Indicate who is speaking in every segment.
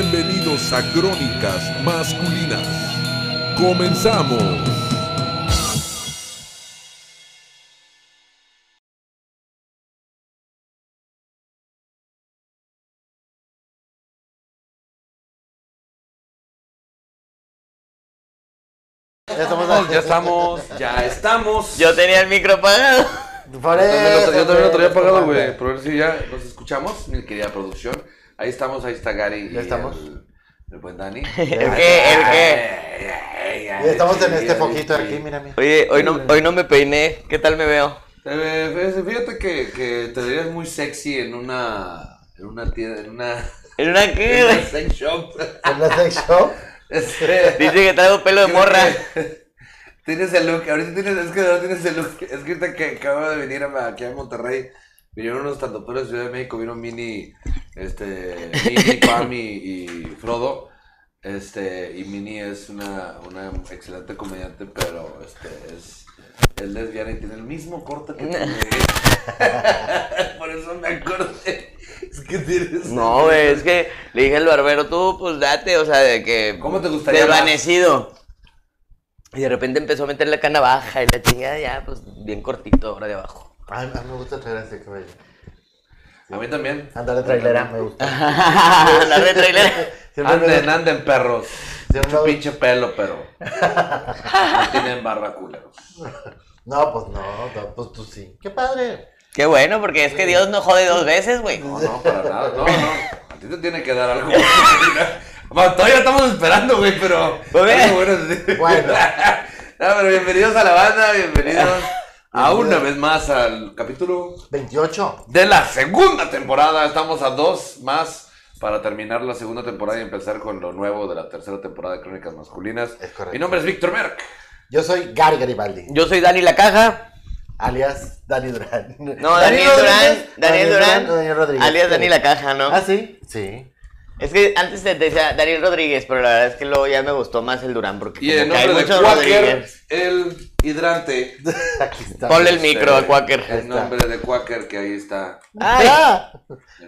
Speaker 1: Bienvenidos a Crónicas Masculinas. Comenzamos.
Speaker 2: Ya estamos al-
Speaker 3: Ya estamos, ya estamos.
Speaker 4: Yo tenía el micro apagado.
Speaker 3: Yo
Speaker 2: Por
Speaker 3: también lo-
Speaker 2: eso,
Speaker 3: yo también lo traía
Speaker 2: güey,
Speaker 3: apagado,
Speaker 2: compadre.
Speaker 3: güey. Pero a ver si ya nos escuchamos, mi querida producción. Ahí estamos, ahí está Gary.
Speaker 2: Ya
Speaker 3: y
Speaker 2: estamos.
Speaker 3: El, el buen Dani.
Speaker 4: ¿El qué? ¿El qué?
Speaker 2: Ya estamos en este foquito aquí, mira, mira.
Speaker 4: Oye, hoy no, hoy no me peiné. ¿Qué tal me veo?
Speaker 3: Eh, Fíjate que, que te verías muy sexy en una. En una tienda. En una.
Speaker 4: ¿En una qué,
Speaker 3: En una
Speaker 4: güey?
Speaker 3: sex shop.
Speaker 2: En la sex shop.
Speaker 3: Este,
Speaker 4: Dice que traigo pelo de
Speaker 3: creo
Speaker 4: morra.
Speaker 3: que Tienes el look, ahorita tienes, es que no tienes el look. Es que ahorita que acabo de venir a- aquí a Monterrey, vinieron unos tantoperos de Ciudad de México, vino Mini, este, Mini, Pam y, y Frodo. Este, y Mini es una, una excelente comediante, pero este, es, es lesbiana y tiene el mismo corte que tú. güey. Por eso me acordé. Es que tienes.
Speaker 4: No, güey, es que le dije al barbero, tú, pues date, o sea, de que.
Speaker 3: ¿Cómo te gustaría más?
Speaker 4: Desvanecido. Y de repente empezó a meter la cana baja y la chingada ya, pues bien cortito ahora de abajo.
Speaker 2: Ay, a mí me gusta traer este cabello.
Speaker 3: A mí también.
Speaker 2: Andar de trailera me gusta.
Speaker 4: la red trailer.
Speaker 2: Siempre me-
Speaker 3: Anden, anden, perros.
Speaker 2: Siempre
Speaker 3: Su
Speaker 2: me-
Speaker 3: pinche pelo, pero. No tienen barba, culeros.
Speaker 2: No, pues no, no, pues tú sí. ¡Qué padre!
Speaker 4: Qué bueno, porque es que Dios no jode dos veces, güey.
Speaker 3: No, no, para nada. No, no. A ti te tiene que dar algo. Bueno, todavía estamos esperando, güey, pero.
Speaker 4: Pues ve.
Speaker 3: Algo bueno, sí.
Speaker 2: Bueno.
Speaker 3: No, pero bienvenidos a la banda, bienvenidos a una vez más al capítulo
Speaker 2: 28.
Speaker 3: de la segunda temporada. Estamos a dos más para terminar la segunda temporada y empezar con lo nuevo de la tercera temporada de Crónicas Masculinas.
Speaker 2: Es correcto.
Speaker 3: Mi nombre es Víctor Merck.
Speaker 2: Yo soy Gary Garibaldi,
Speaker 4: Yo soy Dani La Caja.
Speaker 2: alias Dani Durán.
Speaker 4: No, Daniel Durán.
Speaker 2: Rodríguez,
Speaker 4: Daniel Durán.
Speaker 2: o Daniel Rodríguez.
Speaker 4: Alias Dani La Caja, ¿no?
Speaker 2: Ah, sí. Sí.
Speaker 4: Es que antes te decía Daniel Rodríguez, pero la verdad es que luego ya me gustó más el Durán porque
Speaker 3: Y en
Speaker 4: como que hay
Speaker 3: nombre de
Speaker 4: muchos
Speaker 3: Quaker,
Speaker 4: Rodríguez.
Speaker 3: el hidrante.
Speaker 2: Aquí está.
Speaker 4: Ponle el micro a Quaker.
Speaker 2: Ahí
Speaker 3: El
Speaker 2: está.
Speaker 3: nombre de Quaker que ahí está.
Speaker 4: Ay,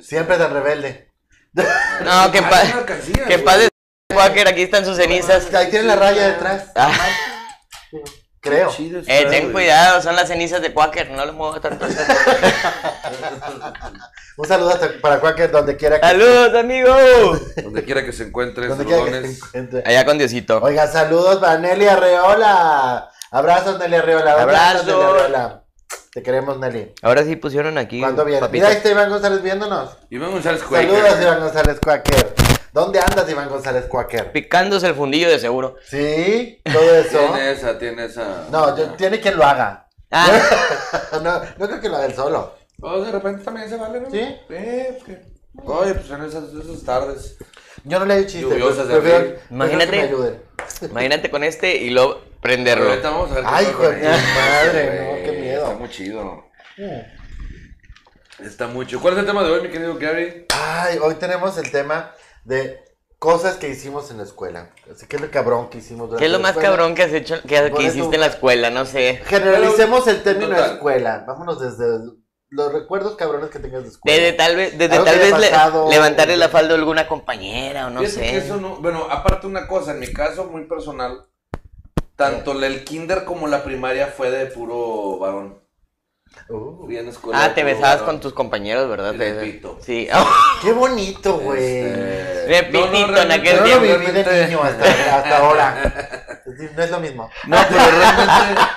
Speaker 2: Siempre tan rebelde.
Speaker 4: no, que
Speaker 3: Hay
Speaker 4: pa
Speaker 3: una casilla,
Speaker 4: que
Speaker 3: güey.
Speaker 4: paz Quaker, aquí están sus cenizas.
Speaker 2: Ahí tiene la raya detrás.
Speaker 4: Ah,
Speaker 2: Creo.
Speaker 3: Chido está,
Speaker 4: eh, ten
Speaker 3: güey.
Speaker 4: cuidado, son las cenizas de Quaker, no lo muevas tanto.
Speaker 2: Un saludo hasta- para Quaker, donde quiera que
Speaker 4: Saludos, amigo.
Speaker 3: Donde quiera que se encuentren,
Speaker 2: Donde quiera que se
Speaker 3: saludones.
Speaker 2: encuentre.
Speaker 4: Allá con Diosito.
Speaker 2: Oiga, saludos para Nelly Arreola. Abrazos, Nelly Arreola. ¿Dónde
Speaker 4: Abrazos.
Speaker 2: estás, Nelly Arreola. Te queremos, Nelly.
Speaker 4: Ahora sí pusieron aquí.
Speaker 2: ¿Cuándo vienes?
Speaker 4: papitas.
Speaker 2: Mira, ahí está Iván González viéndonos.
Speaker 3: Iván González Cuellar.
Speaker 2: Saludos, Iván González Cuáquer. ¿Dónde andas, Iván González Cuáquer?
Speaker 4: Picándose el fundillo de seguro.
Speaker 2: ¿Sí? ¿Todo eso?
Speaker 3: Tiene esa, tiene esa.
Speaker 2: No, yo- tiene quien lo haga.
Speaker 4: Ah,
Speaker 2: no, no creo que lo haga él solo.
Speaker 3: Oh, de repente también se vale, ¿no?
Speaker 2: ¿Sí?
Speaker 3: Eh, pues que- Oye, pues en esas, esas tardes.
Speaker 2: Yo no le he hecho chiste. pues,
Speaker 3: Lluviosas de
Speaker 2: prefiero-
Speaker 3: abril.
Speaker 2: prefiero
Speaker 4: Imagínate.
Speaker 2: que me ayuden.
Speaker 4: imagínate con este y luego prenderlo.
Speaker 3: Ahorita vamos a ver qué
Speaker 2: Ay,
Speaker 3: pasa
Speaker 2: hijo
Speaker 3: con
Speaker 2: de tu
Speaker 3: ella.
Speaker 2: madre, no,
Speaker 3: Güey,
Speaker 2: qué miedo. Uh.
Speaker 3: Está muy chido. Está mucho. ¿Cuál es el tema de hoy, mi querido Gary?
Speaker 2: Ay, hoy tenemos el tema de cosas que hicimos en la escuela. Así que es lo cabrón que hicimos durante
Speaker 4: ¿Qué es lo
Speaker 2: la
Speaker 4: más
Speaker 2: escuela?
Speaker 4: cabrón que has hecho, que, que
Speaker 2: Por eso-
Speaker 4: hiciste en la escuela? No sé.
Speaker 2: Generalicemos el término
Speaker 3: Total.
Speaker 2: escuela. Vámonos desde los recuerdos cabrones que tengas de escuela.
Speaker 4: Desde tal vez, desde
Speaker 2: Algo que
Speaker 4: tal
Speaker 2: haya
Speaker 4: vez le-
Speaker 2: pasado,
Speaker 4: levantarle
Speaker 2: o-
Speaker 4: la falda a alguna compañera o no
Speaker 3: Fíjate
Speaker 4: sé. Ah,
Speaker 3: que eso no- Bueno, aparte una cosa, en mi caso muy personal, tanto la- el kinder como la primaria fue de puro varón.
Speaker 2: Uh,
Speaker 3: Fui en escuela
Speaker 4: Ah,
Speaker 3: de
Speaker 4: te
Speaker 3: puro
Speaker 4: besabas
Speaker 3: varón.
Speaker 4: con tus compañeros, ¿verdad?
Speaker 3: El
Speaker 4: Te-
Speaker 3: Pepito.
Speaker 4: Sí.
Speaker 2: qué bonito, güey.
Speaker 3: Este,
Speaker 4: Repitito,
Speaker 3: no, no,
Speaker 4: en
Speaker 3: realmente-
Speaker 4: aquel
Speaker 2: Yo no lo viví
Speaker 3: realmente-
Speaker 2: de niño hasta, hasta ahora. Es decir, No es lo mismo.
Speaker 3: No, pero realmente,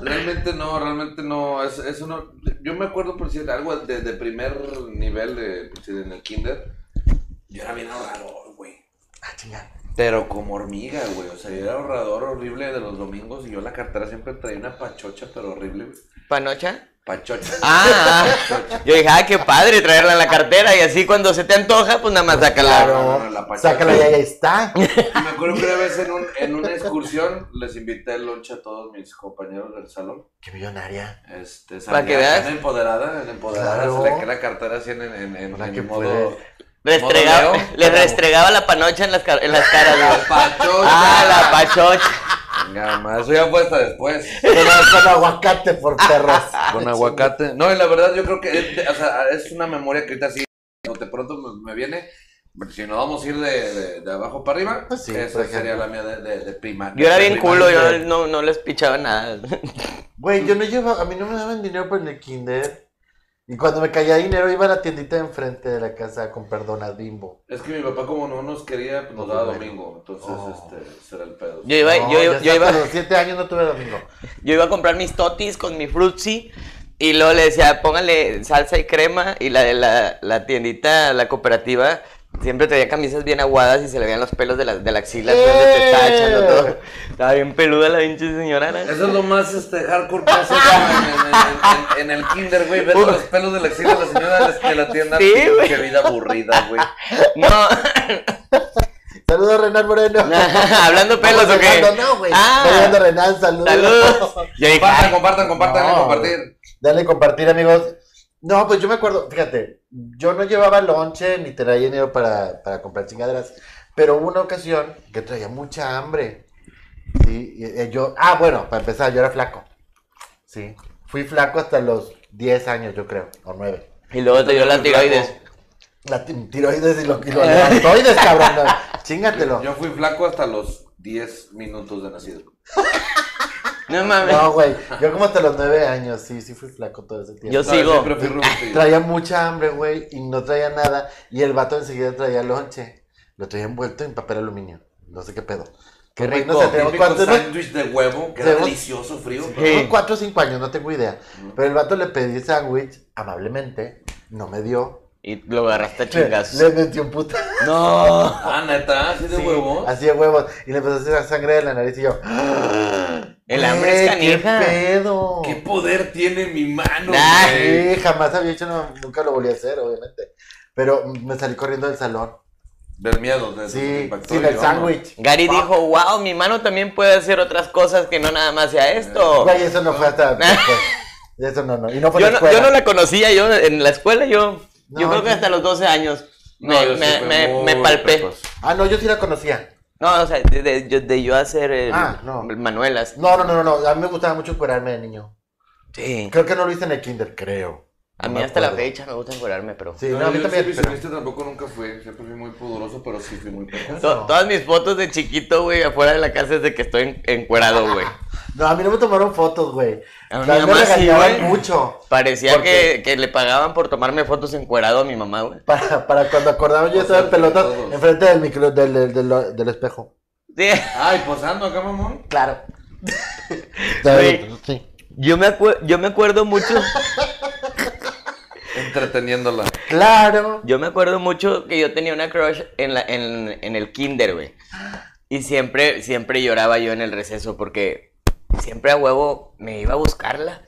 Speaker 3: realmente no, realmente no, es- eso no, yo me acuerdo por decir algo de, de primer nivel de, por decir, en el kinder, yo era bien ahorrador, güey,
Speaker 2: Ah, chinga.
Speaker 3: pero como hormiga, güey, o sea, yo era ahorrador horrible de los domingos y yo en la cartera siempre traía una pachocha, pero horrible, güey.
Speaker 4: ¿Panocha?
Speaker 3: pachocha.
Speaker 4: Ah, ah. yo dije, ah, qué padre traerla en la cartera y así cuando se te antoja, pues nada más sácala.
Speaker 3: Claro. no,
Speaker 2: Pero,
Speaker 3: no, la pachocha.
Speaker 2: sácala y ahí está.
Speaker 3: Y me acuerdo que una vez en, un- en una excursión les invité el lunch a todos mis compañeros del salón.
Speaker 2: Qué millonaria.
Speaker 3: Este,
Speaker 4: Para
Speaker 3: salía
Speaker 4: que veas.
Speaker 3: tan empoderada, en empoderada,
Speaker 2: Claro.
Speaker 3: se le queda la cartera así en, en, en,
Speaker 2: La
Speaker 3: en
Speaker 2: que
Speaker 3: modo...
Speaker 2: puede.
Speaker 4: Restregaba,
Speaker 3: Modo Leo.
Speaker 4: le restregaba la panocha en las, car- en las caras. güey.
Speaker 3: ¡Pachocha!
Speaker 4: ah, la pachocha.
Speaker 3: Venga, más, eso ya puesta después.
Speaker 2: Con, con aguacate por perros.
Speaker 3: Con aguacate. No, y la verdad yo creo que, eh, o sea, es una memoria que ahorita sí, de pronto me, me viene, Si no vamos a ir de, de- de abajo para arriba,
Speaker 2: Pues sí,
Speaker 3: esa
Speaker 2: por
Speaker 3: sería la
Speaker 2: ejemplo.
Speaker 3: mía de, de, de prima.
Speaker 4: Yo era
Speaker 3: de
Speaker 4: bien
Speaker 3: primaria.
Speaker 4: culo, yo no, no les pichaba nada.
Speaker 2: Güey, yo no llevaba, a mí no me daban dinero por el kinder. Y cuando me caía dinero iba a la tiendita de enfrente de la casa con perdonas bimbo.
Speaker 3: Es que mi papá, como no nos quería, pues nos daba
Speaker 2: Bueno.
Speaker 3: domingo. Entonces,
Speaker 2: Oh.
Speaker 3: este, ese era el pedo.
Speaker 4: Yo iba,
Speaker 2: No,
Speaker 4: yo,
Speaker 2: ya
Speaker 4: iba-
Speaker 2: hasta
Speaker 4: yo iba,
Speaker 2: los siete años no tuve domingo.
Speaker 4: yo iba a comprar mis totis con mi frutzi y luego le decía, póngale salsa y crema y la de la, la tiendita, la cooperativa, siempre traía camisas bien aguadas y se le veían los pelos de la, de la axila, así donde te estaba echando
Speaker 2: Eh.
Speaker 4: todo. Estaba bien peluda la pinche señora. ¿no?
Speaker 3: Eso es lo más este, hardcore que has hecho en, en- en- en el kinder, güey. Ver los pelos de la axila de la señora de la- de la tienda.
Speaker 4: Sí, güey.
Speaker 3: Qué vida aburrida, güey.
Speaker 4: No,
Speaker 2: Saludos Renan Moreno.
Speaker 4: hablando pelos o qué.
Speaker 2: Hablando, No, güey.
Speaker 4: Ah.
Speaker 2: Hablando, Renan, saludos.
Speaker 4: Saludos. Yo dije,
Speaker 3: Compartan,
Speaker 4: "Ay,
Speaker 3: compartan, compartan,
Speaker 2: No,
Speaker 3: compartir.
Speaker 2: Dale compartir, amigos. No, pues yo me acuerdo, fíjate, yo no llevaba lonche ni traía dinero para, para comprar chingaderas, pero hubo una ocasión que traía mucha hambre. Sí, y, eh, yo, ah, bueno, para empezar, yo era flaco. Sí, fui flaco hasta los 10 años, yo creo, o 9.
Speaker 4: Y luego te dio la tiroides.
Speaker 2: La ti- tiroides y, lo, y los levantoides, cabrón. no, Chingatelo.
Speaker 3: Yo fui flaco hasta los 10 minutos de nacido.
Speaker 4: No mames.
Speaker 2: No, güey, yo como hasta los 9 años, sí, sí fui flaco todo ese tiempo.
Speaker 4: Yo sigo.
Speaker 3: Siempre fui rubio.
Speaker 2: Traía mucha hambre, güey, y no traía nada. Y el vato enseguida traía lonche. Lo traía envuelto en papel aluminio. No sé qué pedo.
Speaker 4: Qué
Speaker 2: Güey,
Speaker 4: rico.
Speaker 2: No sé, tenemos
Speaker 3: Típico
Speaker 2: cuatro,
Speaker 3: sándwich de huevo, que era
Speaker 2: Tenemos-
Speaker 3: delicioso, frío.
Speaker 4: Sí.
Speaker 2: unos cuatro o cinco años, no tengo idea. Pero el vato le pedí sándwich, amablemente. No me dio.
Speaker 4: Y lo agarraste a
Speaker 2: Le,
Speaker 4: chingazos.
Speaker 2: le metió un puta.
Speaker 4: No.
Speaker 3: Ah, neta, así de
Speaker 2: Sí,
Speaker 3: huevo.
Speaker 2: Así de huevos. Y le empezó a hacer sangre de la nariz y yo.
Speaker 4: El hambre es
Speaker 2: "Güey, ¿Qué
Speaker 4: canija.
Speaker 2: pedo?
Speaker 3: ¿Qué poder tiene mi mano?
Speaker 4: Nah.
Speaker 3: güey?
Speaker 2: Sí, jamás había hecho, no- nunca lo volví a hacer, obviamente. Pero me salí corriendo del salón.
Speaker 3: Del miedo, de
Speaker 2: Sí, sin el sándwich.
Speaker 4: Gary dijo, wow, mi mano también puede hacer otras cosas que no nada más sea esto.
Speaker 2: Güey, eso no fue hasta después. Eso no, no. Y no fue
Speaker 4: Yo
Speaker 2: la
Speaker 4: no,
Speaker 2: escuela.
Speaker 4: yo no la conocía, yo en la escuela yo, yo
Speaker 2: No,
Speaker 4: creo que
Speaker 2: yo-
Speaker 4: hasta los 12 años me, me- me- me palpé.
Speaker 2: Ah, no, yo sí la conocía.
Speaker 4: No, o sea, de, de- yo, de yo hacer eh,
Speaker 2: Ah, no.
Speaker 4: manuelas.
Speaker 2: No, no, no, no, no. A mí me gustaba mucho curarme de niño.
Speaker 4: Sí.
Speaker 2: Creo que no lo hice en el kinder, creo.
Speaker 4: A
Speaker 2: No
Speaker 4: mí
Speaker 2: me
Speaker 4: hasta la
Speaker 2: acuerdo.
Speaker 4: fecha me gusta curarme, pero...
Speaker 2: Sí, no, a mí también. pero-
Speaker 3: tampoco nunca fui, siempre fui muy pudoroso, pero sí fui muy precoz.
Speaker 4: To-
Speaker 2: no.
Speaker 4: Todas mis fotos de chiquito, güey, afuera de la casa es de que estoy en- encuerado, güey.
Speaker 2: No, a mí no me tomaron fotos, güey.
Speaker 4: A mi
Speaker 2: mí me
Speaker 4: mamá sí,
Speaker 2: regañaban
Speaker 4: güey.
Speaker 2: mucho.
Speaker 4: Parecía
Speaker 2: ¿Por
Speaker 4: que, que le pagaban por tomarme fotos encuerado a mi mamá, güey.
Speaker 2: Para, para cuando acordaba
Speaker 3: O
Speaker 2: yo estaba
Speaker 3: sea,
Speaker 2: en pelotas
Speaker 3: todos.
Speaker 2: enfrente del, micro, del, del, del- del espejo.
Speaker 4: Sí.
Speaker 3: Ay, posando acá, mamón.
Speaker 2: Claro.
Speaker 4: Güey.
Speaker 2: sí.
Speaker 4: Yo me, acue- yo me acuerdo mucho,
Speaker 3: Entreteniéndola.
Speaker 2: Claro.
Speaker 4: yo me acuerdo mucho que yo tenía una crush en, la, en, en el kinder, güey. Y siempre, siempre lloraba yo en el receso porque siempre a huevo me iba a buscarla.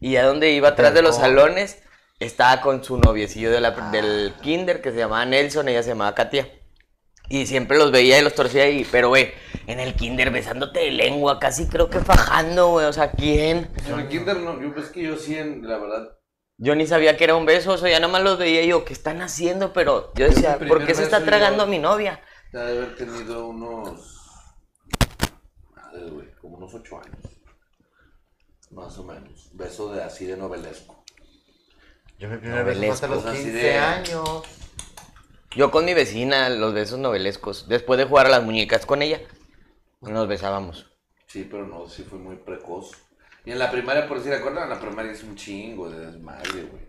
Speaker 4: Y a donde iba atrás de los
Speaker 2: Terco.
Speaker 4: salones, estaba con su noviecillo de la- del kinder que se llamaba Nelson, ella se llamaba Katia. Y siempre los veía y los torcía y, pero güey, en el kinder besándote de lengua, casi creo que fajando, güey, o sea, ¿quién?
Speaker 3: En el kinder no, yo pues que yo sí, en, la verdad.
Speaker 4: Yo ni sabía que era un beso, o sea, ya nomás los veía y yo, ¿qué están haciendo? Pero yo
Speaker 3: Yo
Speaker 4: decía,
Speaker 3: mi primer
Speaker 4: ¿por qué se está
Speaker 3: beso
Speaker 4: tragando
Speaker 3: yo-
Speaker 4: a mi novia?
Speaker 3: Ya de haber tenido unos. Madre, güey, como unos ocho años. Más o menos. Beso de así de novelesco.
Speaker 2: Yo mi primera vez fue hasta los
Speaker 3: Novelescos, así
Speaker 2: 15
Speaker 3: de-
Speaker 2: años.
Speaker 4: Yo con mi vecina, los besos novelescos, después de jugar a las muñecas con ella, nos besábamos.
Speaker 3: Sí, pero no, sí fui muy precoz. Y en la primaria, por si recuerdan, en la primaria es un chingo de desmadre, güey.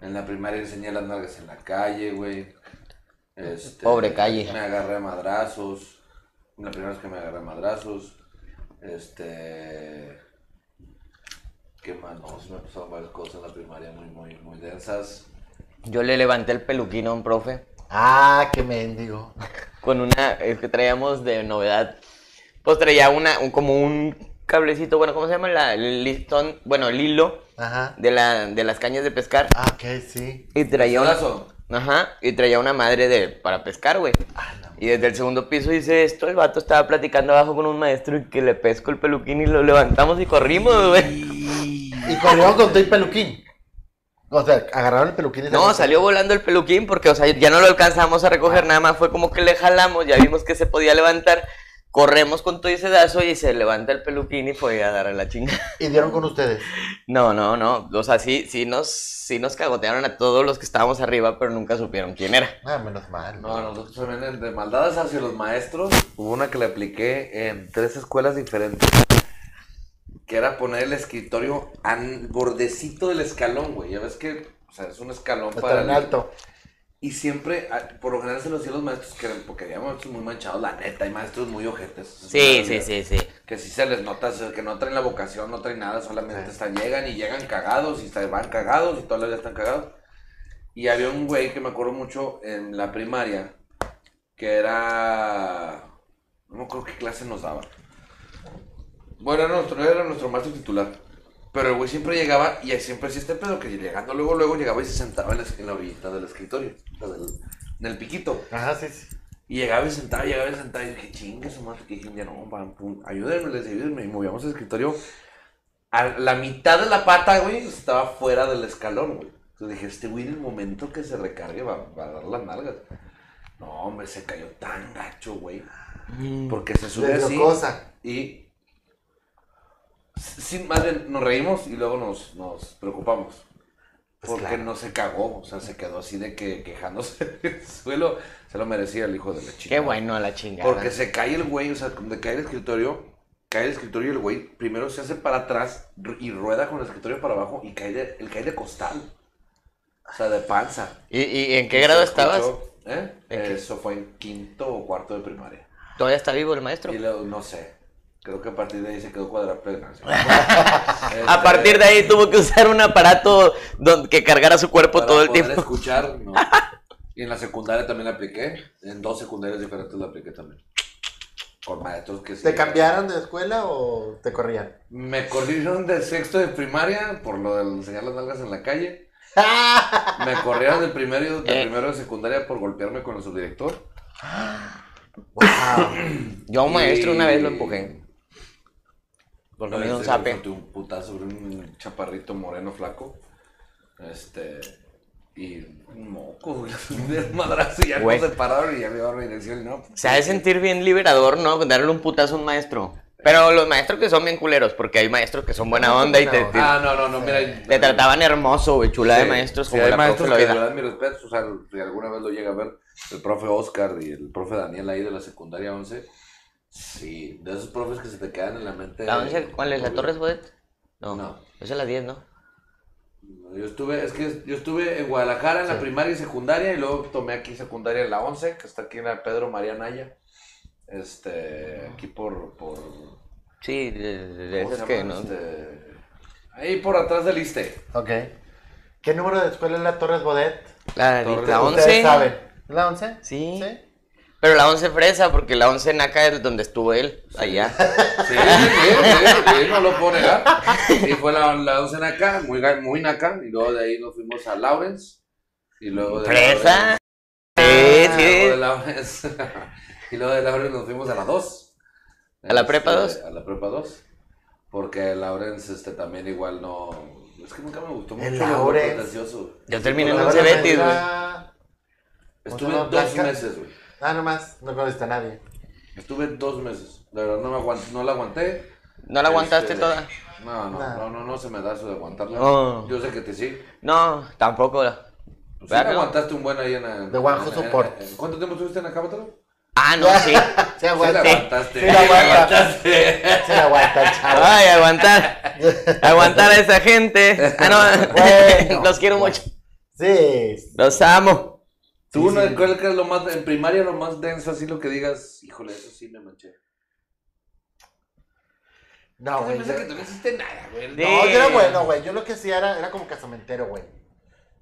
Speaker 3: En la primaria enseñé las nalgas en la calle, güey. Este,
Speaker 4: Pobre calle.
Speaker 3: Me agarré a madrazos. La primera vez que me agarré a madrazos. Este. ¿Qué más? No, se me pasaron varias cosas en la primaria muy, muy, muy densas.
Speaker 4: Yo le levanté el peluquín a un profe
Speaker 2: Ah, qué mendigo.
Speaker 4: con una, es que traíamos de novedad, pues traía una, un- como un cablecito, bueno, ¿cómo se llama? La, el listón, bueno, el hilo
Speaker 2: Ajá.
Speaker 4: de, la, de las cañas de pescar.
Speaker 2: Ah, ok, sí.
Speaker 4: Y traía una,
Speaker 3: Abrazo.
Speaker 4: Ajá, y traía una madre de, para pescar, güey. Y desde el segundo piso dice esto, el vato estaba platicando abajo con un maestro y que le pesco el peluquín y lo levantamos y corrimos, güey.
Speaker 2: Y corrieron con todo y peluquín. O sea, agarraron el peluquín y se
Speaker 4: No,
Speaker 2: lo-
Speaker 4: salió volando el peluquín porque, o sea, ya no lo alcanzamos a recoger, nada más fue como que le jalamos, ya vimos que se podía levantar Corremos con todo ese dazo y se levanta el peluquín y fue a darle la chinga.
Speaker 2: Y dieron con ustedes.
Speaker 4: No, no, no. O sea, sí, sí nos, sí nos cagotearon a todos los que estábamos arriba, pero nunca supieron quién era.
Speaker 2: Ah, menos mal.
Speaker 3: No, nosotros también el de maldades hacia los maestros. Hubo una que le apliqué en tres escuelas diferentes. Que era poner el escritorio al bordecito del escalón, güey. Ya ves que, o sea, es un escalón
Speaker 2: Está en
Speaker 3: el-
Speaker 2: alto.
Speaker 3: Y siempre, a- por lo general se los hacían los maestros que eran, porque había maestros muy manchados, la neta, hay maestros muy ojetes. eso es
Speaker 4: Sí,
Speaker 3: una
Speaker 4: sí,
Speaker 3: realidad.
Speaker 4: sí, sí.
Speaker 3: Que sí se les nota, o sea, que no traen la vocación, no traen nada, solamente
Speaker 2: Sí.
Speaker 3: están, llegan y llegan cagados y se van cagados y todavía están cagados. Y había un güey que me acuerdo mucho en la primaria, que era... No me acuerdo qué clase nos daba. Bueno, era nuestro, era nuestro maestro titular. Pero el güey siempre llegaba y siempre hacía este pedo que llegando luego, luego llegaba y se sentaba en la, en la orillita del escritorio, o sea, del- en el piquito.
Speaker 2: Ajá, sí, sí.
Speaker 3: Y llegaba y sentaba, llegaba y sentaba. Y dije, chingue su madre. Que dije, un día, no, pam, pum, ayúdenme, les ayúdenme. Y movíamos el escritorio. A la mitad de la pata, güey, estaba fuera del escalón, güey. Entonces dije, este güey, en el momento que se recargue, va, va a dar las nalgas. No, hombre, se cayó tan gacho, güey. Porque se sube
Speaker 2: Le dio
Speaker 3: así.
Speaker 2: cosa.
Speaker 3: Y. Sí, más bien, nos reímos y luego nos, nos preocupamos.
Speaker 2: Pues
Speaker 3: Porque
Speaker 2: claro.
Speaker 3: no se cagó, o sea, se quedó así de que quejándose del suelo. Se lo merecía el hijo de la chica.
Speaker 4: Qué bueno a la chingada.
Speaker 3: Porque se cae el güey, o sea, donde cae el escritorio, cae el escritorio y el güey primero se hace para atrás ru- y rueda con el escritorio para abajo y cae de, él cae de costal. O sea, de panza.
Speaker 4: ¿Y, y en qué grado
Speaker 3: Se escuchó,
Speaker 4: estabas?
Speaker 3: ¿eh?
Speaker 4: ¿En qué?
Speaker 3: Eso fue en quinto o cuarto de primaria.
Speaker 4: ¿Todavía está vivo el maestro?
Speaker 3: Y luego, no sé. Creo que a partir de ahí se quedó cuadraplena. ¿sí? Este,
Speaker 4: A partir de ahí tuvo que usar un aparato don- que cargara su cuerpo
Speaker 3: Para
Speaker 4: pues, todo el
Speaker 3: poder
Speaker 4: tiempo.
Speaker 3: escuchar, no. Y en la secundaria también la apliqué. En dos secundarias diferentes la apliqué también. Con maestros que sí.
Speaker 2: ¿Te cambiaron de escuela o te corrían?
Speaker 3: Me corrieron de sexto de primaria por lo de enseñar las nalgas en la calle. Me corrieron del primero, de
Speaker 4: Eh.
Speaker 3: primero de secundaria por golpearme con el subdirector.
Speaker 2: Wow.
Speaker 4: Yo a un maestro una vez lo
Speaker 3: Y-
Speaker 4: empujé. Porque me dio un
Speaker 3: Este,
Speaker 4: zape.
Speaker 3: solté un putazo sobre un chaparrito moreno flaco. Este. Y un moco, güey, un desmadrazo. Y ya
Speaker 4: Güey.
Speaker 3: no se pararon y ya me llevaron a dirección. y No,
Speaker 4: Se ha de sentir bien liberador, ¿no? Darle un putazo a un maestro. Pero los maestros que son bien culeros, porque hay maestros que son buena onda y te, te-
Speaker 3: Ah, no, no, no, mira.
Speaker 4: te trataban hermoso, güey. Chula de maestros como
Speaker 3: hay
Speaker 4: la
Speaker 3: maestros
Speaker 4: profe
Speaker 3: que de
Speaker 4: Loida.
Speaker 3: verdad mi respeto, o sea, si alguna vez lo llega a ver el profe Oscar y el profe Daniel ahí de la secundaria 11, sí, de esos profes que se te quedan en la mente.
Speaker 4: ¿La once- cuál es? ¿La Torres Bodet? No.
Speaker 3: No.
Speaker 4: Esa es la 10, ¿no?
Speaker 3: Yo estuve, es que yo estuve en Guadalajara en la primaria y secundaria y luego tomé aquí secundaria en la 11, que está aquí en la Pedro María Naya. Este, aquí por, por ¿cómo
Speaker 4: Sí, de, de- de
Speaker 3: se
Speaker 4: esas
Speaker 3: llama?
Speaker 4: que no.
Speaker 3: Este, ahí por atrás del ISTE.
Speaker 2: ok. ¿Qué número de escuela es la Torres Bodet?
Speaker 4: La,
Speaker 3: Torres
Speaker 4: la
Speaker 3: Bodet.
Speaker 4: 11.
Speaker 2: Ustedes saben. ¿Es la 11?
Speaker 4: Sí.
Speaker 2: ¿Sí?
Speaker 4: Pero la 11 fresa, porque la 11 naca es donde estuvo él, allá.
Speaker 3: Sí, sí, sí, sí, no lo puedo negar. Y fue la, la 11 acá, muy, ga- muy naca, y luego de ahí nos fuimos a Lawrence, y luego de
Speaker 4: ¡Fresa!
Speaker 3: Lawrence-
Speaker 4: Sí,
Speaker 3: Ah, luego de
Speaker 4: sí.
Speaker 3: Lawrence- y luego de Lawrence nos fuimos a la 2.
Speaker 4: ¿A la prepa
Speaker 3: Este,
Speaker 4: dos?
Speaker 3: A la prepa 2. Porque Lawrence este, también igual no... Es que nunca me gustó mucho.
Speaker 2: El
Speaker 3: lo
Speaker 2: Lawrence.
Speaker 3: fantasioso.
Speaker 4: Yo terminé en
Speaker 2: La
Speaker 4: 11
Speaker 2: verdad,
Speaker 4: Betis, güey.
Speaker 2: la-
Speaker 3: Estuve
Speaker 2: ¿Cómo
Speaker 3: dos
Speaker 2: se llama? Blanca.
Speaker 3: meses, güey.
Speaker 2: Ah, nomás. No conoces a nadie.
Speaker 3: Estuve dos meses. De verdad, no, me aguant- no la aguanté.
Speaker 4: ¿No la aguantaste
Speaker 3: Este,
Speaker 4: toda?
Speaker 3: No, no,
Speaker 2: Nah.
Speaker 3: no, no, no se me da eso de aguantarla.
Speaker 4: No.
Speaker 3: Yo sé que te sí.
Speaker 4: No, tampoco.
Speaker 3: Pues sí
Speaker 4: ¿Verdad
Speaker 3: me
Speaker 4: que no?
Speaker 3: aguantaste un buen ahí en el.
Speaker 2: De Juanjo
Speaker 3: en- en-
Speaker 2: Support.
Speaker 3: en- ¿Cuánto tiempo estuviste en Acábatelo?
Speaker 4: Ah, no, sí.
Speaker 2: Se
Speaker 3: Sí, la
Speaker 2: aguanta.
Speaker 3: aguantaste.
Speaker 2: Sí la aguanta.
Speaker 3: aguantaste.
Speaker 2: Se la aguanta, chavo.
Speaker 4: Ay, aguantar. Aguantar a esa gente. Ah, no.
Speaker 2: Bueno,
Speaker 4: Los quiero mucho.
Speaker 2: Sí.
Speaker 4: Los amo.
Speaker 3: ¿Tú no cuál que es lo más. En primaria lo más denso, así lo que digas? Híjole, eso sí me manché.
Speaker 2: No, Ah, güey. yo-
Speaker 3: no hiciste nada, güey.
Speaker 4: Sí.
Speaker 2: No, yo era bueno, güey. Yo lo que hacía era, era como casamentero, güey.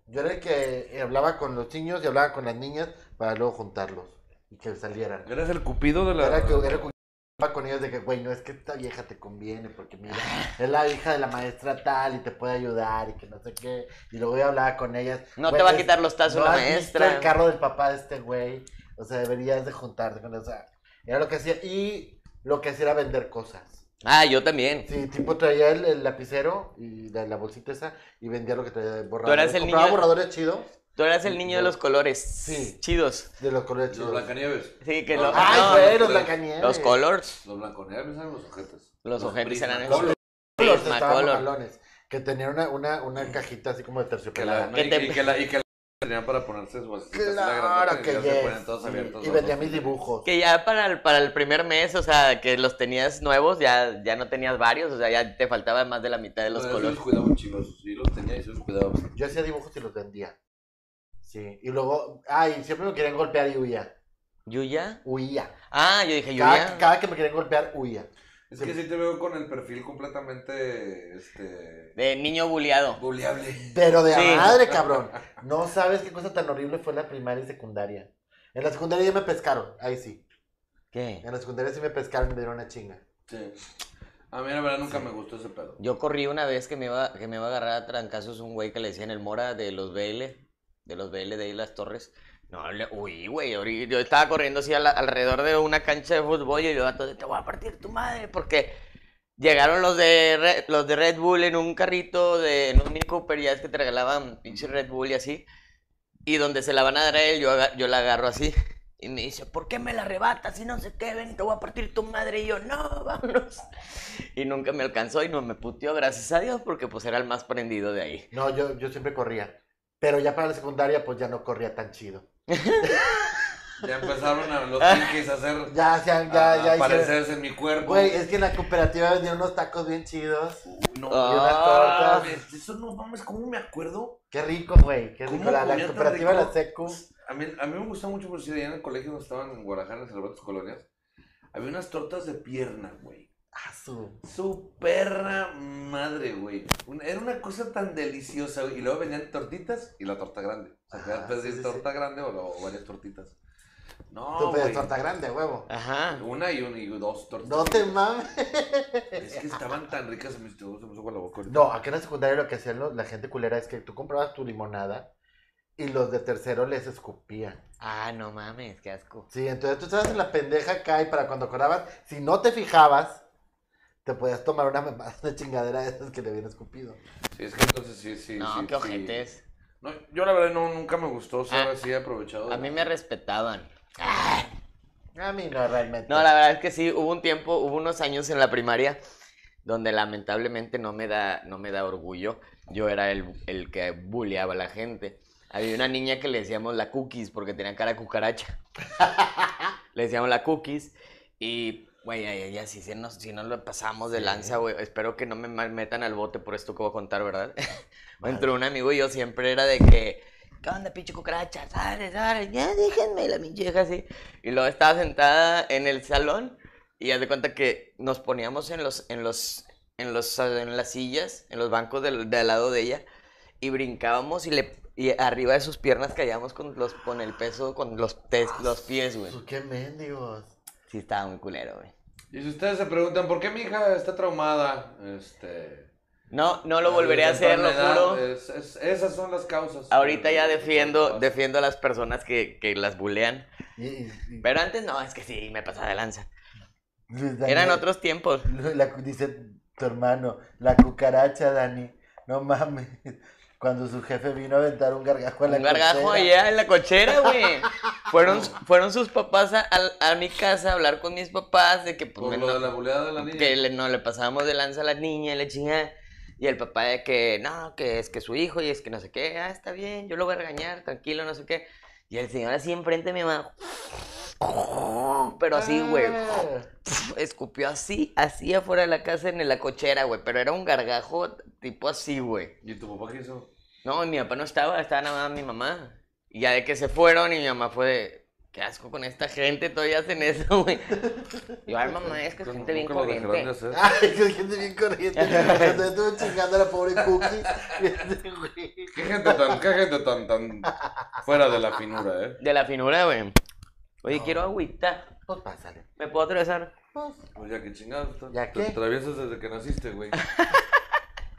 Speaker 2: Yo era el que eh, hablaba con los niños y hablaba con las niñas para luego juntarlos y que salieran.
Speaker 3: Eres el cupido de la.
Speaker 2: Era que era que hablaba con ellos de que, güey, no es que esta vieja te conviene porque mira, es la hija de la maestra tal y te puede ayudar y que no sé qué. Y luego yo hablaba con ellas.
Speaker 4: No
Speaker 2: "Güey,
Speaker 4: te va a
Speaker 2: es-
Speaker 4: quitar los tazos
Speaker 2: ¿no
Speaker 4: la
Speaker 2: has visto
Speaker 4: maestra.
Speaker 2: el carro del papá de este güey. O sea, deberías de juntarte con esa. Era lo que hacía. Y lo que hacía era vender cosas.
Speaker 4: Ah, yo también.
Speaker 2: Sí, tipo traía el, el lapicero y la, la bolsita esa y vendía lo que traía de borrador.
Speaker 4: eras el
Speaker 2: Compraba
Speaker 4: niño-
Speaker 2: borradores chidos
Speaker 4: Tú eras el niño de los colores.
Speaker 2: Sí.
Speaker 4: Chidos.
Speaker 2: De los colores
Speaker 3: Los
Speaker 2: chidos.
Speaker 3: Blancanieves.
Speaker 4: Sí, que lo-
Speaker 2: Ay,
Speaker 4: no,
Speaker 2: güey, los
Speaker 3: los-
Speaker 2: Blancanieves.
Speaker 4: Los colors.
Speaker 3: Los Blancanieves eran los ojetes.
Speaker 4: Los ojetes eran
Speaker 3: prismacolor.
Speaker 4: esos.
Speaker 2: Colors
Speaker 4: Prismacolor.
Speaker 2: estaban malones, Que tenían una, una, una cajita así como de
Speaker 3: Que la,
Speaker 2: terciopelada.
Speaker 3: no,
Speaker 4: Que
Speaker 3: y,
Speaker 4: te-
Speaker 3: y que la, y que la tenían para ponerse su vasija, así la grandota,
Speaker 2: Claro
Speaker 3: y
Speaker 2: que
Speaker 3: ya
Speaker 2: yes.
Speaker 3: se ponían todos abiertos.
Speaker 2: Y
Speaker 3: los
Speaker 2: vendía
Speaker 3: ojos.
Speaker 2: mis dibujos.
Speaker 4: Que ya para el, para el primer mes, o sea, que los tenías nuevos, ya, ya no tenías varios, o sea, ya te faltaba más de la mitad de los
Speaker 3: No, yo
Speaker 4: colores.
Speaker 3: los cuidaba un chingo, sí los tenía y sí los cuidaba.
Speaker 2: Yo hacía dibujos y los vendía. Sí. Y luego, ay, siempre me querían golpear y huía.
Speaker 4: ¿Yuya?
Speaker 2: Huía.
Speaker 4: Ah, yo dije,
Speaker 2: Cada,
Speaker 4: ¿Yuya?
Speaker 2: cada que me querían golpear, huía.
Speaker 3: Es que sí te veo con el perfil completamente, este,
Speaker 4: De niño buleado.
Speaker 3: buleable.
Speaker 2: Pero de
Speaker 4: Sí.
Speaker 2: la madre, cabrón. No sabes qué cosa tan horrible fue la primaria y secundaria. En la secundaria ya me pescaron, ahí sí.
Speaker 4: ¿Qué?
Speaker 2: En la secundaria sí me pescaron y me dieron una chinga.
Speaker 3: Sí. A mí la verdad nunca me gustó ese pedo.
Speaker 4: Yo corrí una vez que me iba, que me iba a agarrar a trancazos un güey que le decían el Mora de los BL, de los BL de Islas Torres. No, le, uy, güey, ahorita- yo estaba corriendo así a la- alrededor de una cancha de fútbol y yo a todo, te voy a partir tu madre, porque llegaron los de, Re- los de Red Bull en un carrito, de, en un Mini Cooper, ya es que te regalaban pinche Red Bull y así, y donde se la van a dar a él, yo, aga- yo la agarro así. Y me dice, ¿por qué me la arrebatas? Si no sé qué, ven, te voy a partir tu madre. Y yo, no, vámonos. Y nunca me alcanzó y no me puteó, gracias a Dios, porque pues era el más prendido de ahí.
Speaker 2: No, yo, yo siempre corría. Pero ya para la secundaria, pues ya no corría tan chido.
Speaker 3: Ya empezaron a los pinkies a hacer,
Speaker 2: Ya hacían,
Speaker 3: a,
Speaker 2: ya,
Speaker 3: a
Speaker 2: ya hicieron.
Speaker 3: aparecerse en mi cuerpo.
Speaker 2: Güey, es que en la cooperativa vendían unos tacos bien chidos.
Speaker 3: No,
Speaker 2: Y unas
Speaker 4: Ah.
Speaker 2: tortas.
Speaker 3: mames, eso no mames, ¿cómo me acuerdo?
Speaker 2: Qué rico, güey. Qué rico.
Speaker 3: ¿Cómo
Speaker 2: La, la
Speaker 3: comía tan
Speaker 2: cooperativa de la
Speaker 3: rico?
Speaker 2: secu.
Speaker 3: A mí, a mí me gustó mucho porque allá en el colegio donde estaban en Guadalajara, en Cervantes Colonias, había unas tortas de pierna, güey.
Speaker 2: Ah, su.
Speaker 3: Su perra madre, güey. Un- Era una cosa tan deliciosa, güey. Y luego venían tortitas y la torta grande. O sea,
Speaker 2: Ah,
Speaker 3: te das
Speaker 2: sí, sí, sí.
Speaker 3: torta grande o, lo- o varias tortitas. No,
Speaker 2: Tú pedías
Speaker 3: güey.
Speaker 2: torta grande, huevo.
Speaker 4: Ajá.
Speaker 3: Una y, un- y dos tortas.
Speaker 2: No te mames.
Speaker 3: Es que estaban tan ricas, se me, se me hizo agua la boca. ahorita.
Speaker 2: No, acá en la secundaria lo que hacían los- la gente culera es que tú comprabas tu limonada y los de tercero les escupían.
Speaker 4: Ah, no mames, qué asco.
Speaker 2: Sí, entonces tú estabas en la pendeja acá y para cuando acordabas, si no te fijabas, te podías tomar una, mamada, una chingadera de esas que le habían escupido.
Speaker 3: Sí, es que entonces sí, sí.
Speaker 4: no,
Speaker 3: sí, sí.
Speaker 4: qué ojetes.
Speaker 3: No, yo la verdad no, nunca me gustó ser
Speaker 4: Ah,
Speaker 3: así aprovechado. de
Speaker 4: A mí
Speaker 3: la-
Speaker 4: me respetaban.
Speaker 2: A mí no, realmente.
Speaker 4: No, la verdad es que sí, hubo un tiempo, hubo unos años en la primaria donde lamentablemente no me da, no me da orgullo. Yo era el, el que buleaba a la gente. Había una niña que le decíamos la cookies porque tenía cara de cucaracha. le decíamos la cookies y, güey, ay, ay, ay, si, se nos, si nos lo pasamos de lanza, güey, espero que no me mal- metan al bote por esto que voy a contar, ¿verdad? Entre un amigo y yo siempre era de que, ¿qué onda, pinche cucaracha? Sale, sale, ya déjenme, y la pinche vieja así. Y luego estaba sentada en el salón y haz de cuenta que nos poníamos en los, en los, en los, en las sillas, en los bancos del, del lado de ella y brincábamos y le y arriba de sus piernas caíamos con los con el peso con los tes- los pies, güey.
Speaker 2: Su- Pues, ¡Qué mendigos!
Speaker 4: Sí estaba muy culero, güey.
Speaker 3: Y si ustedes se preguntan por qué mi hija está traumada, este.
Speaker 4: No, no lo volveré
Speaker 3: de
Speaker 4: a hacer, lo
Speaker 3: temprana edad,
Speaker 4: juro.
Speaker 3: es- es- esas son las causas.
Speaker 4: Ahorita ya
Speaker 3: Las
Speaker 4: defiendo,
Speaker 3: causas.
Speaker 4: defiendo a las personas que, que las bulean.
Speaker 2: Y- y- y-
Speaker 4: Pero antes no, es que sí, me pasaba de lanza.
Speaker 2: Luis Daniel-
Speaker 4: Eran otros tiempos.
Speaker 2: la cu- dice tu hermano, la cucaracha, Dani. No mames. Cuando su jefe vino a aventar un gargajo a la
Speaker 4: Un gargajo
Speaker 2: cochera.
Speaker 4: allá en la cochera, güey. Fueron, fueron sus papás a, a- a mi casa a hablar con mis papás de que, pues,
Speaker 3: Por
Speaker 4: me-
Speaker 3: lo de la buleada de la niña.
Speaker 4: que le- no le pasábamos de lanza a la niña y la chingada. Y el papá de que, no, que es que su hijo y es que no sé qué, ah, está bien, yo lo voy a regañar, tranquilo, no sé qué. Y el señor así enfrente de mi mamá. Pero así, güey.
Speaker 2: Ah.
Speaker 4: Escupió así, así afuera de la casa en la cochera, güey. Pero era un gargajo tipo así, güey.
Speaker 3: ¿Y tu papá qué hizo?
Speaker 4: No, mi papá no estaba, estaba nada más mi mamá. Y ya de que se fueron y mi mamá fue de, qué asco con esta gente, todavía hacen eso, güey. Y yo, ay, mamá, es que es gente bien
Speaker 3: Pues Nunca lo dejarán de
Speaker 4: corriente.
Speaker 3: hacer.
Speaker 2: Ay, que gente bien corriente. Cuando estuve chingando a la pobre este Cookie.
Speaker 3: Qué gente tan, qué gente tan, tan fuera de la finura, ¿eh?
Speaker 4: De la finura, güey. Oye, quiero agüita.
Speaker 2: Pues pásale.
Speaker 4: ¿Me puedo atravesar?
Speaker 2: Pues,
Speaker 3: Pues ya que chingados. te-
Speaker 2: ¿Ya
Speaker 3: te
Speaker 2: qué?
Speaker 3: atraviesas desde que naciste, güey.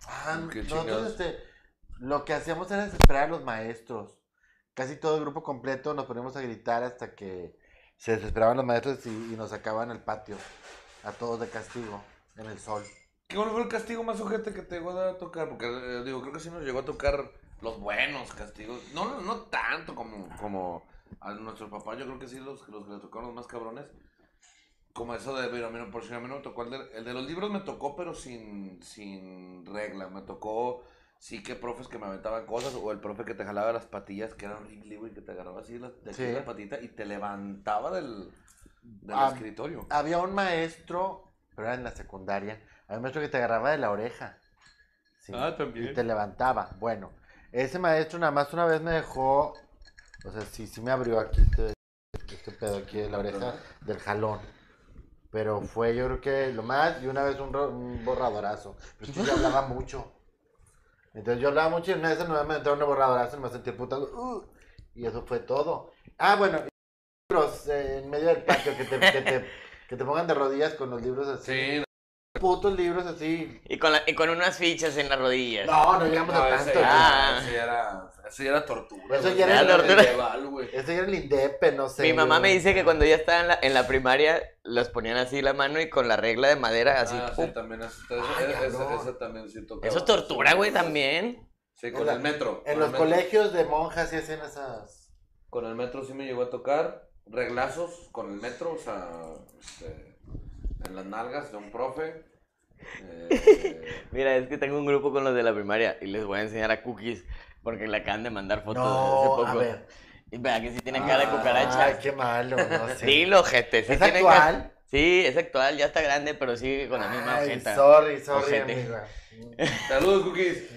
Speaker 2: ah,
Speaker 3: Qué
Speaker 2: nosotros
Speaker 3: chingados.
Speaker 2: este, lo que hacíamos era desesperar a los maestros. Casi todo el grupo completo nos poníamos a gritar hasta que se desesperaban los maestros y, y nos sacaban al patio. A todos de castigo, en el sol.
Speaker 3: ¿Qué cuál fue el castigo más ojete que te llegó a tocar? Porque eh, digo, creo que sí nos llegó a tocar los buenos castigos. No, no, no tanto como, como a nuestros papás, yo creo que sí, los, los que les tocaron los más cabrones. Como eso de, mira, a mí no, por si a mí no me tocó el de, el de los libros, me tocó, pero sin, sin regla. Me tocó, sí, que profes que me aventaban cosas, o el profe que te jalaba las patillas, que era horrible, güey, que te agarraba así las- de aquí
Speaker 2: Sí.
Speaker 3: la patita y te levantaba del, del
Speaker 2: Ah,
Speaker 3: escritorio.
Speaker 2: Había un maestro, pero era en la secundaria, había un maestro que te agarraba de la oreja. Sí.
Speaker 3: también.
Speaker 2: Y te levantaba. Bueno, ese maestro nada más una vez me dejó. O sea, sí, sí me abrió aquí este, este pedo aquí de la oreja del jalón. Pero fue yo creo que lo más. Y una vez un, ro- un borradorazo. Pero es que yo hablaba mucho. Entonces yo hablaba mucho y una vez no me entró un borradorazo y me sentí putando. "Uh", y eso fue todo. Ah, bueno, y libros eh, en medio del patio que te, que, te, que te pongan de rodillas con los libros así.
Speaker 3: Sí,
Speaker 2: Putos libros así.
Speaker 4: Y con, la- y con unas fichas en las rodillas.
Speaker 2: No, no llegamos
Speaker 3: Eh, No,
Speaker 2: a
Speaker 3: ese
Speaker 2: tanto.
Speaker 3: ya-
Speaker 2: güey.
Speaker 4: Ah.
Speaker 3: ese ya era, ese ya era tortura.
Speaker 2: Eso
Speaker 3: güey.
Speaker 2: ya era
Speaker 3: el
Speaker 4: tortura.
Speaker 3: lleval, güey.
Speaker 2: Ese era el INDEP, no sé.
Speaker 4: Mi mamá
Speaker 2: yo-
Speaker 4: me dice que cuando ella estaba en la, en la primaria, los ponían así la mano y con la regla de madera, así.
Speaker 3: Ah,
Speaker 4: ¡pum!
Speaker 3: sí, también. Eso, eso-
Speaker 2: Ah,
Speaker 3: eso-
Speaker 2: cabrón.
Speaker 3: eso también sí tocaba.
Speaker 4: Eso es tortura, güey,
Speaker 3: Sí,
Speaker 4: también.
Speaker 3: Sí,
Speaker 2: En
Speaker 3: con
Speaker 2: la-
Speaker 3: el metro. con
Speaker 2: En
Speaker 3: el
Speaker 2: los
Speaker 3: metro.
Speaker 2: colegios de monjas sí hacían esas.
Speaker 3: Con el metro sí me llegó a tocar. Reglazos con el metro, o sea, este, en las nalgas de un profe. Eh,
Speaker 4: Mira, es que tengo un grupo con los de la primaria y les voy a enseñar a cookies porque le acaban de mandar fotos hace
Speaker 2: No,
Speaker 4: poco.
Speaker 2: a ver.
Speaker 4: Y vea que sí tiene cara de
Speaker 3: Ah,
Speaker 2: Ay,
Speaker 4: cucaracha.
Speaker 2: qué malo, no sé.
Speaker 4: Sí, lo ojete. Sí
Speaker 2: ¿Es
Speaker 4: tiene
Speaker 2: actual?
Speaker 4: cara- Sí, es actual, ya está grande, pero sigue con la misma
Speaker 2: Ay,
Speaker 4: ojeta.
Speaker 2: sorry, sorry,
Speaker 4: Ojete.
Speaker 2: amiga.
Speaker 3: Saludos, cookies.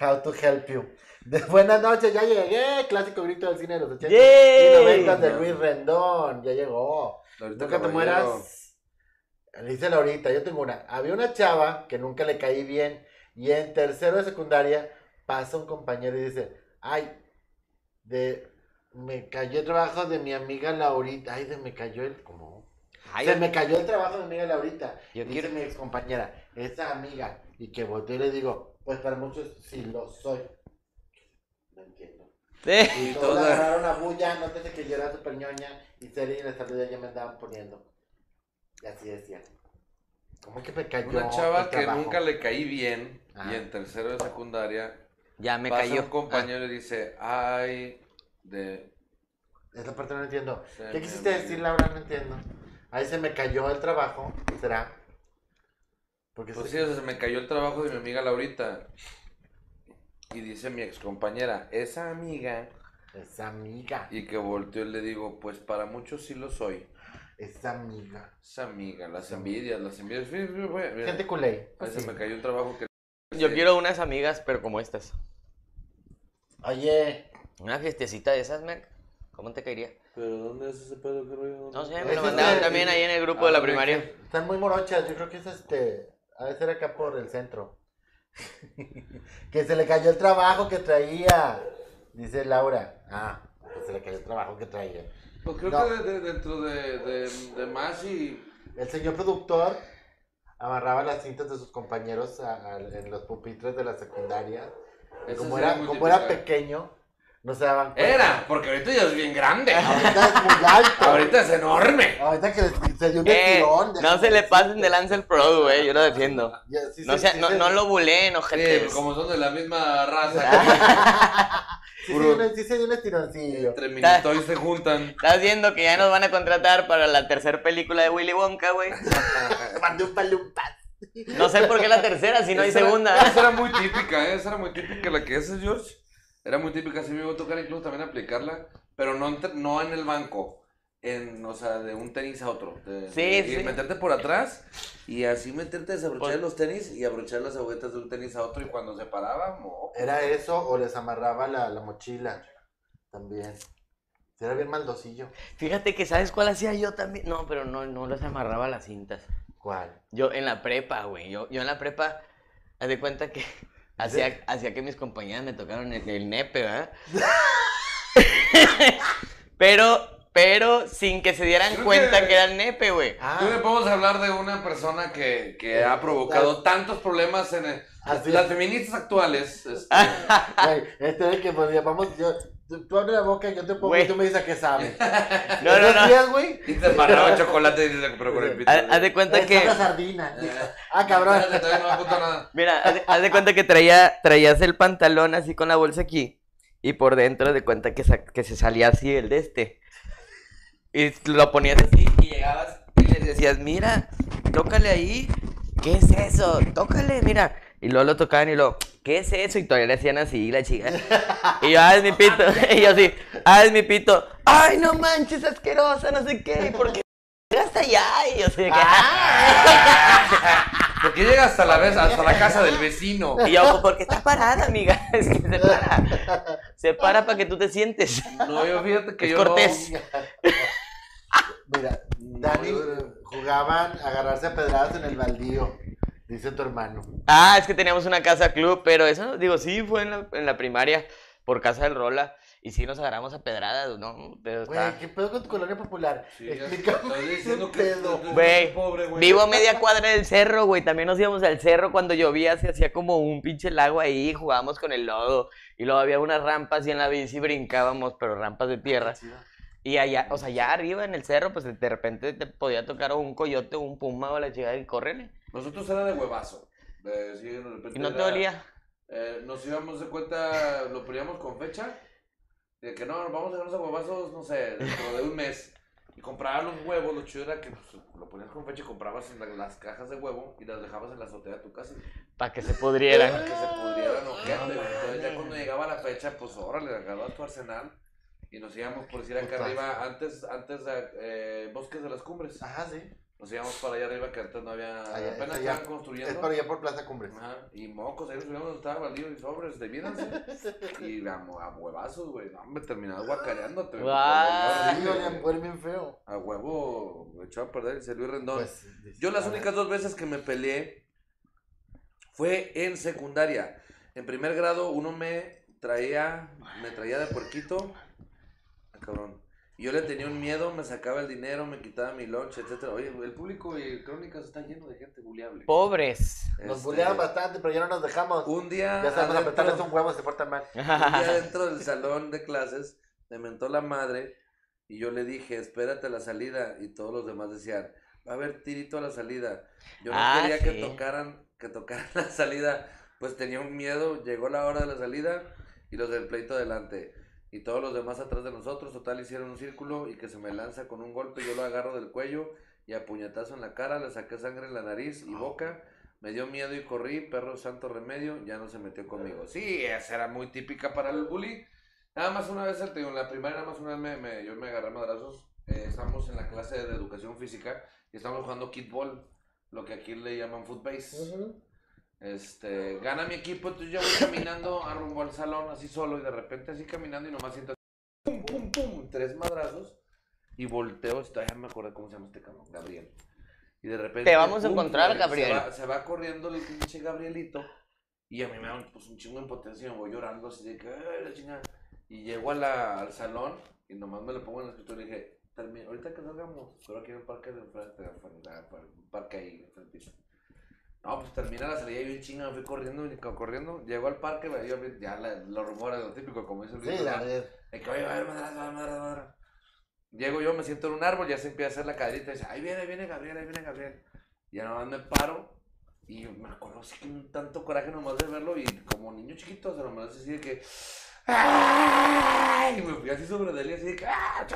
Speaker 2: How to help you. De- buenas noches, ya llegué. Clásico grito del cine de los 80
Speaker 4: Yay.
Speaker 2: y 90 de Luis Rendón. Ya llegó.
Speaker 3: Ahorita
Speaker 2: Nunca te
Speaker 3: caballero.
Speaker 2: mueras. Dice ahorita, yo tengo una. Había una chava que nunca le caí bien y en tercero de secundaria pasa un compañero y dice, ay, de me cayó el trabajo de mi amiga Laurita. Ay, de me cayó el. ¿Cómo?
Speaker 4: Ay,
Speaker 2: se me cayó el trabajo de mi amiga Laurita.
Speaker 4: Yo
Speaker 2: dice
Speaker 4: quiero-
Speaker 2: mi ex compañera, esa amiga. Y que volteo y le digo, pues para muchos sí lo soy. No entiendo.
Speaker 4: sí.
Speaker 2: Y
Speaker 3: Y
Speaker 2: todos
Speaker 3: toda-
Speaker 2: agarraron a bulla, no te sé que yo era súper ñoña, y Celia y la salida ya me andaban poniendo. Y así decía. ¿Cómo que me cayó?
Speaker 3: Una chava
Speaker 2: el
Speaker 3: que
Speaker 2: trabajo?
Speaker 3: nunca le caí bien.
Speaker 2: Ah.
Speaker 3: Y en tercero de secundaria.
Speaker 4: Ya me
Speaker 3: pasa
Speaker 4: cayó.
Speaker 3: un compañero y dice, ay, de...
Speaker 2: Esa parte no la entiendo.
Speaker 3: Sí,
Speaker 2: ¿Qué
Speaker 3: mi
Speaker 2: quisiste
Speaker 3: amigo.
Speaker 2: decir, Laura? No entiendo. Ahí se me cayó el trabajo, ¿será? Porque
Speaker 3: Pues
Speaker 2: se-
Speaker 3: sí, o sea, se me cayó el trabajo de mi amiga Laurita. Y dice mi excompañera, esa amiga.
Speaker 2: es amiga,
Speaker 3: Y que volteó y le digo, pues para muchos sí lo soy.
Speaker 2: es amiga.
Speaker 3: Esa amiga, las envidias, las envidias. Fui, fui, fui, mira,
Speaker 2: Gente culé.
Speaker 3: ahí
Speaker 2: pues
Speaker 3: se
Speaker 2: sí.
Speaker 3: me cayó el trabajo que...
Speaker 4: Yo
Speaker 3: Sí.
Speaker 4: quiero unas amigas, pero como estas.
Speaker 2: Oye,
Speaker 4: Una fiestecita de esas, Merck. ¿Cómo te caería?
Speaker 3: ¿Pero dónde es ese pedo que rollo?
Speaker 4: No sé,
Speaker 2: Ese
Speaker 4: me
Speaker 2: es este
Speaker 4: lo mandaron
Speaker 2: el-
Speaker 4: también ahí en el grupo de
Speaker 3: Ah,
Speaker 4: la
Speaker 3: ok.
Speaker 4: primaria.
Speaker 2: están muy morochas, yo creo que es este, ha de ser acá por el centro. que se le cayó el trabajo que traía, dice Laura. Ah, que se le cayó el trabajo que traía.
Speaker 3: Pues creo
Speaker 2: No.
Speaker 3: que de- de- dentro de, de, de más y...
Speaker 2: El señor productor amarraba las cintas de sus compañeros a- a- en los pupitres de la secundaria. Y
Speaker 3: Eso
Speaker 2: como
Speaker 3: sí
Speaker 2: era,
Speaker 3: es
Speaker 2: como era
Speaker 3: multiplicar.
Speaker 2: pequeño, no se daban cuenta.
Speaker 3: Era, porque ahorita ya es bien grande.
Speaker 2: Ahorita es muy alto. ahorita...
Speaker 3: ahorita es enorme.
Speaker 2: que se- se dio un
Speaker 4: Eh,
Speaker 2: estirón.
Speaker 4: no se le pasen de lanza el pro, güey. Yo lo defiendo.
Speaker 2: Ya, sí
Speaker 4: No,
Speaker 2: se-
Speaker 4: sea,
Speaker 2: sí
Speaker 4: no,
Speaker 2: se-
Speaker 4: no lo buleen,
Speaker 3: Sí,
Speaker 4: ojete.
Speaker 3: como son de la misma raza.
Speaker 2: Sí, se dio un- sí se dio un estironcillo.
Speaker 3: Entre Minitoy se juntan.
Speaker 4: Estás viendo que ya nos van a contratar para la tercera película de Willy Wonka, güey. Eh,
Speaker 2: Mandé un palumpas.
Speaker 4: No sé por qué la tercera, si no hay
Speaker 3: Esa era-
Speaker 4: segunda.
Speaker 3: esa era muy típica, ¿eh? esa era muy típica la que haces, George. Era muy típica, sí me iba a tocar incluso también aplicarla, pero no, en te- no en el banco, en, o sea, de un tenis a otro. de- de-
Speaker 4: Sí, sí.
Speaker 3: Y meterte por atrás y así meterte, desabrochar
Speaker 4: Pues-
Speaker 3: los tenis y abrochar las agujetas de un tenis a otro y cuando se paraba, mo.
Speaker 2: Era eso o les amarraba la, la mochila también. Sí, Era bien maldosillo.
Speaker 4: Fíjate que sabes cuál hacía yo también. No, pero no, no las amarraba a las cintas.
Speaker 2: ¿Cuál?
Speaker 4: Yo en la prepa, güey. Yo, yo en la prepa, haz de cuenta que hacía, hacía que mis compañeras me tocaron el, el nepe, ¿verdad? pero, pero sin que se dieran
Speaker 3: Creo
Speaker 4: cuenta
Speaker 3: que-
Speaker 4: que... era el nepe, güey.
Speaker 2: Ah,
Speaker 3: Creo que podemos hablar de una persona que,
Speaker 4: Eh,
Speaker 3: que ha provocado tantos problemas en el-
Speaker 2: Así
Speaker 3: las
Speaker 2: es.
Speaker 4: Ah.
Speaker 3: feministas actuales. este,
Speaker 2: güey, este es el que pues, llamamos yo. Tú, tú abres la boca, yo te pongo
Speaker 4: Güey.
Speaker 2: y tú me dices a qué sabe.
Speaker 4: No, no,
Speaker 2: Esos
Speaker 4: no.
Speaker 2: días, güey?
Speaker 3: Y te embarraba chocolate y dices, pero con el pito.
Speaker 4: Haz haz de cuenta
Speaker 2: Es
Speaker 4: que.
Speaker 2: una sardina. Ah, cabrón.
Speaker 3: Espérate, todavía no me apunto nada.
Speaker 4: Mira, haz de, haz de cuenta que traía, traías el pantalón así con la bolsa aquí. Y por dentro de cuenta que, sa- que se salía así el de este. Y lo ponías así y llegabas y les decías, mira, tócale ahí. ¿Qué es eso? Tócale, mira. Y luego lo tocaban y lo, ¿qué es eso? Y todavía le hacían así, la chica. Y yo, ah, es mi pito. Y yo así, ah, es mi pito. Ay, no manches, asquerosa, no sé qué. ¿Y por qué llegas allá? Y yo así de que, "Ah".
Speaker 3: ¿Por qué llegas hasta la, vez, hasta la casa del vecino?
Speaker 4: Y yo, pues, porque está parada, amiga. Es que se para. Se para para que tú te sientes.
Speaker 3: No, yo fíjate que
Speaker 4: Es
Speaker 3: yo
Speaker 4: cortés.
Speaker 2: Mira,
Speaker 3: No,
Speaker 2: Dani
Speaker 3: yo-
Speaker 2: jugaban a agarrarse a pedradas en el baldío, dice tu hermano.
Speaker 4: Ah, es que teníamos una casa club, pero eso, digo, sí, fue en la, en la primaria, por casa del Rola. Y sí nos agarramos a pedradas, ¿no? Pero está.
Speaker 2: Güey, ¿qué pedo con tu colonia popular?
Speaker 3: Sí,
Speaker 2: Explícame
Speaker 3: estoy
Speaker 2: ese
Speaker 3: diciendo que-
Speaker 2: pedo.
Speaker 4: Güey,
Speaker 3: Pobre, güey.
Speaker 4: vivo a media cuadra del cerro, güey. También nos íbamos al cerro cuando llovía, se hacía como un pinche lago ahí, jugábamos con el lodo. Y luego había unas rampas y en la bici brincábamos, pero rampas de tierra. Y allá, o sea, allá arriba en el cerro, pues de repente te podía tocar un coyote o un puma o la chica y córrele.
Speaker 3: Nosotros era de huevazo. Eh, sí, de repente
Speaker 4: Y no te
Speaker 3: era-
Speaker 4: dolía.
Speaker 3: Eh, nos íbamos de cuenta, lo poníamos con fecha, de que no, vamos a darnos a huevazos, no sé, dentro de un mes. Y compraban los huevos, lo chido era que pues, lo ponías con fecha y comprabas en la- las cajas de huevo y las dejabas en la azotea de tu casa.
Speaker 4: Para que se
Speaker 3: Para
Speaker 4: pudrieran.
Speaker 3: que se pudrieran ojete, güey. Entonces ya cuando llegaba la fecha, pues órale, agarrabas tu arsenal y nos íbamos por decir acá
Speaker 2: Putazo.
Speaker 3: arriba, antes, antes de eh, Bosques de las Cumbres.
Speaker 2: Ajá, sí.
Speaker 3: Nos íbamos para allá arriba que antes no había,
Speaker 2: Allá,
Speaker 3: apenas
Speaker 2: allá.
Speaker 3: estaban
Speaker 2: Es
Speaker 3: construyendo.
Speaker 2: para allá por Plaza Cumbres.
Speaker 3: Ajá, y mocos, ahí nos subíamos donde estaba baldío y sobres, deviéndanse. Y a, mo- a huevazos, güey. No, me terminaba guacareándote. güey,
Speaker 4: Guau.
Speaker 2: Sí,
Speaker 3: porque olía
Speaker 2: olían
Speaker 3: horrible, güey.
Speaker 2: huelen bien feo.
Speaker 3: A huevo, me echó a perder el Luis Rendón.
Speaker 2: Pues,
Speaker 3: Yo las
Speaker 2: a ver.
Speaker 3: únicas dos veces que me peleé fue en secundaria. En primer grado uno me traía, me traía de puerquito. Ah, cabrón. Yo le tenía un miedo, me sacaba el dinero, me quitaba mi lunch, etcétera. Oye, el público y Crónicas está lleno de gente buleable.
Speaker 4: Pobres.
Speaker 2: Nos
Speaker 3: Este,
Speaker 2: buleaban bastante, pero ya no nos dejamos.
Speaker 3: Un día
Speaker 2: ya sabemos
Speaker 3: adentro-
Speaker 2: apretarles un huevo si se portan mal.
Speaker 3: un día dentro del salón de clases me mentó la madre y yo le dije, espérate a la salida. Y todos los demás decían, va a haber tirito a la salida. Yo no
Speaker 4: Ah,
Speaker 3: quería que
Speaker 4: sí.
Speaker 3: tocaran, que tocaran la salida. Pues tenía un miedo, llegó la hora de la salida y los del pleito adelante. Y todos los demás atrás de nosotros, total, hicieron un círculo y que se me lanza con un golpe, yo lo agarro del cuello y a puñetazo en la cara, le saqué sangre en la nariz
Speaker 4: Ah.
Speaker 3: y boca. Me dio miedo y corrí, perro santo remedio, ya no se metió conmigo. Sí, esa era muy típica para el bully. Nada más una vez, te digo, en la primaria nada más una vez me, me- yo me agarré a madrazos. Eh, estamos en la clase de educación física y estamos jugando kickball, lo que aquí le llaman footbase. Este, gana mi equipo, entonces yo voy caminando a rumbo al salón así solo y de repente así caminando y nomás siento pum, pum, pum, tres madrazos y volteo, esto, ya me acuerdo cómo se llama este cabrón, Gabriel. Y de repente
Speaker 4: Te vamos a
Speaker 3: pum,
Speaker 4: encontrar,
Speaker 3: se
Speaker 4: Gabriel.
Speaker 3: va- Se va, corriendo el pinche Gabrielito y a mí me da un- pues, un chingo de impotencia, me voy llorando así de que "Ay, la chingada". Y llego a la- al salón y nomás me lo pongo en el escritorio y dije, "Termi- ahorita que salgamos, pero aquí en el parque de enfrente, enfrente, ah, par- un parque ahí, enfrentito. No, pues termina la salida y yo en chinga me fui corriendo, me co- corriendo, llego al parque, me dio- ya la- los rumores, lo típico, como dice Luis.
Speaker 2: Sí, la
Speaker 3: ¿verdad?
Speaker 2: red.
Speaker 3: De que, oye, va a haber madrazo, va a haber madrazo, va a haber madrazo. Llego yo, me siento en un árbol, ya se empieza a hacer la caderita. Y dice, ahí viene, ahí viene Gabriel, ahí viene Gabriel. Y ya nomás me paro. Y me acuerdo así que un tanto coraje nomás de verlo. Y como niño chiquito, se nomás así de que. ¡Ay! Y me fui así sobre de él y así de que. ¡Ah!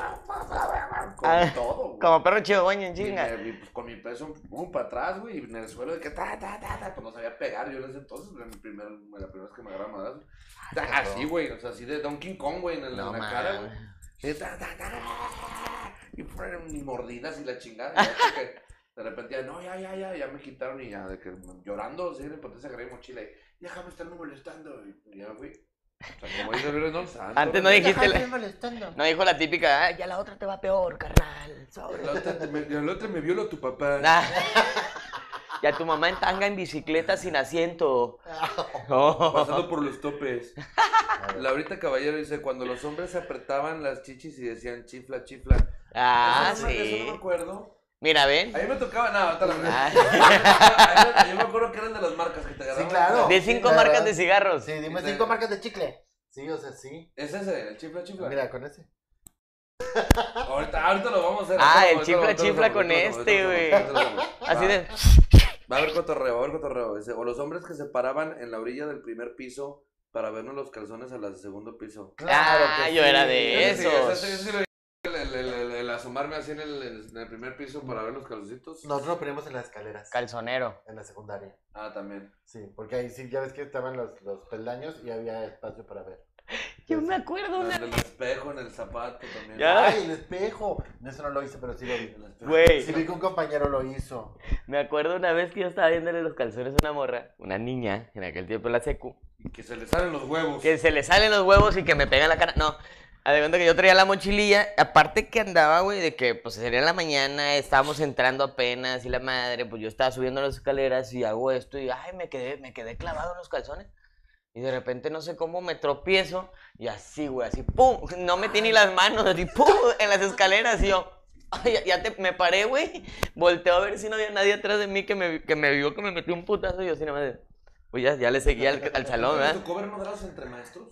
Speaker 3: Con
Speaker 4: Ah,
Speaker 3: todo. güey.
Speaker 4: Como perro chivo baño en
Speaker 3: Y
Speaker 4: chinga.
Speaker 3: me- y, pues, con mi peso, pum, para atrás, güey, y en el suelo de que ta, ta, ta, ta, pues no sabía pegar. Yo en ese entonces, en mi primer, la primera vez que me agarraba madrazo.
Speaker 4: Ah,
Speaker 3: Ta, Así, güey, o sea, así de Donkey Kong, güey, en, el- en la cara, güey. Y ta, ta, ta, y fueron ni mordidas y la chingada. y ya hasta que de repente ya, no, ya, ya, ya, ya me quitaron y ya, de que llorando, así de potencia agarré mi mochila y déjame estarme molestando. Y ya me fui. O sea, como dice el Luis, no, santo,
Speaker 4: Antes no
Speaker 3: güey.
Speaker 4: dijiste la- No dijo la típica, "Ah, ya la otra te va peor, carnal. sobre".
Speaker 3: El otro, me, el otro me violó tu papá.
Speaker 4: Nah. Ya tu mamá en tanga en bicicleta sin asiento. Oh.
Speaker 3: Pasando por los topes. Laurita Caballero dice, cuando los hombres se apretaban las chichis y decían chifla, chifla.
Speaker 4: Ah,
Speaker 3: Eso no me- Eso no me
Speaker 4: sí.
Speaker 3: acuerdo.
Speaker 4: Mira, ven.
Speaker 3: A mí me tocaba, no, hasta la
Speaker 4: Ah.
Speaker 3: A mí me- Yo me acuerdo que eran de las marcas que te agarraban.
Speaker 2: claro.
Speaker 4: De cinco
Speaker 2: ¿verdad?
Speaker 4: marcas de cigarros.
Speaker 2: Sí, dime cinco marcas de chicle. Sí, o sea, sí.
Speaker 3: Es ese, el chifla chifla.
Speaker 2: Mira, con ese.
Speaker 3: Ahorita, ahorita lo vamos a hacer.
Speaker 4: Ah,
Speaker 3: ahorita
Speaker 4: el
Speaker 3: lo-
Speaker 4: chifla,
Speaker 3: ahorita lo-
Speaker 4: chifla
Speaker 3: ahorita lo-
Speaker 4: con
Speaker 3: ahorita lo- ahorita
Speaker 4: este,
Speaker 3: lo- ahorita lo- ahorita lo-
Speaker 4: Así de.
Speaker 3: Va a haber cotorreo, va a haber cotorreo. Dice, O los hombres que se paraban en la orilla del primer piso para vernos los calzones al segundo piso.
Speaker 4: Ah, yo era de
Speaker 3: Ese sí,
Speaker 4: esos.
Speaker 3: ese- ese sí lo vi, el, el- el- el- el asomarme así en el, en el primer piso para ver los calzoncitos.
Speaker 2: Nosotros lo poníamos en las escaleras.
Speaker 4: Calzonero.
Speaker 2: En la secundaria.
Speaker 3: Ah, también.
Speaker 2: Sí, porque ahí sí, ya ves que estaban los, los peldaños y había espacio para ver.
Speaker 4: Yo me acuerdo
Speaker 3: En
Speaker 4: una.
Speaker 3: el espejo, en el zapato también.
Speaker 4: Ya.
Speaker 2: ¡Ay, el espejo! No, Eso no lo hice, pero sí lo vi.
Speaker 3: En el espejo.
Speaker 4: Güey.
Speaker 2: Sí vi que un compañero lo hizo.
Speaker 4: Me acuerdo una vez que yo estaba viéndole los calzones a una morra, una niña, en aquel tiempo en la secu,
Speaker 3: Que se le salen los huevos.
Speaker 4: que se le salen los huevos y que me pegan la cara. No, haz de cuenta que yo traía la mochililla, aparte que andaba, güey, de que pues sería la mañana, estábamos entrando apenas y la madre, pues yo estaba subiendo las escaleras y hago esto y ay, me quedé, me quedé clavado en los calzones. Y de repente no sé cómo me tropiezo y así, güey, así, pum, no metí ni las manos, así, pum, en las escaleras y yo, ay, ya, ya te, me paré, güey, volteo a ver si no había nadie atrás de mí que me, que me vio, que me metió un putazo y yo así nada más, de, pues ya, ya le seguía al, al salón,
Speaker 3: ¿Les
Speaker 4: ¿verdad?
Speaker 3: tocó vernos grados entre maestros?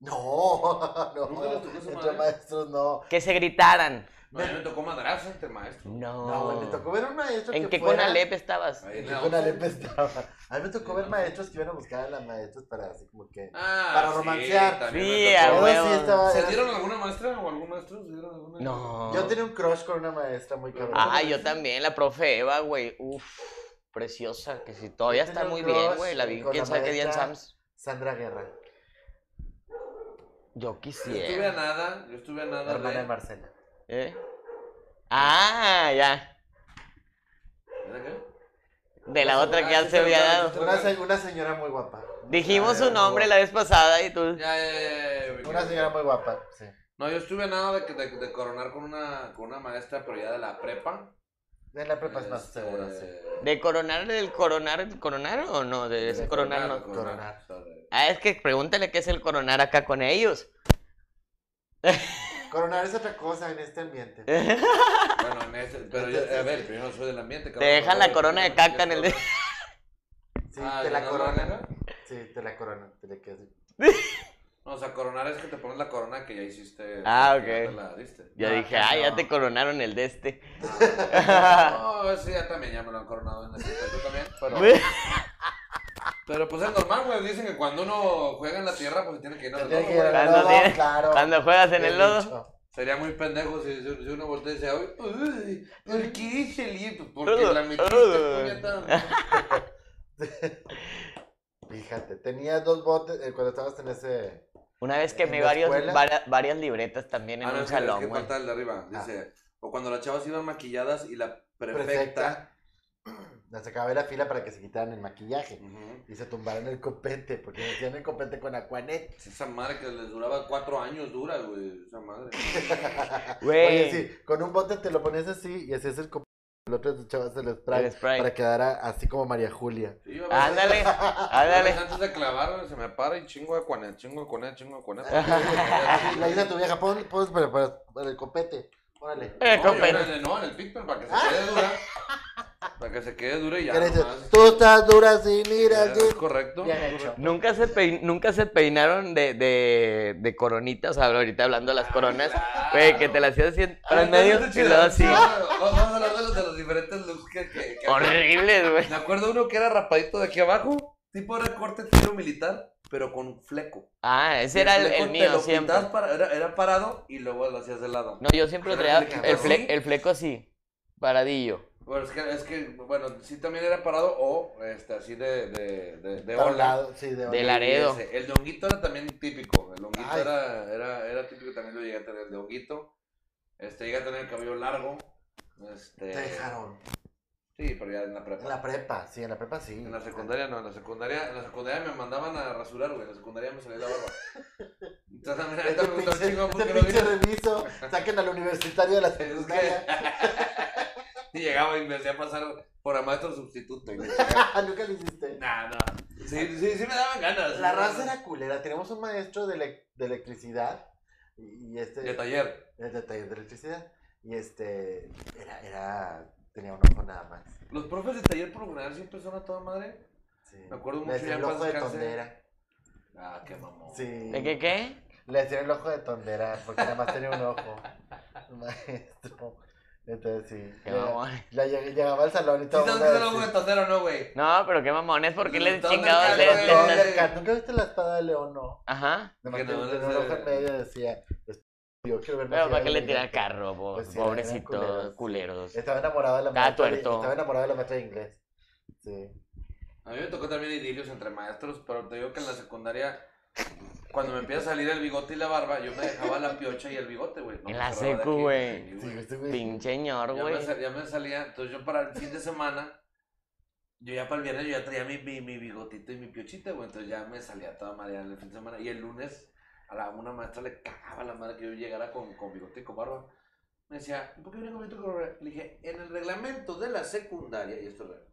Speaker 2: No, no.
Speaker 3: ¿Nunca les tocó esa
Speaker 2: Entre
Speaker 3: madre?
Speaker 2: maestros, no.
Speaker 4: Que se gritaran.
Speaker 3: No, a mí me tocó madrazo entre maestros.
Speaker 4: No.
Speaker 2: No, güey, me tocó ver un maestro
Speaker 4: ¿En
Speaker 2: que
Speaker 4: qué
Speaker 2: fuera-
Speaker 4: Conalep estabas?
Speaker 3: Ahí
Speaker 2: ¿En
Speaker 3: en
Speaker 2: qué
Speaker 3: la
Speaker 2: Conalep
Speaker 3: otra.
Speaker 2: estaba? A mí me tocó
Speaker 3: Sí,
Speaker 2: ver
Speaker 3: no.
Speaker 2: maestros que iban a buscar a las maestras para así como que...
Speaker 3: Ah,
Speaker 2: Para
Speaker 3: sí,
Speaker 2: romancear.
Speaker 3: también
Speaker 4: Sí,
Speaker 3: me
Speaker 4: a
Speaker 3: tocó.
Speaker 2: Pero
Speaker 4: huevo.
Speaker 2: sí estaba-
Speaker 3: ¿Se dieron alguna maestra o algún maestro? ¿Se dieron alguna?
Speaker 4: No.
Speaker 2: Yo tenía un crush con una maestra muy cabrón.
Speaker 4: Ah, yo también, la profe Eva, güey. Uf, preciosa. Que si todavía
Speaker 2: Yo
Speaker 4: está
Speaker 2: tenía
Speaker 4: muy
Speaker 2: un
Speaker 4: bien,
Speaker 2: crush
Speaker 4: güey. La vi,
Speaker 2: con
Speaker 4: quién
Speaker 2: la
Speaker 4: sabe qué día en
Speaker 2: maestra.
Speaker 4: Sams.
Speaker 2: Sandra Guerra,
Speaker 4: Yo
Speaker 3: Yo estuve a
Speaker 4: quisiera.
Speaker 3: nada, yo estuve a
Speaker 2: la
Speaker 3: nada
Speaker 2: hermana de
Speaker 3: de...
Speaker 2: Marcela.
Speaker 4: ¿Eh? Ah, ya.
Speaker 3: ¿Era qué?
Speaker 4: De la otra
Speaker 2: ah,
Speaker 4: que ya
Speaker 3: sí,
Speaker 4: se había
Speaker 3: claro,
Speaker 4: dado.
Speaker 3: sí,
Speaker 2: Una, se- una señora muy guapa.
Speaker 4: Dijimos
Speaker 2: Una
Speaker 4: su
Speaker 2: señora
Speaker 4: nombre
Speaker 2: muy
Speaker 4: la vez pasada y tú.
Speaker 3: Ya, ya, ya, ya, ya,
Speaker 2: guapa. Una señora muy guapa, sí.
Speaker 3: No, yo estuve a nada de, que- de- de coronar con una, con una maestra, pero ya de la prepa.
Speaker 2: De la prepa es más
Speaker 3: Este,
Speaker 2: segura, sí.
Speaker 4: ¿De coronar del coronar coronar o no? De ese
Speaker 2: De
Speaker 4: Este, coronar no.
Speaker 2: Coronar.
Speaker 3: o sea, de-
Speaker 4: Ah, es que pregúntale qué es el coronar acá con ellos.
Speaker 2: Coronar es otra cosa en este ambiente.
Speaker 4: Eh.
Speaker 3: Bueno, en este, pero yo, a ver, primero soy del ambiente.
Speaker 4: Te dejan la corona de caca en el de-
Speaker 2: Sí,
Speaker 3: Ah,
Speaker 2: te
Speaker 3: ¿de
Speaker 2: la
Speaker 3: no
Speaker 2: coronan.
Speaker 3: maneja?
Speaker 2: Sí, te la coronan. Te la quedas-
Speaker 3: No, o sea, coronar es que te pones la corona que ya hiciste.
Speaker 4: Ah,
Speaker 3: que ya
Speaker 4: ok.
Speaker 3: te la diste.
Speaker 4: Yo
Speaker 2: No,
Speaker 4: dije,
Speaker 2: acá
Speaker 4: ah, ya
Speaker 2: no.
Speaker 4: te coronaron el de este.
Speaker 3: No, sí, ya también, ya me lo han coronado en el circuito también, pero... Pero pues es normal, güey, dicen que cuando uno juega en la tierra, pues se tiene que ir
Speaker 2: Te
Speaker 3: al
Speaker 2: tiene que
Speaker 3: lodo,
Speaker 2: ir al
Speaker 3: güey.
Speaker 4: Cuando
Speaker 2: lodo,
Speaker 4: tiene-
Speaker 2: claro.
Speaker 4: Cuando juegas en el
Speaker 2: Bien
Speaker 4: lodo.
Speaker 2: dicho.
Speaker 3: Sería muy pendejo si, si- si uno voltea y dice, "Ay, uy, ¿por qué hice el hito? Porque la metiste, puñeta.
Speaker 2: Fíjate, tenía dos botes eh, cuando estabas en ese.
Speaker 4: Una vez que
Speaker 2: ¿En
Speaker 4: me
Speaker 2: la
Speaker 4: varios,
Speaker 2: escuela?
Speaker 4: varia- varias libretas también en
Speaker 3: Ah, no,
Speaker 4: un
Speaker 3: es que, es
Speaker 4: salón,
Speaker 3: que
Speaker 4: güey. Ah.
Speaker 3: falta el de arriba, dice... O cuando las chavas iban maquilladas y la prefecta...
Speaker 2: Perfecta. La sacaba de la fila para que se quitaran el maquillaje.
Speaker 3: Ujú.
Speaker 2: Y se tumbaran el copete, porque decían el copete con Aquanet.
Speaker 3: Esa madre que les duraba cuatro años dura, güey, esa madre.
Speaker 4: Güey.
Speaker 2: Oye, sí, con un bote te lo ponías así y hacías el copete. El otro echabas el spray,
Speaker 4: El spray.
Speaker 2: para quedar así como María Julia.
Speaker 3: Sí, iba a-
Speaker 4: Ándale, ándale.
Speaker 3: Antes de clavar, güey, se me para y chingo de cuanet, chingo de cuanet, chingo de cuanet.
Speaker 2: La dice a tu vieja, pon, pon para, para- para el copete. Órale.
Speaker 4: Eh,
Speaker 3: No, yo
Speaker 4: compa,
Speaker 3: en el- no, en el Picpen para que se quede dura. Para que se quede dura y ya.
Speaker 2: ¿Qué le dices?
Speaker 3: nomás.
Speaker 2: Tú estás dura sin ir
Speaker 3: Ya,
Speaker 2: así.
Speaker 3: Es correcto.
Speaker 2: Bien hecho.
Speaker 4: Nunca se, pein- nunca se peinaron de, de, de coronitas, o sea, ahorita hablando de las coronas,
Speaker 3: Ah, claro.
Speaker 4: güey, que te las hacías así en- para
Speaker 3: Ah,
Speaker 4: en medio
Speaker 3: está
Speaker 4: y
Speaker 3: chido.
Speaker 4: luego así.
Speaker 3: Vamos a hablar de los, de los diferentes looks que. que, que-
Speaker 4: Horribles, güey.
Speaker 3: Me acuerdo uno que era rapadito de aquí abajo, tipo era corte estilo militar, pero con fleco.
Speaker 4: Ah, ese era el,
Speaker 3: fleco
Speaker 4: el
Speaker 3: te
Speaker 4: mío
Speaker 3: lo
Speaker 4: siempre.
Speaker 3: pintabas para- era, era parado y luego lo hacías de lado.
Speaker 4: No, yo siempre
Speaker 3: Pero
Speaker 4: traía
Speaker 3: el fleco,
Speaker 4: el, fle-
Speaker 3: ¿sí?
Speaker 4: el fleco así, paradillo.
Speaker 3: Bueno, es que, es que, bueno, sí también era parado o este, así de, de, de, de
Speaker 2: Para un
Speaker 3: ola.
Speaker 2: lado, sí, de
Speaker 4: De
Speaker 2: ola.
Speaker 4: la- Laredo.
Speaker 3: Ese, El de honguito era también típico. El honguito
Speaker 2: Ay.
Speaker 3: era, era, era típico, también lo llegué a tener. El de honguito. Este, llegué a tener el cabello largo. Este,
Speaker 2: Te dejaron.
Speaker 3: Sí, pero ya en la prepa.
Speaker 2: En la prepa, sí, en la prepa sí.
Speaker 3: En la secundaria no, en la secundaria, en la secundaria me mandaban a rasurar, güey. En la secundaria me salía la barba. Entonces, a mí ahorita
Speaker 2: Este
Speaker 3: me gusta un
Speaker 2: pinche,
Speaker 3: chingo
Speaker 2: este
Speaker 3: porque no
Speaker 2: pinche
Speaker 3: vi.
Speaker 2: reviso, saquen al universitario de la secundaria.
Speaker 3: Y llegaba y me hacía pasar por a maestro sustituto. güey.
Speaker 2: Ah, Nunca lo hiciste.
Speaker 3: Nah, no. Sí, sí, sí me daban ganas.
Speaker 2: La
Speaker 3: sí me
Speaker 2: raza
Speaker 3: daban ganas.
Speaker 2: era culera. Teníamos un maestro de, elec- de electricidad y y este
Speaker 3: De taller.
Speaker 2: el de taller de electricidad y este era era tenía un ojo nada más.
Speaker 3: Los profes de taller por lo general siempre son a toda madre.
Speaker 2: Sí.
Speaker 3: Me acuerdo
Speaker 2: Le
Speaker 3: mucho,
Speaker 2: decía
Speaker 3: ya
Speaker 2: el
Speaker 3: en
Speaker 2: ojo
Speaker 3: paz
Speaker 2: de
Speaker 3: descanse.
Speaker 2: tondera.
Speaker 3: Ah, qué mamón.
Speaker 2: Sí.
Speaker 4: ¿De qué qué?
Speaker 2: Le decían el ojo de tondera, porque nada más tenía un ojo. Maestro. Entonces sí.
Speaker 4: Qué
Speaker 2: Ya-
Speaker 4: mamón.
Speaker 2: ya lleg- llegaba al salón y
Speaker 3: ¿Sí
Speaker 2: todo. el
Speaker 3: sabes
Speaker 2: mundo
Speaker 3: que es el ojo de
Speaker 2: así,
Speaker 3: tondero, no, güey?
Speaker 4: No, pero qué mamones, ¿por qué les
Speaker 3: ¿Dónde
Speaker 4: chingados
Speaker 3: está
Speaker 4: les,
Speaker 3: el
Speaker 4: les-
Speaker 3: león?
Speaker 4: les-
Speaker 2: Thundercat. ¿Nunca viste la espada de león, no?
Speaker 4: Ajá.
Speaker 2: De
Speaker 3: Que
Speaker 2: que
Speaker 3: no, no
Speaker 2: tenía un
Speaker 3: sé.
Speaker 2: ojo en medio y decía, yo quiero ver más
Speaker 4: Pero
Speaker 2: allá
Speaker 4: para qué
Speaker 2: de
Speaker 4: le
Speaker 2: mi
Speaker 4: tiran
Speaker 2: vida".
Speaker 4: carro, po-
Speaker 2: Pues sí, eran
Speaker 4: pobrecito,
Speaker 2: culeros.
Speaker 4: culeros.
Speaker 2: Estaba enamorada de la
Speaker 4: Estaba
Speaker 2: maestra. de-
Speaker 4: tuerto.
Speaker 2: Estaba enamorada de la maestra de inglés. Sí.
Speaker 3: A mí me tocó también idilios entre maestros, pero te digo que en la secundaria, cuando me empieza a salir el bigote y la barba, yo me dejaba la piocha y el bigote, güey. No
Speaker 4: En
Speaker 3: me
Speaker 4: la
Speaker 3: cerraba de
Speaker 4: secu,
Speaker 3: aquí,
Speaker 4: güey.
Speaker 3: sí,
Speaker 2: Sí, este güey.
Speaker 4: Pinche ñor,
Speaker 3: Ya
Speaker 4: güey.
Speaker 3: me, sal- ya me salía, entonces yo para el fin de semana, yo ya para el viernes yo ya traía mi, mi, mi bigotito y mi piochita, güey, entonces ya me salía toda madre en el fin de semana. Y el lunes a la, una maestra le cagaba la madre que yo llegara con, con bigote y con barba. Me decía, ¿por qué viene con bigote y con barba? Le dije, en el reglamento de la secundaria, y esto es real.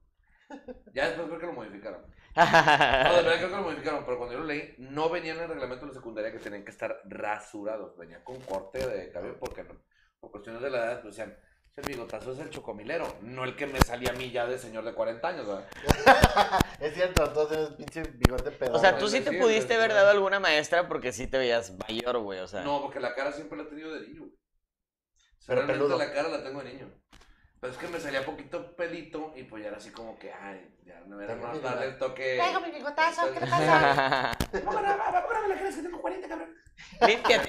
Speaker 3: Ya después creo que lo modificaron. No, de verdad creo que lo modificaron, pero cuando yo lo leí, no venía en el reglamento de la secundaria que tenían que estar rasurados, venía con corte de cabello, porque no, por cuestiones de la edad, pues decían, el bigotazo es el chocomilero, no el que me salía a mí ya de señor de 40 años, ¿verdad?
Speaker 2: Es cierto, todos tenemos pinche bigote pedo.
Speaker 4: O sea, tú
Speaker 3: Bueno,
Speaker 4: sí te
Speaker 3: sí,
Speaker 4: pudiste
Speaker 3: pues,
Speaker 4: haber
Speaker 3: no.
Speaker 4: dado alguna maestra porque sí te veías mayor, güey, o sea.
Speaker 3: No, porque la cara siempre la he tenido de niño, güey. O sea,
Speaker 2: Pero
Speaker 3: realmente
Speaker 2: peludo.
Speaker 3: la cara la tengo de niño. Pero es que me salía poquito pelito y pues ya era así como que, ay, ya no era
Speaker 2: Tengo mi
Speaker 3: más darle el toque.
Speaker 5: Traigo mi bigotazo, ¿qué te pasa?
Speaker 4: Límpiate
Speaker 3: Póngame la cara, es que tengo 40, cabrón.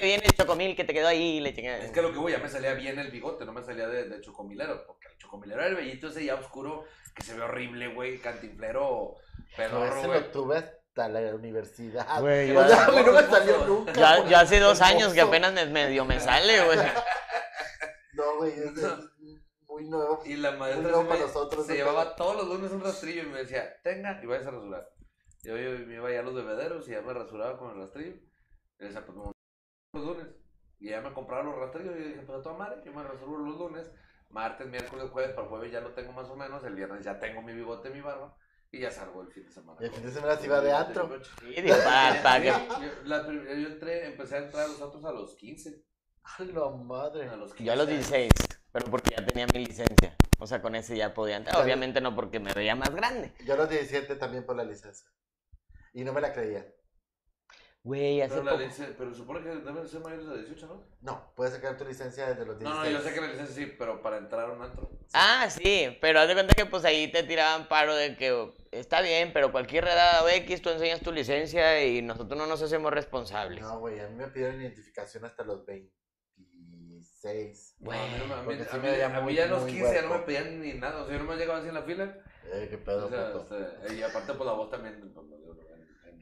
Speaker 4: bien el chocomil que te quedó ahí, le chingada.
Speaker 3: Es que lo que voy, ya me salía bien el bigote, no me salía de, de chocomilero, porque el chocomilero era el bellito ese ya oscuro, que se ve horrible, güey, cantinflero,
Speaker 2: No,
Speaker 3: pedorro,
Speaker 2: ese
Speaker 3: güey.
Speaker 2: lo tuve hasta la universidad.
Speaker 4: Güey,
Speaker 2: o
Speaker 4: ya-
Speaker 2: sea, a mí no me salió nunca.
Speaker 4: Ya,
Speaker 2: por
Speaker 4: ya hace dos
Speaker 2: hermoso.
Speaker 4: años que apenas me medio me sale, güey.
Speaker 2: No, güey, es es muy nuevo.
Speaker 3: Y la maestra
Speaker 2: Luego
Speaker 3: se,
Speaker 2: para
Speaker 3: me-
Speaker 2: nosotros,
Speaker 3: se
Speaker 2: ¿no?
Speaker 3: llevaba todos los lunes un rastrillo y me decía, tenga, y vayas a rasurar. Yo, yo me iba ya a los bebederos y ya me rasuraba con el rastrillo. Y decía, pues como los lunes. Y ya me compraba los rastrillos y yo dije, pues a toda madre, yo me rasuro los lunes, martes, miércoles, jueves, para jueves ya lo tengo más o menos, el viernes ya tengo mi bigote, mi barba, y ya salgo el fin de semana.
Speaker 2: Y el fin de
Speaker 3: con-
Speaker 2: semana
Speaker 3: con
Speaker 2: se iba
Speaker 3: mi
Speaker 2: de
Speaker 3: bigote y mi
Speaker 2: antro.
Speaker 3: brocha.
Speaker 4: Sí, digo, para- para que-
Speaker 3: Yo- la prim- yo entré, empecé a entrar a los otros a los 15.
Speaker 2: A la madre.
Speaker 3: A los 15
Speaker 4: Yo a los 16, pero porque ya tenía mi licencia. O sea, con ese ya podía entrar.
Speaker 2: Claro.
Speaker 4: Obviamente no porque me veía más grande.
Speaker 2: Yo a los 17 también por la licencia. Y no me la creía.
Speaker 4: Güey, hace
Speaker 3: Pero, la
Speaker 4: poco.
Speaker 3: licencia- pero supone que deben ser mayores de 18, ¿no?
Speaker 2: No, puedes sacar tu licencia desde los
Speaker 3: No,
Speaker 2: 16.
Speaker 3: no, yo sé que la licencia sí, pero para entrar a un antro.
Speaker 4: Ah, sí, pero haz de cuenta que pues ahí te tiraban paro de que oh, está bien, pero cualquier redada X tú enseñas tu licencia y nosotros no nos hacemos responsables.
Speaker 2: No, güey, a mí me pidieron identificación hasta los 26.
Speaker 3: No, a mí, no me- a mí-
Speaker 2: Porque sí
Speaker 3: a mí-
Speaker 2: me veía
Speaker 3: a mí
Speaker 2: muy-
Speaker 3: ya a los
Speaker 2: muy
Speaker 3: 15 ya no me
Speaker 2: huerco.
Speaker 3: pedían ni nada, o sea, yo no me llegaba así en la fila.
Speaker 2: Eh, qué
Speaker 3: O
Speaker 2: pedo,
Speaker 3: sea,
Speaker 2: puto.
Speaker 3: este, y aparte, pues la voz también. pues, no, yo no- en- en-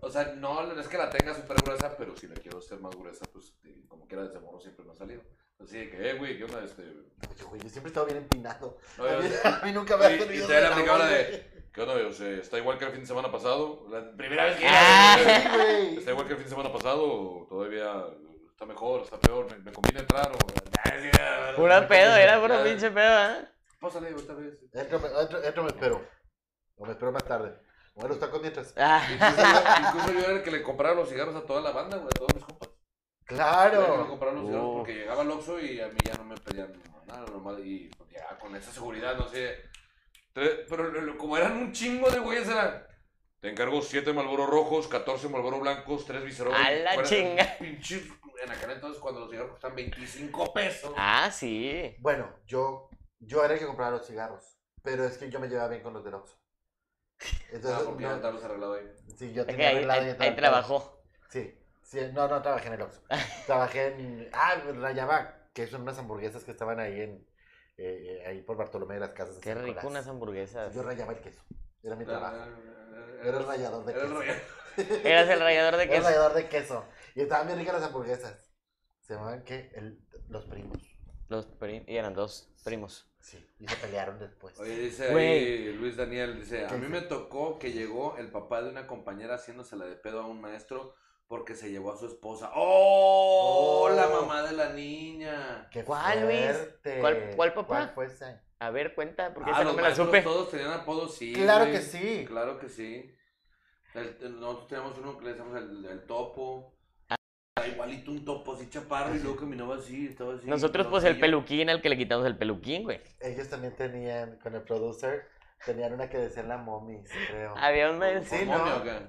Speaker 3: O sea, no es que la tenga súper gruesa, pero si la quiero hacer más gruesa, pues eh, como quiera, desde morro siempre me ha salido. Así de que, eh, güey, ¿qué onda? Este,
Speaker 2: Oye, güey, Pues yo siempre he estado bien empinado.
Speaker 3: no, yo-
Speaker 2: a, mí, a mí nunca me ha
Speaker 3: Y-
Speaker 2: servido
Speaker 3: Y te
Speaker 2: de
Speaker 3: la aplicaba la
Speaker 2: labor,
Speaker 3: de. ¿Qué onda? O sea, está igual que el fin de semana pasado. La primera vez que. ¿eh?
Speaker 4: Ah.
Speaker 2: Sí, güey.
Speaker 3: ¿Está igual que el fin de semana pasado? o ¿Todavía está mejor? ¿Está peor? ¿Me, me conviene entrar? Ah, O...
Speaker 4: Pura pedo, era puro
Speaker 3: Ya.
Speaker 4: pinche pedo, ¿eh?
Speaker 3: Pásale, otra vez.
Speaker 2: Entro, me- entro- entro me espero. O me espero más tarde. O los tacos mientras.
Speaker 4: Ah,
Speaker 3: Incluso yo, incluso yo era el que le compraba los cigarros a toda la banda, güey, a todos mis compas. Yo era el que le
Speaker 2: ¡Claro!
Speaker 3: compraba los cigarros
Speaker 4: Oh.
Speaker 3: porque llegaba al Oxxo y a mí ya no me pedían nada normal. Y pues, ya con esa seguridad, no sé. Tres- Pero lo- lo- como eran un chingo de güeyes, era. Te encargo 7 malboros rojos, 14 malboros blancos, 3 viceros.
Speaker 4: A la chinga.
Speaker 3: Pinche. En aquel entonces, cuando los cigarros costaban 25 pesos.
Speaker 4: ah, sí.
Speaker 2: Bueno, yo, yo era el que compraba los cigarros. Pero es que yo me llevaba bien con los del Oxxo. Entonces,
Speaker 3: Ah, porque ya
Speaker 2: no,
Speaker 3: estábamos arreglado ahí.
Speaker 2: sí, yo
Speaker 4: Es
Speaker 2: tenía
Speaker 4: que ahí,
Speaker 2: arreglado y
Speaker 4: ahí-
Speaker 2: entraba
Speaker 4: ahí
Speaker 2: todo.
Speaker 4: trabajó.
Speaker 2: Sí, sí, no, no trabajé en el Oxxo. trabajé en. Ah, Rayabac, que son unas hamburguesas que estaban ahí en. eh, eh, ahí por Bartolomé de las Casas. de
Speaker 4: Qué
Speaker 2: San
Speaker 4: rico unas
Speaker 2: Nicolás.
Speaker 4: hamburguesas.
Speaker 2: Yo rayaba el queso. Era mi trabajo. Era
Speaker 3: Era
Speaker 2: el rallador de
Speaker 3: Era el
Speaker 2: queso.
Speaker 3: rallador.
Speaker 4: Eras el rayador de
Speaker 2: Era el
Speaker 4: queso.
Speaker 2: rallador de queso. Y estaban bien ricas las hamburguesas. Se llamaban que los primos.
Speaker 4: Los prim- y eran dos primos.
Speaker 2: Sí. Y se pelearon después.
Speaker 3: Oye, dice ahí
Speaker 4: Güey.
Speaker 3: Luis Daniel, dice, a
Speaker 2: ¿Qué
Speaker 3: mí me
Speaker 2: dice?
Speaker 3: tocó que llegó el papá de una compañera haciéndosela de pedo a un maestro porque se llevó a su esposa. ¡Oh!
Speaker 2: Oh.
Speaker 3: La mamá de la niña.
Speaker 2: ¡Qué
Speaker 4: ¿Cuál, Luis?
Speaker 2: fuerte!
Speaker 4: ¿Cuál- cuál papá?
Speaker 2: ¿Cuál fue ese?
Speaker 4: A ver, cuenta, porque
Speaker 3: Ah,
Speaker 4: esa no
Speaker 3: los
Speaker 4: me la
Speaker 3: maestros
Speaker 4: supe.
Speaker 3: Todos tenían apodos, sí.
Speaker 2: Claro
Speaker 3: güey.
Speaker 2: que sí.
Speaker 3: Claro que sí. El- el- nosotros teníamos uno que le decíamos el, el topo. Era Igualito un topo así chaparro y luego caminaba así, estaba así.
Speaker 4: Nosotros, pues, el
Speaker 3: peluquín
Speaker 4: peluquín al que le quitamos el peluquín, güey.
Speaker 2: Ellos también tenían, con el producer, tenían una que decía la mommy, creo.
Speaker 4: Había un
Speaker 3: ¿Fue
Speaker 4: mes.
Speaker 2: Sí,
Speaker 3: momia
Speaker 2: ¿no?
Speaker 3: o qué?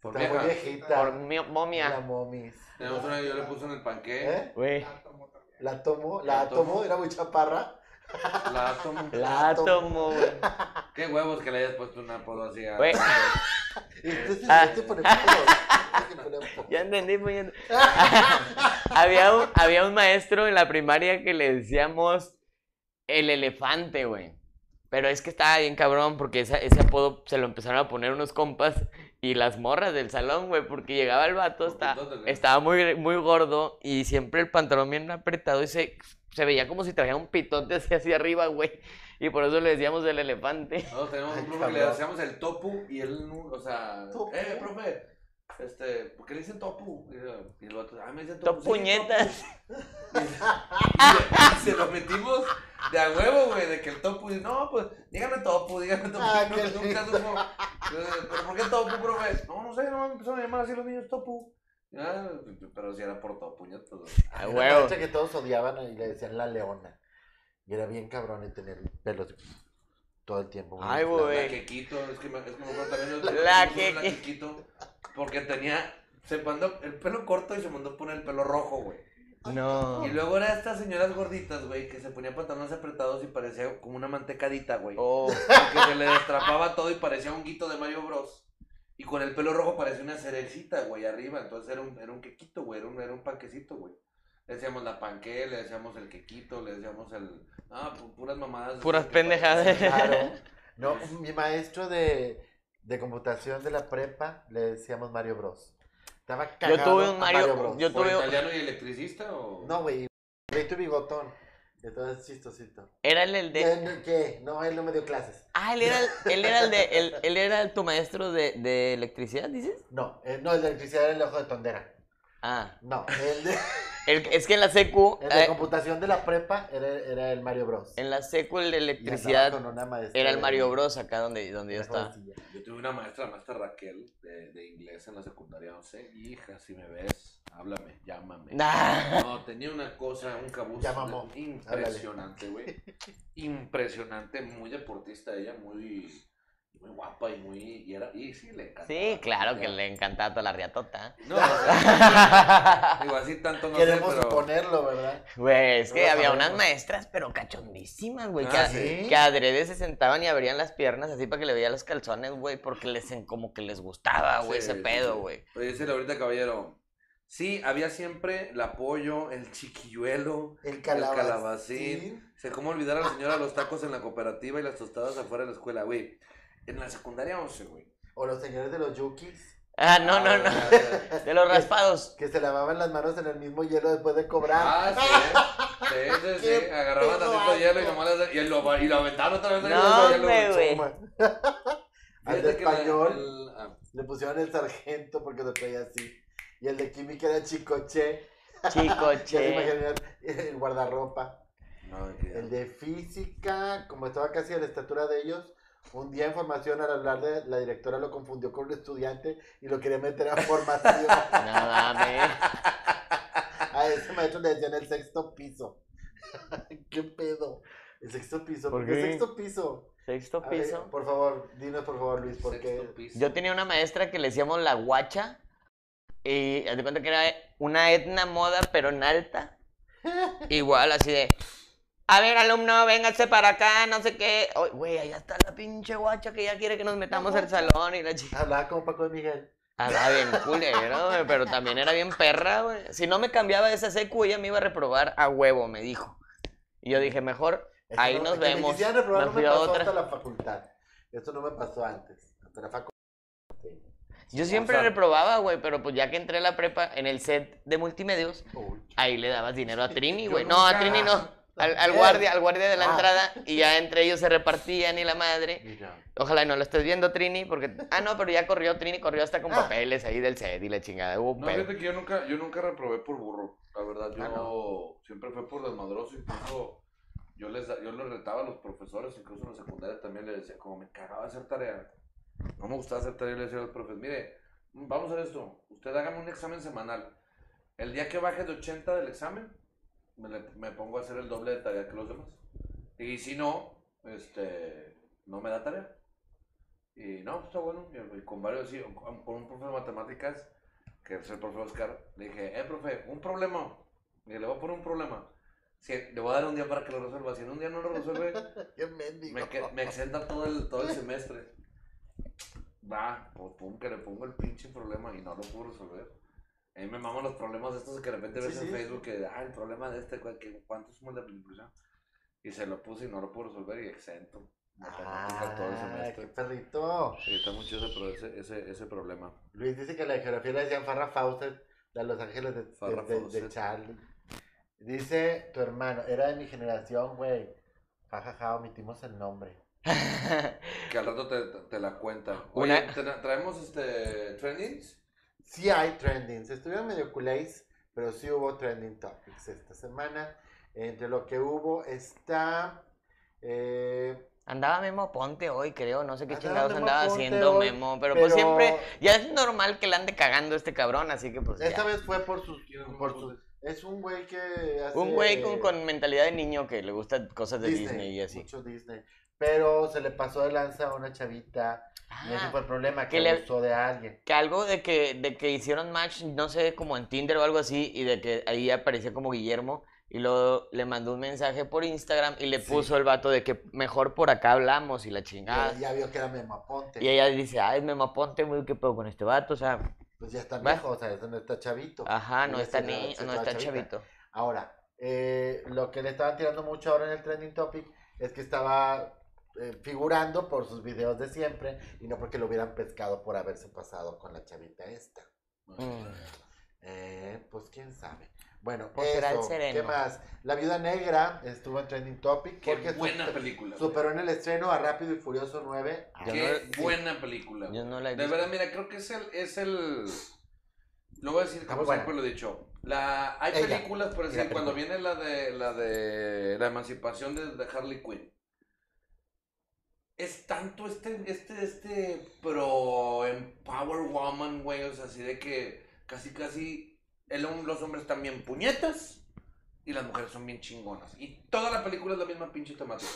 Speaker 3: Por
Speaker 2: Está muy
Speaker 3: vieja.
Speaker 2: viejita.
Speaker 4: Por mi-
Speaker 2: La
Speaker 4: momia.
Speaker 2: momis.
Speaker 3: Tenemos una que yo le puse en el panqué.
Speaker 2: ¿Eh?
Speaker 4: Güey.
Speaker 2: La tomo,
Speaker 3: La
Speaker 2: la,
Speaker 3: tomo.
Speaker 2: tomo. era muy chaparra.
Speaker 3: La átomo.
Speaker 4: La átomo, güey.
Speaker 3: Qué huevos que le hayas puesto un apodo así a.
Speaker 4: Güey.
Speaker 2: Y entonces
Speaker 4: Ah.
Speaker 2: este pone poco, este pone poco.
Speaker 4: Ya entendí, muy bien. había, un, había un maestro en la primaria que le decíamos el elefante, güey. Pero es que estaba bien cabrón porque esa- ese apodo se lo empezaron a poner unos compas y las morras del salón, güey, porque llegaba el vato,
Speaker 3: Por
Speaker 4: estaba,
Speaker 3: puntote, güey.
Speaker 4: estaba muy, muy gordo y siempre el pantalón bien apretado y se, se veía como si trajera un pitote así hacia arriba, güey. Y por eso le decíamos el elefante.
Speaker 3: Nosotros tenemos
Speaker 2: Ay,
Speaker 3: un profe que le
Speaker 2: cabrón.
Speaker 3: hacíamos el topu y él, nu- o sea,
Speaker 2: Topu.
Speaker 3: eh, profe, este, ¿por qué le dicen topu? Y yo- Y el vato, ah, me dicen topu.
Speaker 4: Dos
Speaker 3: sí,
Speaker 4: puñetas.
Speaker 3: topu. Y se lo metimos de a huevo, güey, de que el topu, y no, pues, dígame topu, dígame topu.
Speaker 2: Ah,
Speaker 3: no,
Speaker 2: qué
Speaker 3: nunca
Speaker 2: lindo.
Speaker 3: supo. Eh, ¿Pero por qué topu, profe? No, no sé, no me empezaron a llamar así los niños topu. Ah, pero si era por todo puñetas. güey.
Speaker 4: A
Speaker 2: Era
Speaker 4: huevo.
Speaker 2: maestra que todos odiaban y le decían la leona. Y era bien cabrón y tener pelos todo el tiempo. muy
Speaker 4: Ay,
Speaker 2: inflado.
Speaker 4: güey.
Speaker 3: La que quito, es que me, es que me acuerdo también
Speaker 4: La
Speaker 3: nosotros tuvimos
Speaker 4: que-
Speaker 3: una que quito, porque tenía, se mandó el pelo corto y se mandó a poner el pelo rojo, güey.
Speaker 4: No.
Speaker 3: Y luego era estas señoras gorditas, güey, que se ponía pantalones apretados y parecía como una mantecadita, güey.
Speaker 4: Oh.
Speaker 3: Porque se le destrapaba todo y parecía un guito de Mario Bros. Y con el pelo rojo parecía una cerecita, güey, arriba. Entonces era un, era un quequito, güey, era un, era un panquecito, güey. Le decíamos la panque, le decíamos el quequito, le decíamos el... Ah, pu- puras mamadas.
Speaker 4: Puras
Speaker 3: Así que
Speaker 4: pendejadas.
Speaker 3: parecían-
Speaker 2: Claro. No, mi maestro de, de computación de la prepa le decíamos Mario Bros. Estaba cagado.
Speaker 4: Yo tuve un
Speaker 2: a
Speaker 4: Mario,
Speaker 2: Bros.
Speaker 4: yo
Speaker 3: ¿Por
Speaker 4: tuve
Speaker 3: italiano y electricista o...?
Speaker 2: No, güey. Güey, tu bigotón. Entonces, chistosito.
Speaker 4: era el el de
Speaker 2: ¿Qué? ¿Qué? No, él no me dio clases.
Speaker 4: Ah, él era, el- él era el de, él, él era el- tu maestro de, de electricidad, dices.
Speaker 2: No, eh, no, el de electricidad era el ojo de tondera.
Speaker 4: Ah,
Speaker 2: No, el de,
Speaker 4: el- es que en la secu,
Speaker 2: el de
Speaker 4: eh,
Speaker 2: computación de la prepa era, era el Mario Bros.
Speaker 4: en la secu el de
Speaker 2: Y andaba con
Speaker 4: electricidad
Speaker 2: una maestra
Speaker 4: era el
Speaker 2: de-
Speaker 4: Mario Bros acá donde, donde yo
Speaker 2: de
Speaker 4: estaba.
Speaker 2: jovencilla.
Speaker 3: Yo tuve una maestra, la maestra Raquel, de, de inglés en la secundaria 11. Hija, si me ves, háblame, llámame.
Speaker 4: Nah.
Speaker 3: No, tenía una cosa, un cabuz
Speaker 2: Ya mamó,
Speaker 3: impresionante, güey. Impresionante, muy deportista ella, muy, muy guapa y muy... Y, era, y sí, le
Speaker 2: este
Speaker 3: encantaba.
Speaker 4: Sí, claro que le encantaba toda la riatota.
Speaker 3: No, o sea, digo, así tanto no
Speaker 2: Queremos
Speaker 3: sé, pero...
Speaker 2: suponerlo, ¿verdad?
Speaker 4: Güey, es que
Speaker 2: No lo
Speaker 4: había
Speaker 2: sabemos.
Speaker 4: unas maestras, pero cachondísimas, güey, que,
Speaker 3: Ah,
Speaker 4: a-
Speaker 2: ¿sí?
Speaker 4: que adrede se sentaban y abrían las piernas así para que le veía los calzones, güey, porque les en- como que les gustaba, güey,
Speaker 3: Sí,
Speaker 4: ese
Speaker 3: sí,
Speaker 4: pedo,
Speaker 3: sí.
Speaker 4: güey.
Speaker 3: Oye, dice ahorita, caballero. Sí, había siempre el apoyo, el chiquilluelo.
Speaker 2: El calabacín.
Speaker 3: calabacín. Se cómo olvidar a la señora los tacos en la cooperativa y las tostadas afuera de la escuela, güey. En la secundaria 11, güey.
Speaker 2: O los señores de los yukis.
Speaker 4: Ah, no, no, no.
Speaker 3: no.
Speaker 4: De los raspados.
Speaker 2: Que se lavaban las manos en el mismo hielo después de cobrar.
Speaker 3: Ah, sí. Sí, sí, sí.
Speaker 2: Qué
Speaker 3: Agarraban
Speaker 2: pedo
Speaker 3: tantito hielo y
Speaker 2: asco.
Speaker 3: nomás las- y lo, y lo aventaron otra vez. ahí
Speaker 4: No,
Speaker 3: los hielo.
Speaker 4: hombre, güey.
Speaker 2: Al
Speaker 3: Fíjate
Speaker 2: de
Speaker 3: que la-
Speaker 2: español
Speaker 3: el- ah,
Speaker 2: le pusieron el sargento porque lo traía así. Y el de química era chicoche.
Speaker 4: Chico,
Speaker 2: Ya se
Speaker 4: che.
Speaker 2: imaginan el guardarropa.
Speaker 3: no, que-
Speaker 2: El de física, como estaba casi a la estatura de ellos, un día en formación al hablar de la directora lo confundió con un estudiante y lo quería meter a formación.
Speaker 4: No mames.
Speaker 2: A ese maestro le decían el sexto piso. ¿Qué pedo? El sexto piso.
Speaker 4: ¿Por
Speaker 2: ¿Por qué
Speaker 4: qué?
Speaker 2: sexto piso?
Speaker 4: Sexto
Speaker 2: A ver, pues,
Speaker 4: piso.
Speaker 2: por favor, dinos por favor, Luis,
Speaker 3: sexto
Speaker 2: porque
Speaker 3: piso.
Speaker 4: Yo tenía una maestra que le decíamos la guacha. Y haz de cuenta que era una etna moda, pero en alta. Igual, así de. A ver, alumno, véngase para acá, no sé qué. Ay, Güey, allá está la pinche guacha que ya quiere que nos metamos al salón y la chica.
Speaker 2: hablaba como Paco de Miguel.
Speaker 4: Andaba bien culero, güey, pero también era bien perra, güey. Si no me cambiaba de esa secu, ella me iba a reprobar a huevo, me dijo. Y yo dije, mejor,
Speaker 2: Es que
Speaker 4: ahí
Speaker 2: no-
Speaker 4: nos
Speaker 2: que me
Speaker 4: vemos.
Speaker 2: quisieran reprobar,
Speaker 4: Me
Speaker 2: no me
Speaker 4: fui a
Speaker 2: pasó
Speaker 4: otra.
Speaker 2: hasta la facultad. Esto no me pasó antes. Hasta la facultad.
Speaker 4: Yo siempre
Speaker 3: O sea-
Speaker 4: reprobaba, güey, pero pues ya que entré a la prepa en el set de multimedios, ahí le dabas dinero a Trini,
Speaker 3: Yo
Speaker 4: güey. No, a
Speaker 3: nunca-
Speaker 4: Trini no. Al, al guardia, al guardia
Speaker 2: Ah.
Speaker 4: de la entrada, y ya entre ellos se repartían y la madre.
Speaker 2: Mira.
Speaker 4: Ojalá y no lo estés viendo, Trini, porque. Ah, no, pero ya corrió Trini, corrió hasta con
Speaker 2: Ah.
Speaker 4: papeles ahí del set y la chingada. Hubo un
Speaker 3: No,
Speaker 4: pedo.
Speaker 3: fíjate que yo nunca, yo nunca reprobé por burro. La verdad, yo
Speaker 2: Ah,
Speaker 3: siempre fue por desmadroso. Incluso yo les da- yo los retaba a los profesores, incluso en la secundaria también les decía, como me cagaba hacer tarea. No me gustaba hacer tarea, yo le decía a los profes, mire, mm, vamos a hacer esto. Usted hágame un examen semanal. El día que baje de 80 del examen, me, le- me pongo a hacer el doble de tarea que los demás. Y si no, este, no me da tarea. Y no, pues está bueno. Y con varios, sí, con con un profe de matemáticas, que es el profe Oscar, le dije, eh, profe, un problema. Y le voy a poner un problema. Si, le voy a dar un día para que lo resuelva. Si en un día no lo resuelve,
Speaker 2: Qué mendigo.
Speaker 3: me, que- me exenta todo el, todo el semestre. Va, pues pum, que le pongo el pinche problema y no lo puedo resolver. A mí me maman los problemas estos que de repente ves
Speaker 2: Sí,
Speaker 3: en
Speaker 2: sí.
Speaker 3: Facebook que, ah, el problema de este, güey, que ¿cuánto suma la inclusión? Y se lo puse y no lo puedo resolver y exento. Matemáticas todo el
Speaker 2: Ah,
Speaker 3: semestre.
Speaker 2: qué perrito.
Speaker 3: Sí, está mucho ese, pro- ese, ese, ese problema.
Speaker 2: Luis dice que la geografía la decían Farrah Fawcett, la de Los Ángeles de, de-
Speaker 3: Farrah
Speaker 2: de- de
Speaker 3: Fawcett.
Speaker 2: Charlie. Dice tu hermano, era de mi generación, güey. Jajaja, omitimos el nombre.
Speaker 3: Que al rato te, te la cuenta.
Speaker 4: Una-
Speaker 3: Oye, ¿tena- ¿traemos este trendings?
Speaker 2: Sí hay trendings, estuvieron medio culés, pero sí hubo trending topics esta semana. Entre lo que hubo está... eh,
Speaker 4: Andaba Memo Ponte hoy, creo, no sé qué
Speaker 2: Andaba
Speaker 4: chingados
Speaker 2: Memo
Speaker 4: andaba
Speaker 2: Ponte
Speaker 4: haciendo
Speaker 2: hoy,
Speaker 4: Memo, pero, pues
Speaker 2: pero-
Speaker 4: siempre, ya es normal que le ande cagando este cabrón, así que pues
Speaker 2: esta
Speaker 4: ya.
Speaker 2: vez fue por sus... por sus- es un güey que hace...
Speaker 4: Un güey con, con mentalidad de niño que le gustan cosas de Disney, y así.
Speaker 2: Mucho Disney. Pero se le pasó de lanza a una chavita. y ese
Speaker 4: Ah,
Speaker 2: fue el problema, que
Speaker 4: que le-
Speaker 2: abusó de alguien.
Speaker 4: que algo de que, de que hicieron match, no sé, como en Tinder o algo así, y de que ahí aparecía como Guillermo, y luego le mandó un mensaje por Instagram y le
Speaker 2: Sí.
Speaker 4: puso el vato de que mejor por acá hablamos y la chingada.
Speaker 3: Este.
Speaker 2: Pero ya vio que era Memo Aponte.
Speaker 4: Ah. Y ella dice, ay, Memo Ponte, muy qué pedo con este vato, o sea,
Speaker 2: Pues ya está
Speaker 4: Va. Ah.
Speaker 2: viejo, o sea, eso no está chavito.
Speaker 4: ajá, no
Speaker 2: Ya
Speaker 4: está
Speaker 2: se la-
Speaker 4: ni,
Speaker 2: se
Speaker 4: no
Speaker 2: la
Speaker 4: está
Speaker 2: chavita.
Speaker 4: chavito.
Speaker 2: Ahora, eh, lo que le estaban tirando mucho ahora en el trending topic es que estaba eh, figurando por sus videos de siempre y no porque lo hubieran pescado por haberse pasado con la chavita esta.
Speaker 4: Mm.
Speaker 2: Eh, pues quién sabe. Bueno,
Speaker 4: Pues será el
Speaker 2: eso, ¿qué
Speaker 4: sereno.
Speaker 2: más? La Viuda Negra estuvo en trending topic
Speaker 3: Qué
Speaker 2: porque
Speaker 3: buena
Speaker 2: supe-
Speaker 3: película.
Speaker 2: superó en el estreno a Rápido y Furioso 9.
Speaker 4: Yo
Speaker 3: Qué
Speaker 4: no-
Speaker 3: buena película.
Speaker 4: Yo no la he
Speaker 3: De
Speaker 4: visto.
Speaker 3: verdad, mira, creo que es el, es el. Lo voy a decir
Speaker 2: Está
Speaker 3: como
Speaker 2: muy
Speaker 3: siempre lo he dicho. La, hay
Speaker 2: Ah, Ella.
Speaker 3: películas, por
Speaker 2: Mira,
Speaker 3: decir, cuando
Speaker 2: película.
Speaker 3: viene la de la de la emancipación de, de Harley Quinn. Es tanto este, este, este pro empower woman, güey. O sea, así de que casi casi el hom- los hombres están bien puñetas y las mujeres son bien chingonas. Y toda la película es la misma pinche temática.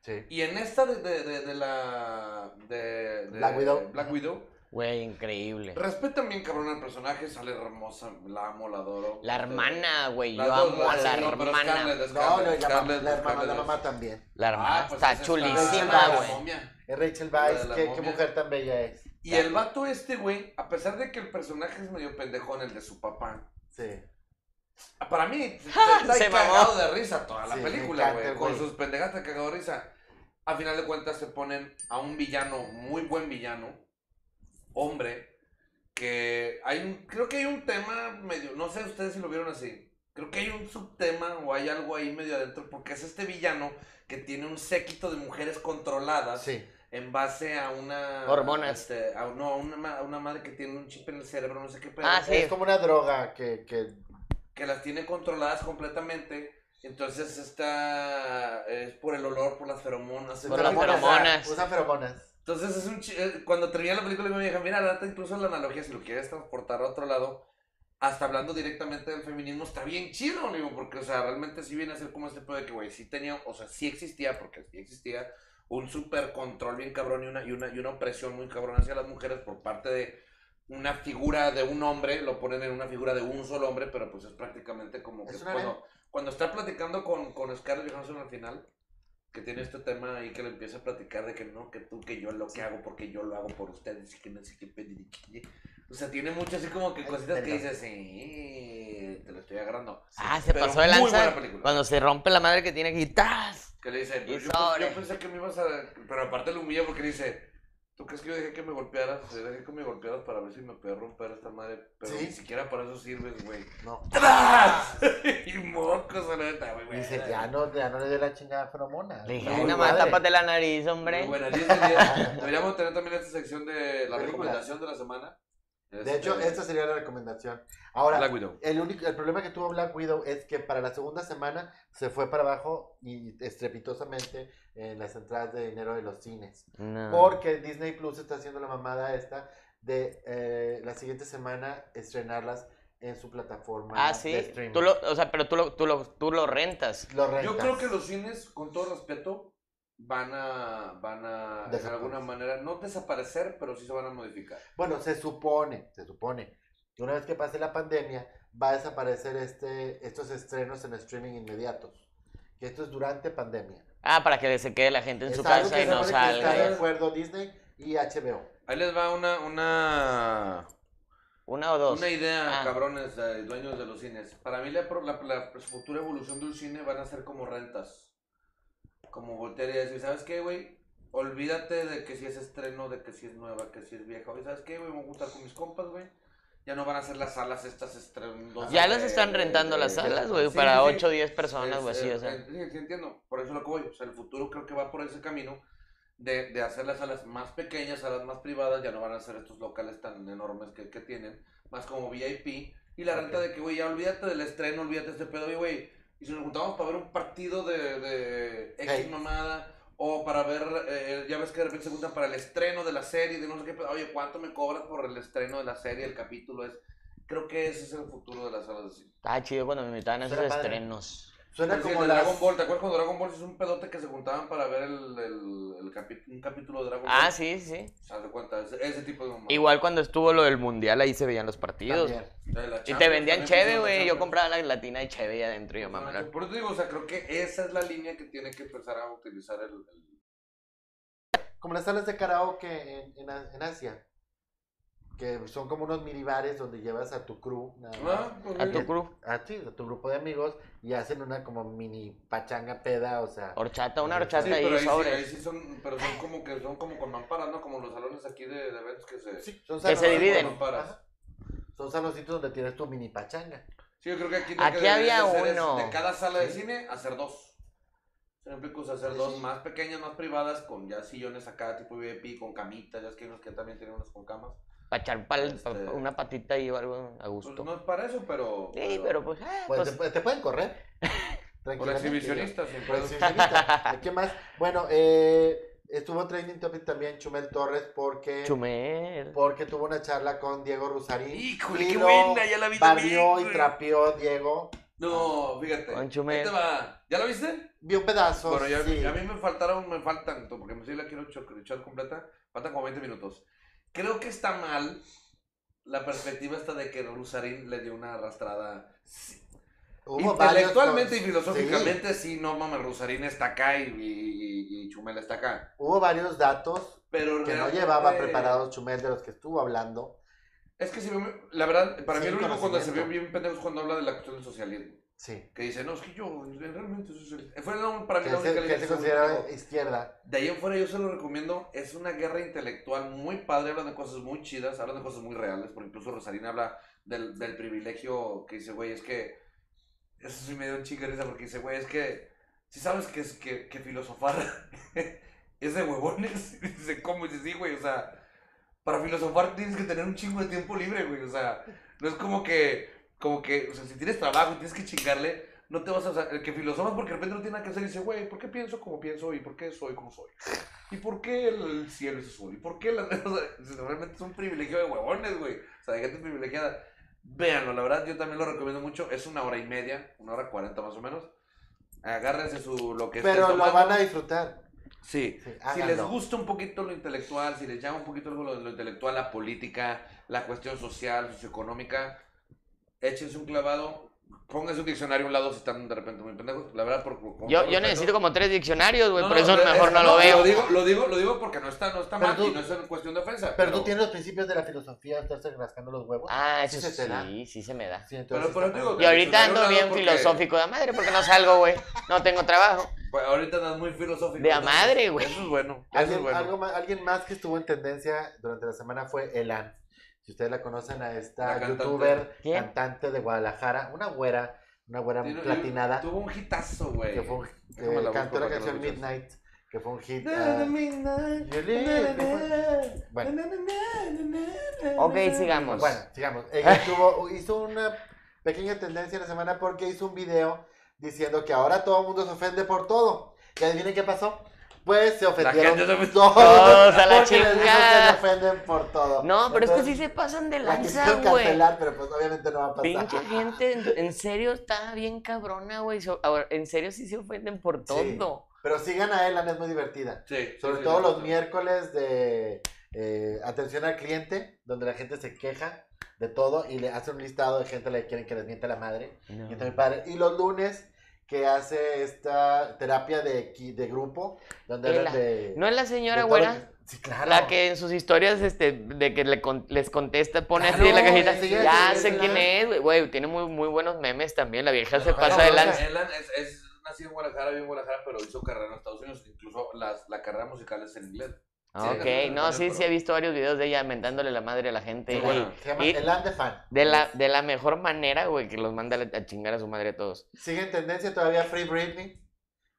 Speaker 2: Sí.
Speaker 3: Y en esta de, de, de, de la. De, de
Speaker 2: Black Widow.
Speaker 3: Black Widow.
Speaker 4: Güey, increíble.
Speaker 3: Respetan bien, cabrón, al personaje. Sale hermosa. La amo, la adoro.
Speaker 4: La hermana, güey,
Speaker 3: Las
Speaker 4: yo
Speaker 3: dos,
Speaker 4: amo a
Speaker 3: sí,
Speaker 4: la
Speaker 3: no, pero Scarlett,
Speaker 4: hermana.
Speaker 2: Pues No,
Speaker 3: Scarlett,
Speaker 2: no, y
Speaker 3: Scarlett,
Speaker 2: la, mam- la hermana, la
Speaker 3: Scarlett.
Speaker 2: mamá también.
Speaker 4: La hermana
Speaker 3: Ah, pues
Speaker 4: está
Speaker 3: esa
Speaker 4: chulísima,
Speaker 3: la
Speaker 4: güey.
Speaker 3: momia.
Speaker 2: Es Rachel
Speaker 3: La de
Speaker 2: Weisz,
Speaker 3: la
Speaker 2: qué, qué
Speaker 3: momia.
Speaker 2: mujer tan bella es.
Speaker 3: Y el vato este, güey, a pesar de que el personaje es medio pendejón, el de su papá.
Speaker 2: Sí.
Speaker 3: Para mí, te-
Speaker 4: Ja,
Speaker 3: te
Speaker 4: se
Speaker 3: ha
Speaker 4: mamó.
Speaker 3: cagado de risa toda la
Speaker 2: Sí, me
Speaker 3: película,
Speaker 2: encanta,
Speaker 3: güey. Con
Speaker 2: güey.
Speaker 3: sus pendejas te ha cagado de risa. A final de cuentas se ponen a un villano, muy buen villano, hombre, que hay un, creo que hay un tema medio, no sé ustedes si lo vieron así, creo que hay un subtema o hay algo ahí medio adentro, porque es este villano que tiene un séquito de mujeres controladas
Speaker 2: Sí.
Speaker 3: en base a una...
Speaker 4: Hormonas.
Speaker 3: este, a, no, a una, ma- a una madre que tiene un chip en el cerebro, no sé qué pedo
Speaker 4: Ah, sí.
Speaker 2: Es como una droga que, que
Speaker 3: que las tiene controladas completamente. Entonces está es por el olor, por las feromonas.
Speaker 4: Por las
Speaker 3: etcétera.
Speaker 4: feromonas.
Speaker 2: Usan feromonas.
Speaker 3: Entonces es un chi- eh, cuando terminé la película me dije, mira, la neta, incluso la analogía si lo quieres transportar a otro lado, hasta hablando directamente del feminismo está bien chido, le digo, porque o sea, realmente sí viene a ser como este pedo de que güey, sí tenía, o sea, sí existía porque sí existía un super control bien cabrón y una y una y una opresión muy cabrón hacia las mujeres por parte de una figura de un hombre, lo ponen en una figura de un solo hombre, pero pues es prácticamente como que
Speaker 2: Es una
Speaker 3: cuando, cuando está platicando con, con Scarlett Johansson al final, que tiene este tema ahí que le empieza a platicar de que no, que tú, que yo lo que hago, porque yo lo hago por ustedes, y que no sé qué pediriquille. O sea, tiene mucho así como que
Speaker 2: Ay,
Speaker 3: cositas que
Speaker 2: perdón.
Speaker 3: dices, sí, te lo estoy agarrando.
Speaker 4: Ah, se
Speaker 3: Pero
Speaker 4: pasó de
Speaker 3: muy
Speaker 4: lanza
Speaker 3: buena película.
Speaker 4: cuando se rompe la madre que tiene aquí. ¡tas!
Speaker 3: Que le dice, "Pues
Speaker 4: Y
Speaker 3: yo, yo
Speaker 4: sobre.
Speaker 3: pensé que me ibas a. Pero aparte lo humilla porque le dice, ¿tú crees que yo dejé que me golpearas? Te dejé que me golpearas para ver si me podía romper esta madre. Pero
Speaker 2: Sí.
Speaker 3: ni siquiera para eso sirves, güey.
Speaker 2: No.
Speaker 3: ¡Tras! y mocos, a la neta, güey. güey.
Speaker 2: Dice, ya no, ya no le dio la chingada feromona.
Speaker 4: Le dije,
Speaker 2: Muy
Speaker 4: "Ay, nada más
Speaker 2: padre.
Speaker 4: tápate la nariz, hombre.
Speaker 3: Muy buena, 10 de 10. Deberíamos tener también esta sección de la
Speaker 2: Películas.
Speaker 3: recomendación de la semana. Este,
Speaker 2: De hecho, esta sería la recomendación. Ahora,
Speaker 3: Black Widow.
Speaker 2: el único, el problema que tuvo Black Widow es que para la segunda semana se fue para abajo y estrepitosamente en las entradas de dinero de los cines.
Speaker 4: No.
Speaker 2: Porque Disney Plus está haciendo la mamada esta de eh, la siguiente semana estrenarlas en su plataforma
Speaker 4: Ah, sí.
Speaker 2: de streaming.
Speaker 4: Tú lo, o sea, pero tú lo, tú lo, tú lo rentas.
Speaker 2: Lo rentas.
Speaker 3: Yo creo que los cines, con todo respeto, van a, van a, de
Speaker 2: Desaparecer.
Speaker 3: alguna manera, no desaparecer, pero sí se van a modificar.
Speaker 2: Bueno, se supone, se supone que una vez que pase la pandemia va a desaparecer este, estos estrenos en streaming inmediatos. Que esto es durante pandemia.
Speaker 6: Ah, para que se quede la gente en
Speaker 2: Es
Speaker 6: su
Speaker 2: algo
Speaker 6: casa
Speaker 2: que
Speaker 6: y
Speaker 2: se
Speaker 6: no
Speaker 2: supone que Está de
Speaker 6: salga.
Speaker 2: acuerdo Disney y HBO.
Speaker 3: Ahí les va una, una,
Speaker 6: Una o dos.
Speaker 3: una idea,
Speaker 6: Ah.
Speaker 3: cabrones, eh, dueños de los cines. Para mí la, pro- la- la futura evolución del cine van a ser como rentas. Como voltear y decir, ¿sabes qué, güey? Olvídate de que si es estreno, de que si es nueva, que si es vieja. Oye, ¿sabes qué, güey? Me gusta con mis compas, güey. Ya no van a ser las salas estas estrenos.
Speaker 6: Ya
Speaker 3: las
Speaker 6: las están rentando las salas, güey,
Speaker 3: Sí,
Speaker 6: para
Speaker 3: sí,
Speaker 6: 8 o
Speaker 3: sí.
Speaker 6: 10 personas, güey,
Speaker 3: Es,
Speaker 6: así,
Speaker 3: eh,
Speaker 6: o sea.
Speaker 3: eh, sí, sí, entiendo. Por eso lo que voy. O sea, el futuro creo que va por ese camino de, de hacer las salas más pequeñas, salas más privadas. Ya no van a ser estos locales tan enormes que, que tienen. Más como VIP. Y la renta de que, güey, ya olvídate del estreno, olvídate de este pedo. Y, güey, y si nos juntamos para ver un partido de, de X
Speaker 2: Hey.
Speaker 3: mamada. O para ver, eh, ya ves que de repente se juntan para el estreno de la serie, de no sé qué, pedo. oye, ¿cuánto me cobras por el estreno de la serie, el capítulo? es Creo que ese es el futuro de las salas de cine.
Speaker 6: Ah, chido cuando me invitaban a esos
Speaker 2: Suena padre.
Speaker 6: estrenos.
Speaker 2: Suena
Speaker 3: Es decir,
Speaker 2: como
Speaker 3: Pues el
Speaker 2: las-
Speaker 3: Dragon Ball, ¿te acuerdas cuando Dragon Ball es un pedote que se juntaban para ver el, el- el capi- un capítulo de Dragon Ball?
Speaker 6: Ah, sí, sí.
Speaker 3: Haz de cuenta, ese, ese tipo de mamá.
Speaker 6: Igual cuando estuvo lo del mundial, ahí se veían los partidos.
Speaker 2: También.
Speaker 6: Y te vendían cheve, güey. Yo compraba la latina de cheve ahí adentro y yo, mamá.
Speaker 3: Por eso digo, o sea, creo que esa es la línea que tiene que empezar a utilizar el... el-
Speaker 2: Como las salas de karaoke en, en A- en Asia. Que son como unos minibares donde llevas a tu crew. nada más.
Speaker 3: Ah, pues,
Speaker 6: A
Speaker 3: mira.
Speaker 6: tu cruz.
Speaker 2: a ti, a tu grupo de amigos y hacen una como mini pachanga peda, o sea,
Speaker 6: Horchata, una
Speaker 2: Sí,
Speaker 6: horchata
Speaker 3: Sí, pero
Speaker 6: ahí
Speaker 3: ahí sí,
Speaker 6: sobre.
Speaker 3: ahí sí son, pero son como que son como con mamparas, ¿no? Como los salones aquí de, de eventos que se...
Speaker 2: sí, son
Speaker 6: Que se
Speaker 2: saloncitos-
Speaker 6: dividen.
Speaker 3: Mamparas.
Speaker 2: Ajá. Son saloncitos donde tienes tu mini pachanga.
Speaker 3: Sí, yo creo que aquí lo
Speaker 6: Aquí
Speaker 3: que deberían
Speaker 6: había
Speaker 3: de hacer es,
Speaker 6: uno.
Speaker 3: de cada sala de cine, hacer dos. Siempre pues hacer dos más pequeñas, más privadas, con ya sillones acá, tipo VIP, con camitas, ya es que hay unos que también tienen unos con camas.
Speaker 6: Para echar pal-
Speaker 3: Este-
Speaker 6: pa- una patita ahí o algo a
Speaker 3: Pues
Speaker 6: gusto.
Speaker 3: no es para eso, pero.
Speaker 6: Sí, pero pues. ah,
Speaker 2: Pues,
Speaker 6: pues,
Speaker 2: te, te pueden correr.
Speaker 3: Por
Speaker 2: tranquilamente.
Speaker 3: exhibicionistas, sin
Speaker 2: Por
Speaker 3: pedos.
Speaker 2: exhibicionista. ¿Qué más? Bueno, eh, estuvo trending topic también Chumel Torres porque
Speaker 6: Chumel.
Speaker 2: porque tuvo una charla con Diego Rusarín.
Speaker 4: Híjole,
Speaker 2: y
Speaker 4: qué
Speaker 2: lo
Speaker 4: buena, ya la vi
Speaker 2: Barrió
Speaker 4: también,
Speaker 2: y
Speaker 4: güey.
Speaker 2: trapeó Diego.
Speaker 3: No, fíjate.
Speaker 6: Con Chumel.
Speaker 3: Ahí te va. ¿Ya lo viste?
Speaker 2: Vi un pedazo.
Speaker 3: Bueno, ya-
Speaker 2: sí.
Speaker 3: a mí me faltaron, me faltan, porque me sí la quiero cho- echar completa, faltan como 20 minutos. Creo que está mal la perspectiva esta de que Rusarín le dio una arrastrada.
Speaker 2: Hubo
Speaker 3: Intelectualmente y
Speaker 2: varios- sí.
Speaker 3: filosóficamente, sí, no mames, Rusarín está acá y, y- y- y Chumel está acá.
Speaker 2: hubo varios datos
Speaker 3: Pero
Speaker 2: que no
Speaker 3: realmente-
Speaker 2: llevaba preparados Chumel de los que estuvo hablando.
Speaker 3: Es que se ve- la verdad, para
Speaker 2: Sí,
Speaker 3: mí el único cuando se ve
Speaker 2: conocimiento.
Speaker 3: bien pendejo es cuando habla de la cuestión del socialismo.
Speaker 2: Sí.
Speaker 3: Que dice, no, es que yo realmente soy socialista. Fue la- para mí
Speaker 2: Que
Speaker 3: la
Speaker 2: él
Speaker 3: única
Speaker 2: se, que él se
Speaker 3: alineación que
Speaker 2: consideraba
Speaker 3: tuvo.
Speaker 2: izquierda.
Speaker 3: De ahí en fuera yo se lo recomiendo. Es una guerra intelectual muy padre. Hablan de cosas muy chidas, hablan de cosas muy reales. Porque incluso Rosalina habla del, del privilegio que dice, güey, es que. Eso sí me dio un chingo de risa porque dice, güey, es que. Si sabes que, es, que, que filosofar es de huevones. Y dice, ¿cómo? Y dice, sí, güey, o sea. Para filosofar tienes que tener un chingo de tiempo libre, güey. O sea, no es como que. Como que, o sea, si tienes trabajo y tienes que chingarle, no te vas a. O sea, el que filosofas porque de repente no tiene nada que hacer y dice, güey, ¿por qué pienso como pienso y por qué soy como soy? ¿Y por qué el cielo es azul? ¿Y por qué las.? o sea, realmente es un privilegio de huevones, güey. O sea, de gente privilegiada. Véanlo, la verdad, yo también lo recomiendo mucho. Es una hora y media, una hora cuarenta más o menos. Agárrense su, lo que estén
Speaker 2: Pero lo
Speaker 3: tomando.
Speaker 2: van a disfrutar.
Speaker 3: Sí.
Speaker 2: Sí,
Speaker 3: Si
Speaker 2: háganlo.
Speaker 3: les gusta un poquito lo intelectual, si les llama un poquito lo, lo intelectual, la política, la cuestión social, socioeconómica, échense un clavado, pónganse un diccionario a un lado si están de repente muy pendejos. La verdad, por, por- con
Speaker 6: Yo,
Speaker 3: todo
Speaker 6: yo
Speaker 3: respeto-
Speaker 6: necesito como tres diccionarios, güey,
Speaker 3: No,
Speaker 6: por
Speaker 3: no,
Speaker 6: eso
Speaker 3: es-
Speaker 6: mejor no lo
Speaker 3: Lo
Speaker 6: veo.
Speaker 3: digo, lo digo, lo digo porque no está, no está
Speaker 2: Pero
Speaker 3: mal
Speaker 2: tú-
Speaker 3: y no es en cuestión de ofensa.
Speaker 2: Pero tú tienes los principios de la filosofía de estarse rascando los huevos.
Speaker 6: Ah,
Speaker 2: Sí
Speaker 6: eso
Speaker 2: se te da.
Speaker 6: sí, sí se me da.
Speaker 2: Sí, entonces
Speaker 3: Pero- pero
Speaker 2: está
Speaker 3: digo,
Speaker 2: padre.
Speaker 6: Y ahorita ando
Speaker 3: diccionario
Speaker 6: bien
Speaker 3: al lado porque-
Speaker 6: filosófico de madre, porque no salgo, güey. No tengo trabajo.
Speaker 3: Pues ahorita andas muy filosófico.
Speaker 6: De a
Speaker 3: entonces,
Speaker 6: madre, güey.
Speaker 3: Eso es bueno. Eso es
Speaker 2: ¿Alguien,
Speaker 3: bueno.
Speaker 2: algo más, alguien más que estuvo en tendencia durante la semana fue Elan. Si ustedes la conocen a
Speaker 3: La
Speaker 2: esta
Speaker 3: cantante.
Speaker 2: youtuber,
Speaker 6: ¿Quién?
Speaker 2: cantante de Guadalajara, una güera, una güera
Speaker 3: Tiene-
Speaker 2: platinada,
Speaker 3: Tuvo un hitazo, güey.
Speaker 2: que fue un,
Speaker 3: Déjame la
Speaker 2: que
Speaker 3: busco
Speaker 2: cantó la
Speaker 3: para que no
Speaker 2: canción
Speaker 3: escuches.
Speaker 2: Midnight, que fue un hit. ah, You live,
Speaker 3: Bueno.
Speaker 2: bueno,
Speaker 6: Ok, sigamos.
Speaker 2: Bueno, sigamos. Ella tuvo- hizo una pequeña tendencia la semana porque hizo un video diciendo que ahora todo el mundo se ofende por todo. ¿Y adivinen qué pasó? Pues se ofendieron
Speaker 3: gente se ofendió.
Speaker 2: todos,
Speaker 6: Todos a la
Speaker 2: porque les dijo que
Speaker 6: chingada.
Speaker 2: se ofenden por todo.
Speaker 6: No, pero es que sí se
Speaker 2: Entonces,
Speaker 6: pasan de
Speaker 2: La
Speaker 6: lanza,
Speaker 2: quisieron
Speaker 6: güey.
Speaker 2: cancelar, pero pues obviamente no va a pasar.
Speaker 6: Pinche gente, en, en serio está bien cabrona, güey. so- ahora, En serio sí se ofenden por
Speaker 2: Sí.
Speaker 6: todo.
Speaker 2: Pero sigan a Elan, es muy divertida.
Speaker 3: Sí.
Speaker 2: Sobre todo los miércoles de eh, atención al cliente, donde la gente se queja de todo y le hace un listado de gente a la que quieren que les mienta la madre. Y está muy padre. Y los lunes que hace esta terapia de, qui- de grupo, donde
Speaker 4: Ela.
Speaker 2: hablan de...
Speaker 4: ¿No es la
Speaker 2: de
Speaker 4: señora
Speaker 2: todo
Speaker 4: güera?
Speaker 2: lo que- Sí, claro.
Speaker 4: La que en sus historias, este, de que le con- les contesta, pone así en la
Speaker 2: Claro,
Speaker 4: cajita.
Speaker 2: sí,
Speaker 4: ya
Speaker 2: sí,
Speaker 4: sé
Speaker 2: sí,
Speaker 4: quién
Speaker 2: claro.
Speaker 4: es, güey, güey. Tiene muy, muy buenos memes también. La vieja se
Speaker 2: Pero
Speaker 4: pasa
Speaker 2: bueno,
Speaker 4: de
Speaker 2: bueno,
Speaker 4: lanza.
Speaker 3: Elan es, es nacido en Guadalajara, vive en Guadalajara, pero hizo carrera en Estados Unidos. Incluso las, la carrera musical es en inglés.
Speaker 4: Ah,
Speaker 3: sí,
Speaker 4: ok,
Speaker 3: sí, sí,
Speaker 4: no, sí,
Speaker 3: pero-
Speaker 4: sí, he visto varios videos de ella mentándole la madre a la gente.
Speaker 3: Sí,
Speaker 4: y
Speaker 3: bueno.
Speaker 2: Se llama
Speaker 4: Y-
Speaker 2: Elan de Fan.
Speaker 4: de, la, de la mejor manera, güey, que los manda a la- a chingar a su madre a todos.
Speaker 2: Sigue en tendencia todavía Free Britney.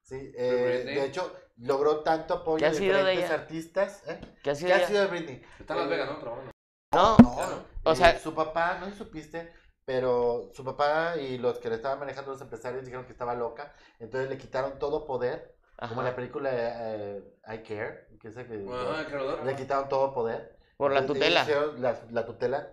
Speaker 2: Sí, eh,
Speaker 3: Britney.
Speaker 2: De hecho, logró tanto apoyo
Speaker 4: ¿Qué ha
Speaker 2: de
Speaker 4: sido de
Speaker 2: diferentes
Speaker 4: ella?
Speaker 2: artistas. ¿eh?
Speaker 4: ¿Qué ha
Speaker 2: ¿Qué
Speaker 4: sido?
Speaker 2: ha
Speaker 4: ella?
Speaker 2: sido de Britney?
Speaker 3: Está en Las Vegas,
Speaker 4: Eh,
Speaker 3: ¿no? Trabajando.
Speaker 4: No,
Speaker 2: No,
Speaker 4: O
Speaker 2: eh,
Speaker 4: sea-
Speaker 2: su papá, no sé si supiste, pero su papá y los que le estaban manejando los empresarios dijeron que estaba loca, entonces le quitaron todo poder, como en
Speaker 4: ajá,
Speaker 2: la película eh, I Care, que es la que-
Speaker 3: Ajá, el creador.
Speaker 2: le quitaron todo poder.
Speaker 4: por la
Speaker 2: Entonces,
Speaker 4: tutela.
Speaker 2: ellos hicieron La, la tutela.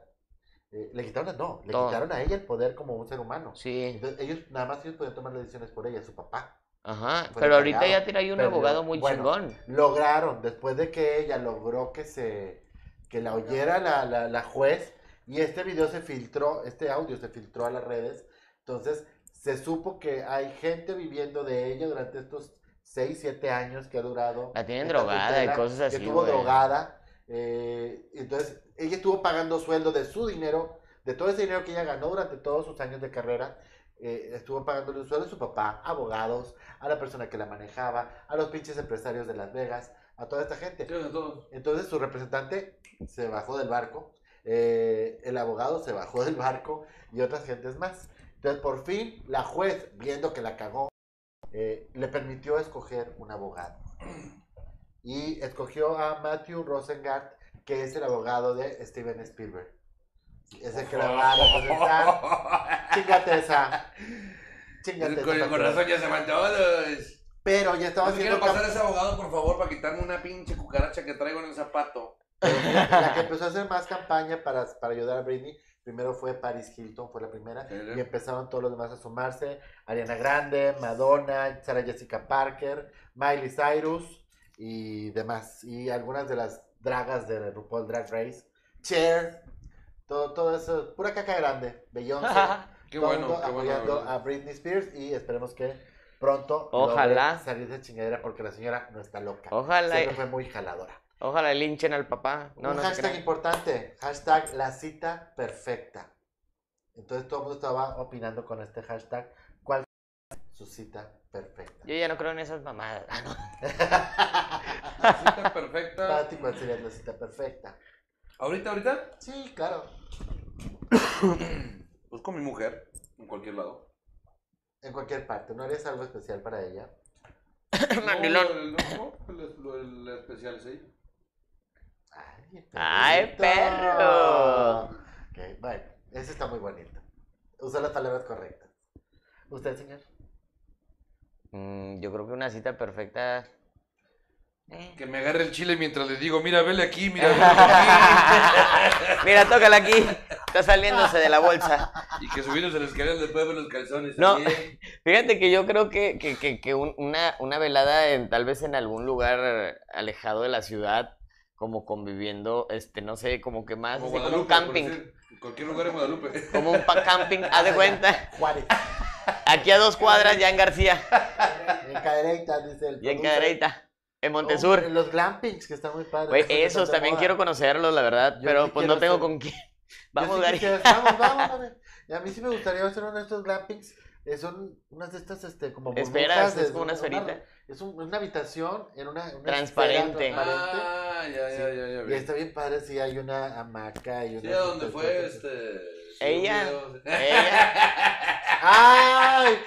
Speaker 2: eh, le quitaron, no, le
Speaker 4: Todo.
Speaker 2: quitaron a ella el poder como un ser humano.
Speaker 4: Sí,
Speaker 2: Entonces, ellos, nada más ellos podían tomar las decisiones por ella, su papá.
Speaker 4: ajá.
Speaker 2: fue
Speaker 4: Pero ahorita
Speaker 2: pues, cagado,
Speaker 4: ya tiene ahí un
Speaker 2: perdió.
Speaker 4: abogado muy
Speaker 2: Bueno,
Speaker 4: chingón.
Speaker 2: lograron, después de que ella logró que se que la oyera la, la- la juez, y este video se filtró, este audio se filtró a las redes, entonces se supo que hay gente viviendo de ella durante estos 6, 7 años que ha durado.
Speaker 4: La tienen
Speaker 2: esta
Speaker 4: drogada y
Speaker 2: tutela,
Speaker 4: cosas así,
Speaker 2: Que estuvo
Speaker 4: güey.
Speaker 2: drogada, eh, entonces ella estuvo pagando sueldo de su dinero, de todo ese dinero que ella ganó durante todos sus años de carrera, eh, estuvo pagándole un sueldo a su papá, abogados, a la persona que la manejaba, a los pinches empresarios de Las Vegas, a toda esta gente.
Speaker 3: Sí, de todos.
Speaker 2: Entonces su representante se bajó del barco, eh, el abogado se bajó del barco y otras gentes más. Entonces por fin la juez, viendo que la cagó, eh, le permitió escoger un abogado. Y escogió a Matthew Rosengart, que es el abogado de Steven Spielberg. Es el que la va a representar. Chingate esa. Chingate
Speaker 3: Con
Speaker 2: esa.
Speaker 3: el corazón ya se van todos.
Speaker 2: Pero ya estaba
Speaker 3: Yo quiero
Speaker 2: haciendo
Speaker 3: pasar a ese abogado, por favor, para quitarme una pinche cucaracha que traigo en el zapato.
Speaker 2: la que empezó a hacer más campaña para, para ayudar a Britney, primero fue Paris Hilton, fue la primera,
Speaker 3: Sí.
Speaker 2: y empezaron todos los demás a sumarse, Ariana Grande, Madonna, Sarah Jessica Parker, Miley Cyrus y demás, y algunas de las dragas de RuPaul Drag Race, Cher, todo, todo eso, pura caca grande, Beyoncé,
Speaker 3: Qué
Speaker 2: todo
Speaker 3: bueno,
Speaker 2: mundo
Speaker 3: qué bueno.
Speaker 2: apoyando
Speaker 3: la verdad.
Speaker 2: a Britney Spears y esperemos que pronto
Speaker 4: Ojalá.
Speaker 2: logre salir de chingadera porque la señora no está loca.
Speaker 4: Ojalá,
Speaker 2: Siempre fue muy jaladora.
Speaker 4: ojalá linchen al papá. No,
Speaker 2: Un
Speaker 4: no se
Speaker 2: hashtag
Speaker 4: crean.
Speaker 2: importante, hashtag la cita perfecta. Entonces todo el mundo estaba opinando con este hashtag cuál es su cita perfecta.
Speaker 4: Yo ya no creo en esas mamadas. Ah, no.
Speaker 3: Cita perfecta.
Speaker 2: Para ti, ¿cuál sería la cita perfecta?
Speaker 3: Ahorita, ahorita,
Speaker 2: Sí, claro.
Speaker 3: pues con mi mujer, en cualquier lado.
Speaker 2: En cualquier parte. ¿No harías algo especial para ella?
Speaker 4: Mandilón.
Speaker 3: No, el, no, el- el- el especial es ella.
Speaker 2: ¡Ay,
Speaker 4: ¡Ay,
Speaker 2: perrito! Ok, bueno. Ese está muy bonito. Usa las palabras correctas. ¿Usted, señor?
Speaker 4: Mm, yo creo que una cita perfecta.
Speaker 3: Que me agarre el chile mientras le digo, mira, vele aquí, mira, vele aquí.
Speaker 4: Mira, tócala aquí. Está saliéndose de la bolsa.
Speaker 3: Y que subiéndose las escaleras le puede ver los calzones.
Speaker 4: No.
Speaker 3: también.
Speaker 4: Fíjate que yo creo que, que- que- que un- una, una velada en, tal vez en algún lugar alejado de la ciudad, como conviviendo, este, no sé, como que más,
Speaker 3: Como
Speaker 4: así como un
Speaker 3: Guadalupe, por
Speaker 4: camping.
Speaker 3: decir, en cualquier lugar en Guadalupe.
Speaker 4: Como un pa- camping, haz de cuenta.
Speaker 2: Juárez.
Speaker 4: Aquí a dos cuadras, ya en García,
Speaker 2: En Cadereyta, dice el
Speaker 4: ya en
Speaker 2: producer.
Speaker 4: Cadereyta, en
Speaker 2: Oh,
Speaker 4: Montesur.
Speaker 2: en los glampings, que están muy padres.
Speaker 4: Güey,
Speaker 2: Están de
Speaker 4: esos
Speaker 2: tanta
Speaker 4: también
Speaker 2: moda.
Speaker 4: quiero conocerlos, la verdad,
Speaker 2: Yo
Speaker 4: pero
Speaker 2: sí
Speaker 4: pues no
Speaker 2: quiero
Speaker 4: tengo
Speaker 2: hacer-
Speaker 4: con quién.
Speaker 2: Yo
Speaker 4: Vamos,
Speaker 2: sí
Speaker 4: Gary.
Speaker 2: quisiera- vamos, vamos, vamos. Y a mí sí me gustaría hacer uno de estos glampings. eh, son unas de estas, este, como burbujas
Speaker 4: Esferas, es
Speaker 2: de-
Speaker 4: como una esferita.
Speaker 2: es un- una habitación en una, una
Speaker 4: Transparente.
Speaker 2: esfera transparente.
Speaker 3: Ah, ya, ya, ya, ya.
Speaker 2: Y
Speaker 3: vi.
Speaker 2: está bien padre, sí, hay una hamaca y una...
Speaker 3: Sí, a donde fue este.
Speaker 4: Ella.
Speaker 3: subió-
Speaker 4: Ella.
Speaker 2: ¡Ay!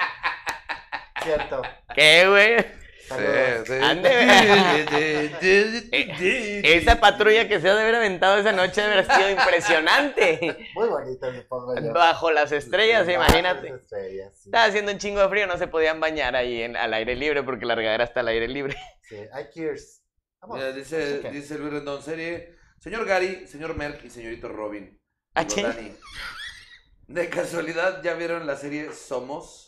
Speaker 2: Cierto.
Speaker 4: ¿Qué, güey?
Speaker 2: Saludos.
Speaker 3: Eh,
Speaker 4: Esa patrulla que se ha de haber aventado esa noche debe haber sido impresionante.
Speaker 2: Muy bonita, supongo yo.
Speaker 4: Bajo las estrellas, imagínate. Ah.
Speaker 2: Las estrellas, sí,
Speaker 4: Estaba haciendo un chingo de frío, no se podían bañar ahí en, al aire libre porque la regadera está al aire libre.
Speaker 2: sí. Ay, Kiers. Vamos.
Speaker 3: Mira, dice,
Speaker 2: Ok.
Speaker 3: dice Luis Rendón, serie. Señor Gary, señor Merck y señorito Robin. Digo,
Speaker 4: Ah, ching.
Speaker 3: Dani. De casualidad, ¿ya vieron la serie Somos?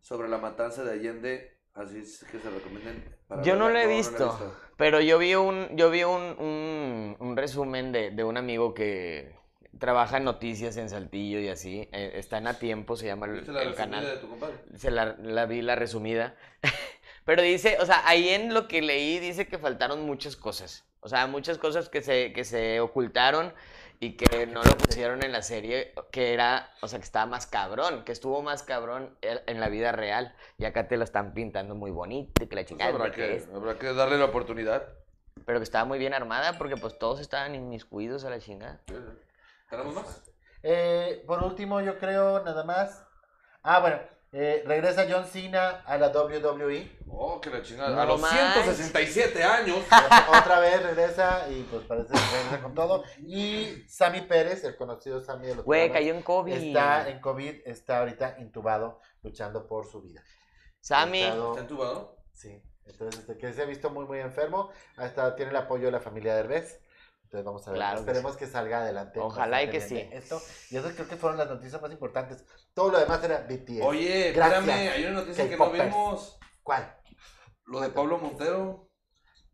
Speaker 3: Sobre la matanza de Allende Así es que se recomienden. para
Speaker 4: Yo no lo
Speaker 3: verla,
Speaker 4: he
Speaker 3: no la
Speaker 4: visto, pero yo vi un, yo vi un, un- un resumen de, de un amigo que trabaja en noticias en Saltillo y así. eh, están a tiempo, se llama el,
Speaker 3: ¿Viste la
Speaker 4: el
Speaker 3: resumida
Speaker 4: canal.
Speaker 3: de tu compadre?
Speaker 4: Se la, la vi la resumida. Pero dice, o sea, ahí en lo que leí dice que faltaron muchas cosas. O sea, muchas cosas que se, que se ocultaron y que no lo pusieron en la serie, que era, o sea, que estaba más cabrón, que estuvo más cabrón en en la vida real. Y acá te lo están pintando muy bonito y que la
Speaker 3: Pues
Speaker 4: chingada.
Speaker 3: habrá,
Speaker 4: de que
Speaker 3: que,
Speaker 4: es-
Speaker 3: habrá que darle la oportunidad.
Speaker 4: Pero que estaba muy bien armada porque pues todos estaban inmiscuidos a la chingada.
Speaker 3: ¿Tenemos más?
Speaker 2: Eh, por último, yo creo nada más. Ah, bueno, eh, regresa John Cena a la E. WWE.
Speaker 3: Oh, que la chingada. a
Speaker 4: No
Speaker 3: los
Speaker 4: manches.
Speaker 3: 167 años.
Speaker 2: Otra vez regresa y pues parece que regresa con todo. Y Sammy Pérez, el conocido Sammy de los
Speaker 4: Güey,
Speaker 2: programas,
Speaker 4: cayó en COVID.
Speaker 2: Pues Está en COVID, está ahorita intubado, luchando por su vida.
Speaker 4: Sammy,
Speaker 2: Estado-
Speaker 3: ¿Está entubado?
Speaker 2: Sí, entonces este, que se ha visto muy muy enfermo, hasta tiene el apoyo de la familia de Derbez. Entonces vamos a ver,
Speaker 4: Claro que
Speaker 2: esperemos que salga adelante.
Speaker 4: Ojalá y que
Speaker 2: bastante bien
Speaker 4: sí.
Speaker 2: de Esto, y esas creo que fueron las noticias más importantes. Todo lo demás era BTS.
Speaker 3: Oye,
Speaker 2: Gracias,
Speaker 3: espérame, hay una noticia que no
Speaker 2: K-popers.
Speaker 3: vimos.
Speaker 2: ¿Cuál?
Speaker 3: Lo de Pablo Montero.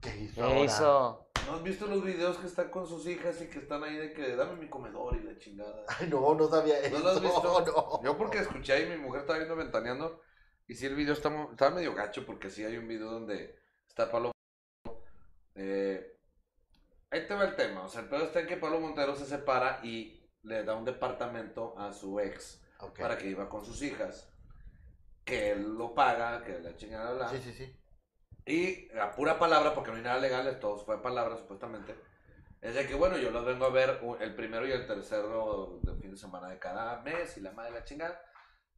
Speaker 2: ¿Qué hizo?
Speaker 4: ¿qué
Speaker 2: ahora?
Speaker 4: hizo?
Speaker 3: ¿No has visto los videos que están con sus hijas y que están ahí de que dame mi comedor y la chingada?
Speaker 2: Ay, no, no sabía
Speaker 3: ¿No
Speaker 2: eso.
Speaker 3: lo has visto?
Speaker 2: no.
Speaker 3: Yo porque escuché ahí, mi mujer estaba viendo Ventaneando, y sí el video está, mo- está medio gacho, porque sí hay un video donde está Pablo eh, Ahí te va el tema, o sea, el pedo está en que Pablo Montero se separa y le da un departamento a su ex
Speaker 2: Ok.
Speaker 3: para que iba con sus hijas, que él lo paga, que la chingada bla,
Speaker 2: Sí, sí, sí.
Speaker 3: y la pura palabra, porque no hay nada legal, todo fue palabra supuestamente. Es de que, bueno, yo los vengo a ver u- el primero y el tercero del fin de semana de cada mes y la madre de la chingada.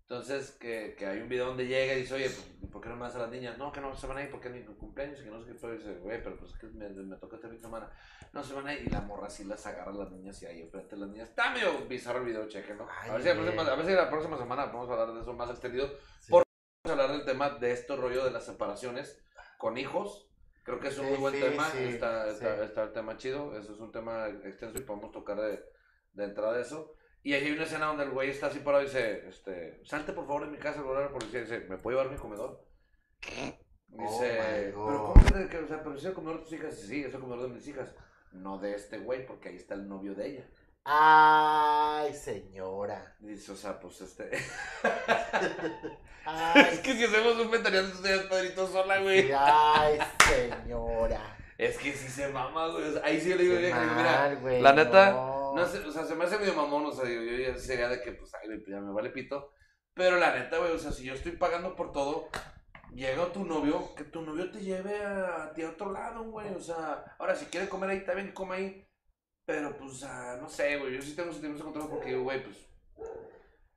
Speaker 3: Entonces, que, que hay un video donde llega y dice, oye, pues, ¿por qué no me das a las niñas? No, que no se van a ir porque es mi cumpleaños y que no sé qué. Pero dice, güey, pero pues es que me, me toca este fin de semana. No se van a ir. Y la morra sí las agarra a las niñas y ahí enfrente de las niñas. Está medio bizarro el video, chequenlo.
Speaker 2: Ay,
Speaker 3: A ver si la
Speaker 2: güey.
Speaker 3: próxima, a ver si la próxima semana vamos a hablar de eso más extendido.
Speaker 2: Sí.
Speaker 3: Por vamos a hablar del tema de esto rollo de las separaciones con hijos. Creo que es un
Speaker 2: Sí,
Speaker 3: muy buen
Speaker 2: Eh, sí,
Speaker 3: tema.
Speaker 2: sí,
Speaker 3: está, está-
Speaker 2: sí.
Speaker 3: está el tema chido. Eso es un tema extenso y podemos tocar de, de entrada eso. Y ahí hay una escena donde el güey está así parado y dice, este, salte por favor de mi casa, volver a la policía. Y dice, ¿me puedo llevar mi comedor? Dice,
Speaker 2: Oh my
Speaker 3: pero
Speaker 2: God.
Speaker 3: ¿cómo que, que- o sea, pero es el comedor de tus hijas? Sí, es el comedor de mis hijas. No de este güey, porque ahí está el novio de ella.
Speaker 2: Ay, señora.
Speaker 3: Y Dice, o sea, pues este... es
Speaker 2: Ay,
Speaker 3: que si hacemos un ventaneando, tú serías Pedrito sola, güey.
Speaker 2: sí, ay, señora.
Speaker 3: Es que sí se mama, güey. O sea, ahí sí yo le digo,
Speaker 2: Qué
Speaker 3: vieja, digo, mira,
Speaker 2: mal, güey,
Speaker 3: la neta,
Speaker 2: no.
Speaker 3: no sé, o sea, se me hace medio mamón, o sea, digo, yo ya sería de que, pues, ay, güey, pues, ya me vale pito. Pero la neta, güey, o sea, si yo estoy pagando por todo, llega tu novio, que tu novio te lleve a, a ti a otro lado, güey. O sea, ahora, si quiere comer ahí, también come ahí. Pero, pues, ah, no sé, güey, yo sí tengo sentimientos encontrados porque digo, güey, pues,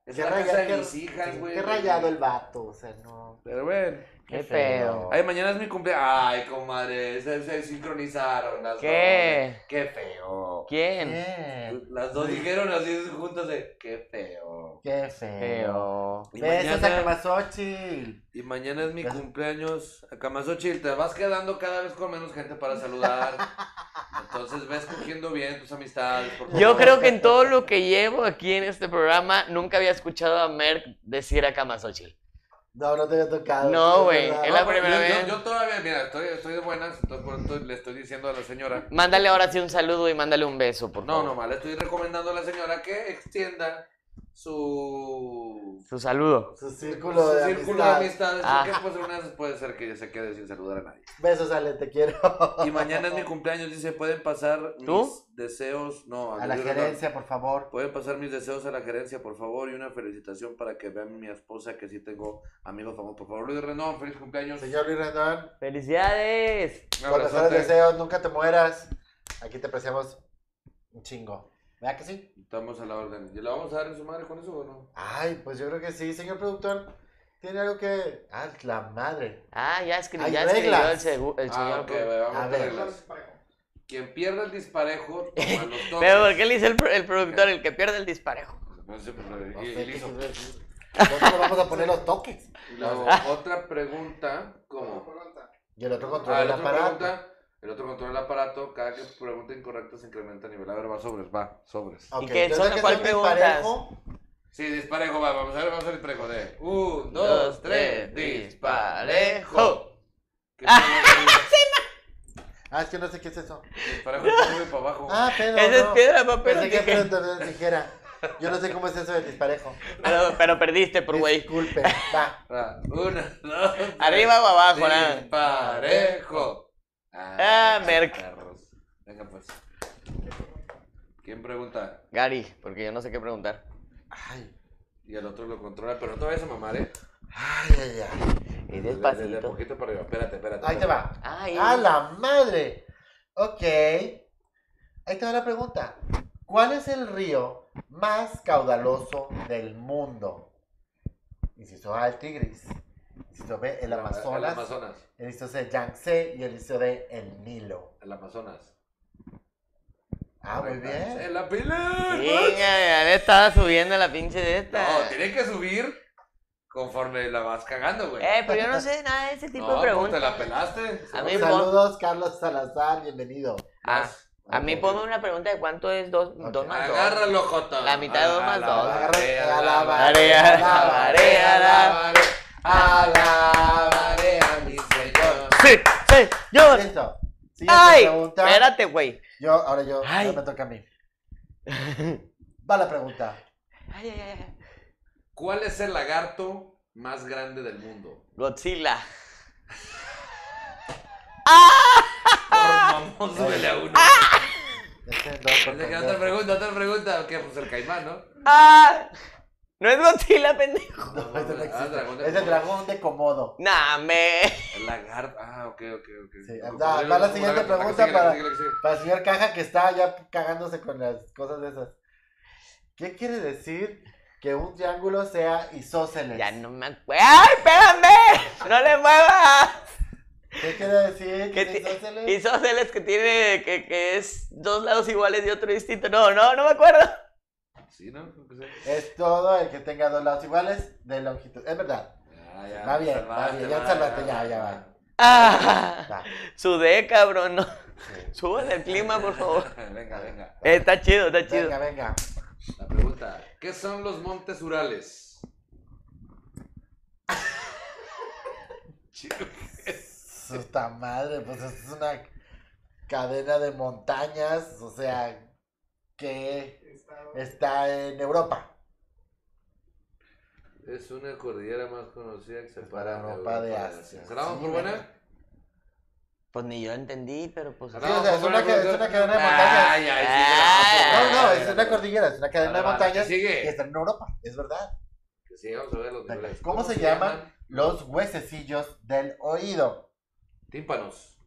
Speaker 3: es
Speaker 2: Qué
Speaker 3: la
Speaker 2: raya-
Speaker 3: casa de
Speaker 2: qué-
Speaker 3: mis hijas,
Speaker 2: sí,
Speaker 3: güey.
Speaker 2: Qué rayado el vato, o sea, no.
Speaker 3: Pero, bueno.
Speaker 4: Qué feo.
Speaker 3: Ay, mañana es mi cumpleaños. Ay, comadre, se, se sincronizaron las dos.
Speaker 4: ¿Qué?
Speaker 3: Qué feo.
Speaker 4: ¿Quién?
Speaker 2: Bien.
Speaker 3: Las dos dijeron así juntas de qué feo.
Speaker 2: Qué feo.
Speaker 4: Feo.
Speaker 3: Y
Speaker 2: Besos a
Speaker 3: mañana,
Speaker 2: Camasochi.
Speaker 3: y mañana es mi cumpleaños. Camasochil, te vas quedando cada vez con menos gente para saludar. Entonces ves cogiendo bien tus amistades. por
Speaker 4: Yo
Speaker 3: favor.
Speaker 4: creo que en todo lo que llevo aquí en este programa nunca había escuchado a Merck decir a Camasochil.
Speaker 2: No, no te había tocado.
Speaker 4: No,
Speaker 2: es
Speaker 4: güey,
Speaker 2: verdad.
Speaker 4: es la
Speaker 3: No, pero
Speaker 4: primera
Speaker 3: yo- yo-
Speaker 4: vez.
Speaker 3: Yo, todavía, mira, estoy, estoy de buenas, entonces por eso le estoy diciendo a la señora.
Speaker 4: Mándale ahora sí un saludo y mándale un beso, por
Speaker 3: No,
Speaker 4: favor.
Speaker 3: nomás le estoy recomendando a la señora que extienda su
Speaker 4: Su saludo.
Speaker 2: Su círculo de
Speaker 3: su círculo de
Speaker 2: amistad.
Speaker 3: amistades,
Speaker 4: Ah.
Speaker 3: porque pues una vez puede ser que ella se quede sin saludar a nadie.
Speaker 2: Besos, Ale, te quiero.
Speaker 3: Y mañana es mi cumpleaños, dice, pueden pasar
Speaker 4: ¿Tú?
Speaker 3: mis deseos, no,
Speaker 2: A la
Speaker 3: yo-
Speaker 2: gerencia, por favor.
Speaker 3: Pueden pasar mis deseos a la gerencia, por favor, y una felicitación para que vean mi esposa que sí tengo amigos famosos. Por favor, Luis Renón, feliz cumpleaños.
Speaker 2: Señor Luis Rendón,
Speaker 4: ¡Felicidades!
Speaker 3: Un
Speaker 2: con los mejores
Speaker 3: abrazote.
Speaker 2: deseos, nunca te mueras. Aquí te apreciamos un chingo. ¿Verdad que sí?
Speaker 3: Estamos a la orden. ¿Y la vamos a dar en su madre con eso o no?
Speaker 2: Ay, pues yo creo que sí, señor productor. Tiene algo que. Ah, la madre.
Speaker 4: Ah, ya, escri-
Speaker 2: Hay
Speaker 4: ya escribió el,
Speaker 2: reglas.
Speaker 4: segu- el
Speaker 3: Ah,
Speaker 4: señor.
Speaker 3: ok, vamos
Speaker 2: A
Speaker 3: a
Speaker 2: ver.
Speaker 3: arreglas. Quien pierda el disparejo, toma los toques.
Speaker 4: Pero ¿por qué le dice el, pro- el productor el que pierde el disparejo?
Speaker 3: No sé, pues,
Speaker 2: No
Speaker 3: y-
Speaker 2: sé
Speaker 3: y
Speaker 2: qué
Speaker 3: listo.
Speaker 2: quiso decir. Nosotros vamos a poner los toques.
Speaker 3: Y luego, otra pregunta, como...
Speaker 2: Y el otro
Speaker 3: Ah,
Speaker 2: controla
Speaker 3: el
Speaker 2: el
Speaker 3: otro
Speaker 2: aparato.
Speaker 3: pregunta. El otro controla el aparato. Cada que pregunta incorrecta se incrementa el nivel. A ver, va sobres, va, sobres.
Speaker 2: Ok,
Speaker 4: ¿Y qué?
Speaker 2: yo
Speaker 4: ¿Son
Speaker 2: creo que
Speaker 4: cuál
Speaker 2: es un
Speaker 4: preguntas?
Speaker 2: disparejo.
Speaker 3: Sí, disparejo, va, vamos a ver, vamos a ver disparejo. De. Un, dos,
Speaker 4: Dos,
Speaker 3: tres,
Speaker 4: tres,
Speaker 3: disparejo. ¿Qué
Speaker 2: Ah, es que no sé qué es eso.
Speaker 3: Disparejo está muy para abajo.
Speaker 2: Ah, pero.
Speaker 4: Esa es
Speaker 2: no.
Speaker 4: piedra, papel o
Speaker 2: Pensé que
Speaker 4: tijera.
Speaker 2: era piedra, papel o tijera. Yo no sé cómo es eso del disparejo.
Speaker 4: Pero, pero perdiste, por güey.
Speaker 2: Disculpe. Va.
Speaker 3: Va, Ah, Una, dos. tres,
Speaker 4: Arriba o abajo, nada.
Speaker 3: Disparejo.
Speaker 4: Ah, merc.
Speaker 3: perros. Venga, pues. ¿Quién pregunta?
Speaker 4: Gary, porque yo no sé qué preguntar.
Speaker 2: Ay,
Speaker 3: Y el otro lo controla, pero no te vayas a mamar, ¿eh?
Speaker 2: ay, ay, ay.
Speaker 3: De- de- De, de
Speaker 4: Es despacito.
Speaker 3: poquito para arriba. Espérate, espérate.
Speaker 2: Ahí te
Speaker 3: espérate.
Speaker 2: va.
Speaker 4: Ay,
Speaker 2: ¡A la madre! Ok. Ahí te va la pregunta. ¿Cuál es el río más caudaloso del mundo? Inciso A, el Tigris. Inciso B, el
Speaker 3: El
Speaker 2: Amazonas.
Speaker 3: Amazonas.
Speaker 2: El inciso C, Yangtze. Y el inciso D, el Nilo.
Speaker 3: El Amazonas.
Speaker 2: Ah, muy bien.
Speaker 3: ¡En la pila!
Speaker 4: Niña, ya le estaba subiendo la pinche de esta.
Speaker 3: No, tiene que subir conforme la vas cagando, güey.
Speaker 4: Eh, pero yo no sé nada de ese tipo
Speaker 3: no,
Speaker 4: de
Speaker 3: pues, te
Speaker 4: preguntas.
Speaker 3: la pelaste.
Speaker 4: A mí, pon,
Speaker 2: Saludos, Carlos Salazar. Bienvenido.
Speaker 4: ah, a mí ponme una pregunta de cuánto es dos, dos más dos.
Speaker 3: Agárralo, Jota.
Speaker 4: La mitad de dos más dos.
Speaker 3: Alabaré,
Speaker 2: Alabaré,
Speaker 4: alabaré,
Speaker 3: alabaré, alabaré a mi señor.
Speaker 4: Sí, sí, yo.
Speaker 2: Listo. Siguiente
Speaker 4: Ay,
Speaker 2: pregunta.
Speaker 4: espérate, güey.
Speaker 2: Yo, ahora yo.
Speaker 4: Ay.
Speaker 2: Ahora me toca a mí. Va la pregunta.
Speaker 4: Ay, ay, ay, ay.
Speaker 3: ¿Cuál es el lagarto más grande del mundo?
Speaker 4: Godzilla.
Speaker 3: Vamos, súbele a uno.
Speaker 2: Este, no, por
Speaker 3: Pensé que
Speaker 2: favor.
Speaker 3: Otra pregunta, otra pregunta. ¿Qué? Pues el caimán, ¿no?
Speaker 4: ¡Ah! No es Godzilla, pendejo.
Speaker 2: No,
Speaker 3: No,
Speaker 2: ese no
Speaker 3: ah,
Speaker 2: existe.
Speaker 3: dragón de
Speaker 2: es el
Speaker 3: Komodo.
Speaker 2: dragón de Komodo.
Speaker 4: Nah, me.
Speaker 3: El lagarto. Ah, ok, ok, ok.
Speaker 2: Sí,
Speaker 3: Como
Speaker 2: va-
Speaker 3: podría-
Speaker 2: va la
Speaker 3: como
Speaker 2: siguiente
Speaker 3: lagarto, la que
Speaker 2: pregunta
Speaker 3: sigue, la que
Speaker 2: para-
Speaker 3: sigue, la que sigue.
Speaker 2: Para el señor Caja que está ya cagándose con las cosas de esas. ¿Qué quiere decir que un triángulo sea isósceles?
Speaker 4: Ya no me acuerdo. ¡Ay, espérame! ¡No le muevas!
Speaker 2: ¿Qué quiere decir que
Speaker 4: Que
Speaker 2: es
Speaker 4: ti-
Speaker 2: isósceles?
Speaker 4: isósceles que tiene. Que, que es dos lados iguales y otro distinto. No, no, no me acuerdo.
Speaker 3: Sí, ¿no? Creo que sí.
Speaker 2: Es todo el que tenga dos lados iguales de longitud. Es verdad.
Speaker 3: Ya, ya.
Speaker 2: Va bien,
Speaker 3: salvaste,
Speaker 2: va bien, ya
Speaker 3: va,
Speaker 2: salvaste, ya, ya va.
Speaker 4: ¡Ah!
Speaker 2: Va.
Speaker 4: Sudé, cabrón. No. Sube el clima, por favor.
Speaker 3: Venga, venga.
Speaker 4: Eh, está chido, está chido.
Speaker 2: Venga, venga.
Speaker 3: La pregunta: ¿Qué son los montes Urales? Chico,
Speaker 2: Suta madre, pues esto es una cadena de montañas, o sea, que está en Europa.
Speaker 3: Es una cordillera más conocida que separa
Speaker 2: Para
Speaker 3: a
Speaker 2: Europa de Asia.
Speaker 3: ¿Se la vamos
Speaker 2: Sí,
Speaker 3: por buena?
Speaker 4: Pues ni yo entendí, pero pues.
Speaker 3: ¿Se la
Speaker 2: Sí, o
Speaker 3: damos
Speaker 2: sea,
Speaker 3: por
Speaker 2: es
Speaker 3: buena,
Speaker 2: una ca-
Speaker 3: producción?
Speaker 2: es una cadena de montañas.
Speaker 3: Ay, ay, sí, se la vamos por
Speaker 4: Ay,
Speaker 2: No,
Speaker 3: buena.
Speaker 2: no,
Speaker 3: Ay,
Speaker 2: es
Speaker 3: ay,
Speaker 2: una
Speaker 3: ay.
Speaker 2: cordillera, es una cadena de
Speaker 3: Vale, vale,
Speaker 2: montañas
Speaker 3: ¿qué
Speaker 2: que
Speaker 3: sigue?
Speaker 2: está en Europa, es verdad.
Speaker 3: Sí, vamos a ver los niveles.
Speaker 2: ¿Cómo se llaman los huesecillos del oído?
Speaker 3: Tímpanos.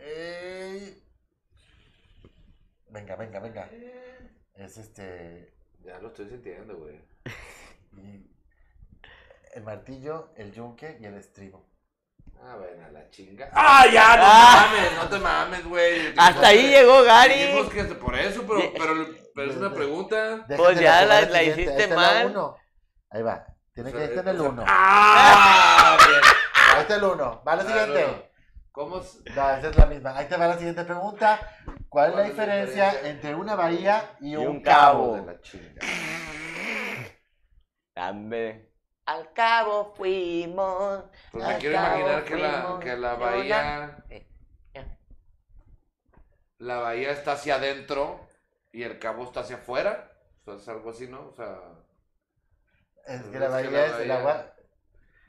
Speaker 2: Eh, Venga, venga, venga. Es este.
Speaker 3: Ya lo estoy sintiendo, güey.
Speaker 2: y- El martillo, el yunque y el estribo.
Speaker 3: Ah, bueno, a la chinga. ¡Ah, ya! No
Speaker 4: Ah.
Speaker 3: te mames, no te mames, güey.
Speaker 4: Hasta ahí llegó
Speaker 3: Dijimos
Speaker 4: Gary.
Speaker 3: que es por eso, pero, pero, pero es una pregunta.
Speaker 2: Déjenme
Speaker 4: Pues ya
Speaker 2: pongo
Speaker 4: la-
Speaker 2: al
Speaker 4: la
Speaker 2: siguiente,
Speaker 4: hiciste
Speaker 2: ahí está la
Speaker 4: mal.
Speaker 2: uno. Ahí va. Tiene que
Speaker 3: O sea,
Speaker 2: estar en el
Speaker 3: o sea,
Speaker 2: 1.
Speaker 3: ¡Ah! Bien.
Speaker 2: Ahí está el 1. Va la
Speaker 3: Ah,
Speaker 2: siguiente.
Speaker 3: no, no. ¿Cómo? s-
Speaker 2: No, esa es la misma. Ahí te va la siguiente pregunta. ¿Cuál es la diferencia entre una bahía y, un, cabo?
Speaker 3: De la chinga.
Speaker 4: Dame.
Speaker 6: Al cabo fuimos.
Speaker 3: Pues
Speaker 6: Al
Speaker 3: me quiero
Speaker 6: cabo
Speaker 3: imaginar que la,
Speaker 6: fuimos
Speaker 3: que la
Speaker 6: de
Speaker 3: bahía.
Speaker 6: Eh, ya.
Speaker 3: La bahía está hacia adentro y el cabo está hacia afuera. O sea, es algo así, ¿no? O sea.
Speaker 2: Es que
Speaker 3: pues,
Speaker 2: la bahía es el agua.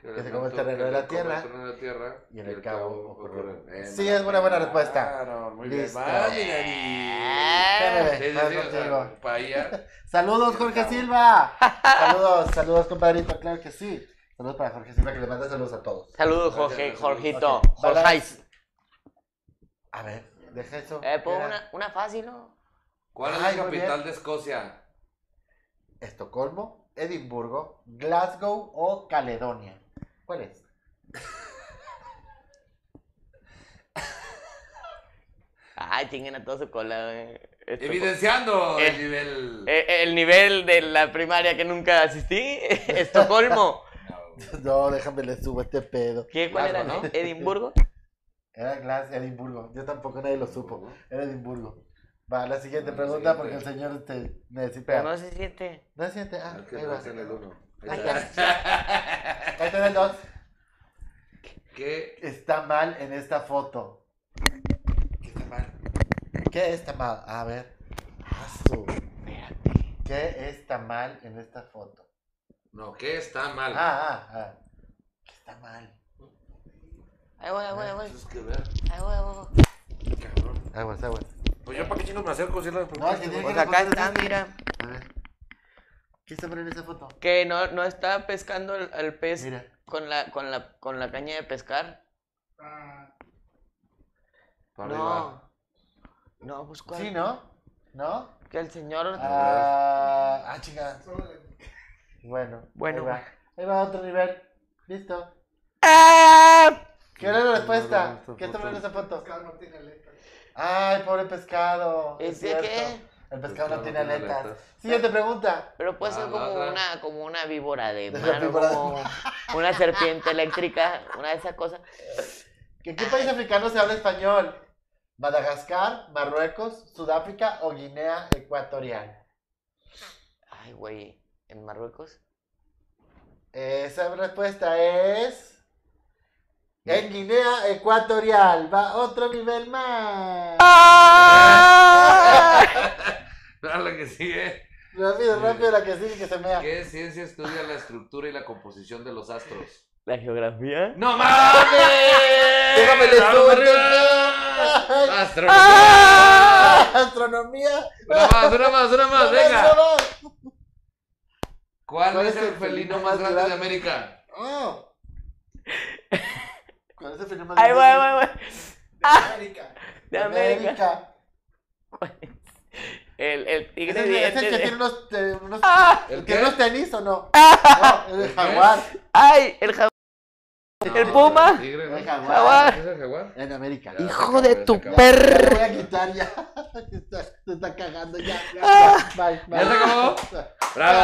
Speaker 3: Que
Speaker 2: se come el
Speaker 3: manto-
Speaker 2: terreno
Speaker 3: que le
Speaker 2: de la
Speaker 3: come el
Speaker 2: tierra.
Speaker 3: terreno de la tierra
Speaker 2: Y en el cabo ocurre.
Speaker 3: Eh,
Speaker 2: Sí,
Speaker 3: no,
Speaker 2: es una buena
Speaker 3: claro,
Speaker 2: respuesta.
Speaker 3: muy bien.
Speaker 2: Listo.
Speaker 3: Vas, mi
Speaker 4: Eh.
Speaker 3: Dani.
Speaker 2: Espérame,
Speaker 3: Sí, sí,
Speaker 2: vas
Speaker 3: sí, o sea,
Speaker 2: contigo.
Speaker 3: bahía.
Speaker 2: Saludos, Jorge Silva. Saludos, saludos, compadrito. Claro que sí. Saludos para Jorge Silva, que le manda saludos a todos.
Speaker 4: Saludos, Jorge, Jorgito.
Speaker 2: Ok, va la-
Speaker 4: Jorgeis.
Speaker 2: A ver, deja eso.
Speaker 4: Eh, pon
Speaker 2: Era
Speaker 4: una, una fácil, ¿no?
Speaker 3: ¿Cuál es
Speaker 2: Ay,
Speaker 3: la
Speaker 2: muy bien.
Speaker 3: capital de Escocia?
Speaker 2: Estocolmo, Edimburgo, Glasgow o Caledonia. ¿Cuál es?
Speaker 4: Ay, chinguen a toda su cola, güey. Esto-
Speaker 3: Evidenciando
Speaker 4: Eh,
Speaker 3: el nivel.
Speaker 4: Eh, el nivel de la primaria que nunca asistí, Estocolmo.
Speaker 3: No.
Speaker 2: No, déjame le subo este pedo.
Speaker 4: ¿Qué, ¿Cuál era?
Speaker 3: Glasgow,
Speaker 4: ¿Edimburgo?
Speaker 3: ah,
Speaker 2: Era Glas, Edimburgo. Yo tampoco nadie lo supo. Era Edimburgo. Va, la siguiente
Speaker 3: La
Speaker 2: pregunta
Speaker 3: siguiente.
Speaker 2: porque el señor este, necesita.
Speaker 7: Pero no se siente.
Speaker 2: No siente. Ah,
Speaker 3: Es que
Speaker 2: ahí
Speaker 3: no
Speaker 2: va.
Speaker 3: es en el uno. Ahí
Speaker 2: Ahí
Speaker 3: está.
Speaker 2: Ahí está el dos.
Speaker 3: ¿Qué?
Speaker 2: Está mal en esta foto.
Speaker 3: ¿Qué está mal?
Speaker 2: ¿Qué está mal? A ver. Asu. ¿Qué está mal en esta foto?
Speaker 3: No, ¿qué está mal?
Speaker 2: Ah, ah, ah. ¿Qué está mal?
Speaker 4: Ahí voy, ahí voy, ahí voy.
Speaker 3: Eso es que ver,
Speaker 4: Ahí voy, ahí voy.
Speaker 3: cabrón.
Speaker 2: Aguas, aguas.
Speaker 3: Pues yo, ¿para qué chingos me acerco si es la
Speaker 2: No, es que tiene
Speaker 3: güey?
Speaker 2: que
Speaker 7: Pues acá
Speaker 2: responder
Speaker 7: está,
Speaker 2: este.
Speaker 7: mira.
Speaker 2: A ver. ¿Qué está mal en esa foto?
Speaker 4: Que no, no está pescando el, el pez
Speaker 2: Mira.
Speaker 4: con la, con la, con la caña de pescar.
Speaker 3: Para arriba.
Speaker 4: No. No, pues cuál.
Speaker 2: Sí, ¿no? ¿No?
Speaker 4: Que el señor.
Speaker 2: Ah, ah chica. Bueno.
Speaker 7: Bueno,
Speaker 2: Ahí va. Ahí va otro nivel. Listo.
Speaker 4: Ah,
Speaker 2: ¿Qué era la respuesta? ¿Qué está mal en esa foto? Ay, pobre pescado.
Speaker 4: ¿Ese
Speaker 2: cierto.
Speaker 4: qué?
Speaker 2: El pescado
Speaker 3: Pescado
Speaker 2: no tiene
Speaker 3: no tiene
Speaker 2: aletas.
Speaker 3: aletas.
Speaker 2: Siguiente pregunta.
Speaker 4: Pero puede
Speaker 3: Ah,
Speaker 4: ser
Speaker 3: la
Speaker 4: como
Speaker 3: otra.
Speaker 4: una, como una víbora de
Speaker 2: La
Speaker 4: mar,
Speaker 2: víbora de
Speaker 4: como
Speaker 2: mar.
Speaker 4: una serpiente eléctrica, una de esas cosas.
Speaker 2: ¿En qué país africano se habla español? ¿Madagascar, Marruecos, Sudáfrica o Guinea Ecuatorial?
Speaker 4: Ay, güey, en Marruecos.
Speaker 2: Esa respuesta es. En Guinea Ecuatorial. Va otro nivel más.
Speaker 3: No, la Ah, que sigue.
Speaker 2: Rápido, rápido, la que sigue que se mea.
Speaker 3: ¿Qué ciencia estudia la estructura y la composición de los astros?
Speaker 4: ¿La geografía?
Speaker 3: ¡No mames!
Speaker 2: Ah, Déjame le
Speaker 3: ¡Vamos
Speaker 2: subo,
Speaker 3: arriba!
Speaker 2: entonces. Ah.
Speaker 3: ¡Astronomía!
Speaker 2: Astronomía.
Speaker 3: Una más, una más, una más,
Speaker 2: No,
Speaker 3: venga.
Speaker 2: no, no.
Speaker 3: ¿Cuál es el felino más grande de América?
Speaker 2: Oh. ¿Cuál es el final más
Speaker 4: Ay, güey, güey,
Speaker 2: grande?
Speaker 4: güey. De
Speaker 2: De
Speaker 4: América.
Speaker 2: América.
Speaker 4: El, el
Speaker 2: ¿Es
Speaker 4: tigre
Speaker 2: el, es el
Speaker 4: dientes este
Speaker 2: que
Speaker 4: de- Ah.
Speaker 2: tiene unos, te- unos-
Speaker 3: ¿El
Speaker 2: ¿tiene
Speaker 3: qué?
Speaker 2: unos tenis o no? No, el
Speaker 3: ¿El
Speaker 2: jaguar.
Speaker 4: ¡Ay! El jaguar.
Speaker 3: No,
Speaker 4: ¿El puma?
Speaker 3: el tigre, ¿no?
Speaker 2: El jaguar.
Speaker 3: ¿Es el jaguar?
Speaker 2: En América.
Speaker 3: Ya,
Speaker 4: ¡Hijo
Speaker 3: se
Speaker 4: de
Speaker 3: acabó,
Speaker 4: tu
Speaker 3: se acabó.
Speaker 2: Ya
Speaker 4: perro!
Speaker 2: lo voy a quitar ya. Se está, se está cagando ya. ya.
Speaker 4: Ah.
Speaker 2: Bye, bye.
Speaker 3: ¿Ya se acabó? ¡Brava!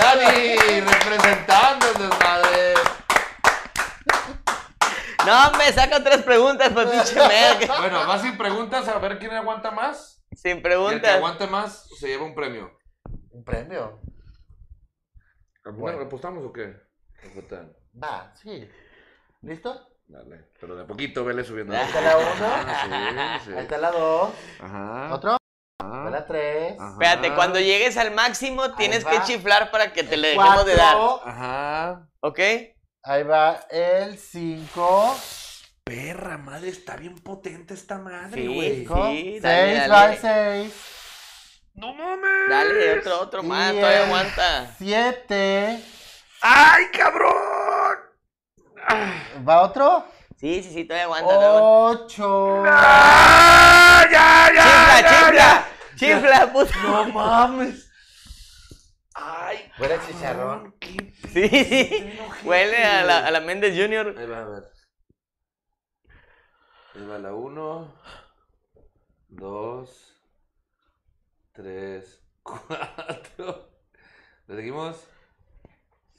Speaker 3: ¡Dani! Representando el desmadre.
Speaker 4: No, me sacan tres preguntas, pues pinche merda.
Speaker 3: Bueno, va sin preguntas a ver quién aguanta más.
Speaker 4: Sin
Speaker 3: Y el que
Speaker 4: preguntas.
Speaker 3: aguante más se lleva un premio.
Speaker 2: ¿Un premio?
Speaker 3: Bueno, ¿apostamos o qué? Apuestan.
Speaker 2: Va, sí. ¿Listo?
Speaker 3: Dale. Pero de a poquito, vele subiendo.
Speaker 2: Ahí está la uno.
Speaker 3: Ah, sí,
Speaker 2: Ahí
Speaker 3: sí.
Speaker 2: está la dos.
Speaker 3: Ajá.
Speaker 2: ¿Otro? Ahí la tres.
Speaker 3: Ah. Ajá.
Speaker 4: Espérate, cuando llegues al máximo tienes
Speaker 2: va.
Speaker 4: que chiflar para que te le dejemos de dar.
Speaker 2: Cuatro.
Speaker 3: Ajá.
Speaker 4: ¿Ok?
Speaker 2: Ahí va el cinco.
Speaker 3: Perra madre, está bien potente esta madre,
Speaker 4: Sí,
Speaker 2: cinco.
Speaker 4: sí,
Speaker 2: seis,
Speaker 4: dale,
Speaker 2: va el
Speaker 4: dale.
Speaker 2: seis.
Speaker 3: ¡No mames!
Speaker 4: Dale, otro, otro más,
Speaker 2: Diez.
Speaker 4: todavía aguanta.
Speaker 2: Siete.
Speaker 3: ¡Ay, cabrón! Ah.
Speaker 2: ¿Va otro?
Speaker 4: Sí, sí, sí, todavía aguanta.
Speaker 2: Oh.
Speaker 4: todavía aguanta.
Speaker 2: Ocho.
Speaker 3: ¡Ah, ya, ya!
Speaker 4: ¡Chifla,
Speaker 3: ya,
Speaker 4: chifla! ¡Chifla, puta!
Speaker 3: ya! ¡No mames! ¡Ay,
Speaker 2: Huele a
Speaker 3: cabrón!
Speaker 2: chicharrón.
Speaker 3: ¡Qué
Speaker 4: Sí,
Speaker 3: pinche ojete.
Speaker 4: Huele a la, a la Méndez Junior.
Speaker 3: Ahí va, a ver. Ahí va la 1, 2, 3, 4. Le seguimos.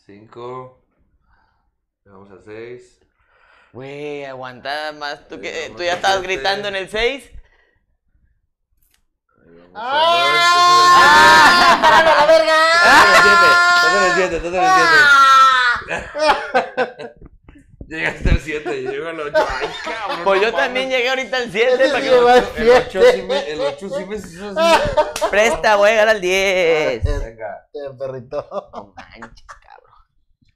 Speaker 3: 5. Vamos a 6.
Speaker 4: Güey, aguanta más. ¿Tú,
Speaker 3: Ahí
Speaker 4: que,
Speaker 3: vamos,
Speaker 4: ¿tú ya estabas
Speaker 3: siete.
Speaker 4: gritando en el 6?
Speaker 3: Ahí vamos
Speaker 2: ¡Ah! ¡Para la verga!
Speaker 3: a 7. Estás en el 7. Estás en el 7. Llegaste al 7. Yo llego al 8. ¡Ay, cabrón! no
Speaker 4: Pues yo
Speaker 3: mames.
Speaker 4: también llegué ahorita al
Speaker 3: Este
Speaker 4: 7.
Speaker 2: Ese
Speaker 4: para
Speaker 2: Este sí
Speaker 4: que-
Speaker 3: El
Speaker 2: lleva al
Speaker 3: 8 sí me.
Speaker 2: siete.
Speaker 3: El 8 sí me. hizo así.
Speaker 4: Presta, voy a llegar al 10.
Speaker 3: Venga.
Speaker 2: Este perrito.
Speaker 4: No manches, cabrón.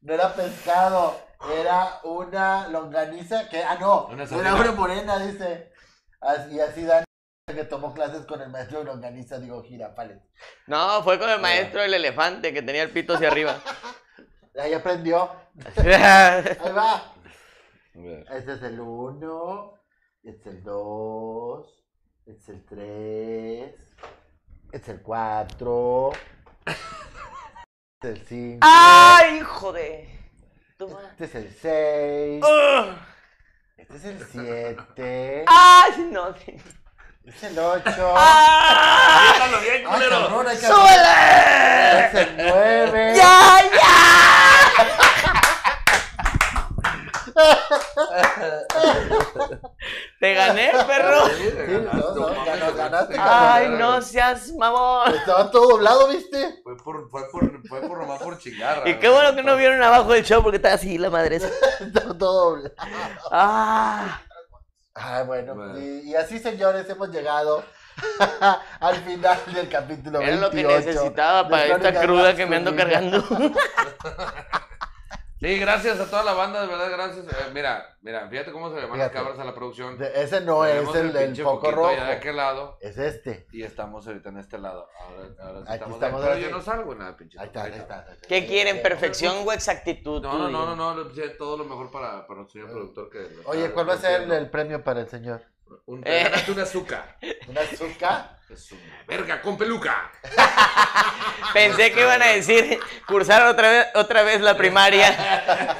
Speaker 2: No era pescado, era una longaniza que. Ah, no,
Speaker 3: Una
Speaker 2: era
Speaker 3: sardina.
Speaker 2: una morena, dice. Así, así Dan, que tomó clases con el maestro de longaniza, digo, girafales.
Speaker 4: No, fue con el maestro del elefante que tenía el pito hacia arriba.
Speaker 2: Ahí aprendió. Ahí va.
Speaker 3: A ver.
Speaker 2: Este es el 1, este es el 2, este es el 3, este es el 4, este es el 5,
Speaker 4: ¡Ay, hijo de! tu madre!
Speaker 2: este es el 6,
Speaker 4: ¡Ugh!
Speaker 2: este es el 7,
Speaker 4: ¡Ay, no!
Speaker 2: este es el 8.
Speaker 4: ¡Ah!
Speaker 3: ¡Déjalo bien,
Speaker 2: ¡Ay,
Speaker 3: culero!
Speaker 2: cabrón! Hay que
Speaker 4: ¡Súbele!
Speaker 2: hacer el 9.
Speaker 4: ¡Ya, ya! Te gané, perro.
Speaker 2: no, no, ya no, ganaste,
Speaker 4: Ay, no seas mamón.
Speaker 2: Estaba todo doblado, ¿viste?
Speaker 3: Fue por, fue por, fue por nomás por chingar.
Speaker 4: Y qué bueno que no vieron abajo del show porque estaba así la madre. esa.
Speaker 2: Estaba todo doblado.
Speaker 4: Ah,
Speaker 2: Ah, bueno,
Speaker 3: Bueno.
Speaker 2: Y, y así, señores, hemos llegado al final del capítulo 28.
Speaker 4: era lo que necesitaba
Speaker 2: de
Speaker 4: para esta
Speaker 2: Crónicas
Speaker 4: cruda que me ando
Speaker 2: Masculinas.
Speaker 4: cargando.
Speaker 3: Sí, gracias a toda la banda, de verdad, gracias. Eh, mira, mira, fíjate cómo se le van las
Speaker 2: Fíjate.
Speaker 3: cabras a la producción.
Speaker 2: De- Ese no
Speaker 3: Tenemos
Speaker 2: es el, el
Speaker 3: pinche
Speaker 2: foco
Speaker 3: foquito
Speaker 2: rojo.
Speaker 3: allá de aquel lado
Speaker 2: Es este.
Speaker 3: y estamos ahorita en este lado. Ahora, ahora sí
Speaker 2: Aquí
Speaker 3: estamos.
Speaker 2: estamos,
Speaker 3: pero
Speaker 2: ahora
Speaker 3: yo
Speaker 2: sí.
Speaker 3: no salgo nada, pinche.
Speaker 2: Ahí está, ahí
Speaker 3: foquito.
Speaker 2: está. Este,
Speaker 4: ¿Qué quieren? ¿Perfección o exactitud?
Speaker 3: No,
Speaker 4: Tú
Speaker 3: no, no, no,
Speaker 4: dime.
Speaker 3: no, le puse todo lo mejor para, para nuestro señor productor que... lo
Speaker 2: Eh. Oye,
Speaker 3: está
Speaker 2: ¿cuál va a ser el,
Speaker 3: produciendo.
Speaker 2: premio para el señor?
Speaker 3: Un,
Speaker 4: Eh.
Speaker 3: ganaste una azúcar.
Speaker 2: ¿Una azúcar?
Speaker 3: Es una verga con peluca.
Speaker 4: Pensé que iban a decir cursar otra vez, otra vez la primaria.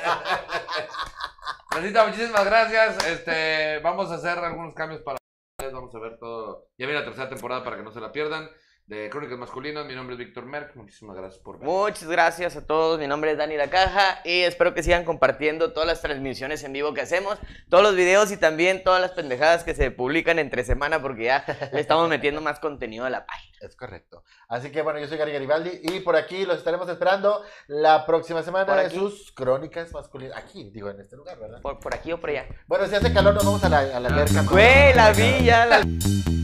Speaker 3: Rosita, muchísimas gracias. Este, vamos a hacer algunos cambios para ustedes. Vamos a ver todo. Ya viene la tercera temporada para que no se la pierdan. De Crónicas Masculinas, mi nombre es Víctor Merck. Muchísimas gracias por ver.
Speaker 4: Muchas gracias a todos. Mi nombre es Dani La Caja y espero que sigan compartiendo todas las transmisiones en vivo que hacemos, todos los videos y también todas las pendejadas que se publican entre semana porque ya le estamos metiendo más contenido a la página.
Speaker 2: Es correcto. Así que bueno, yo soy Gary Garibaldi y por aquí los estaremos esperando la próxima semana
Speaker 4: Por
Speaker 2: de
Speaker 4: aquí.
Speaker 2: sus crónicas masculinas. Aquí, digo, en este lugar, ¿verdad?
Speaker 4: Por, por aquí o por allá.
Speaker 2: Bueno, si hace calor, nos vamos a la, a la alberca.
Speaker 4: Güey, la vi ya, la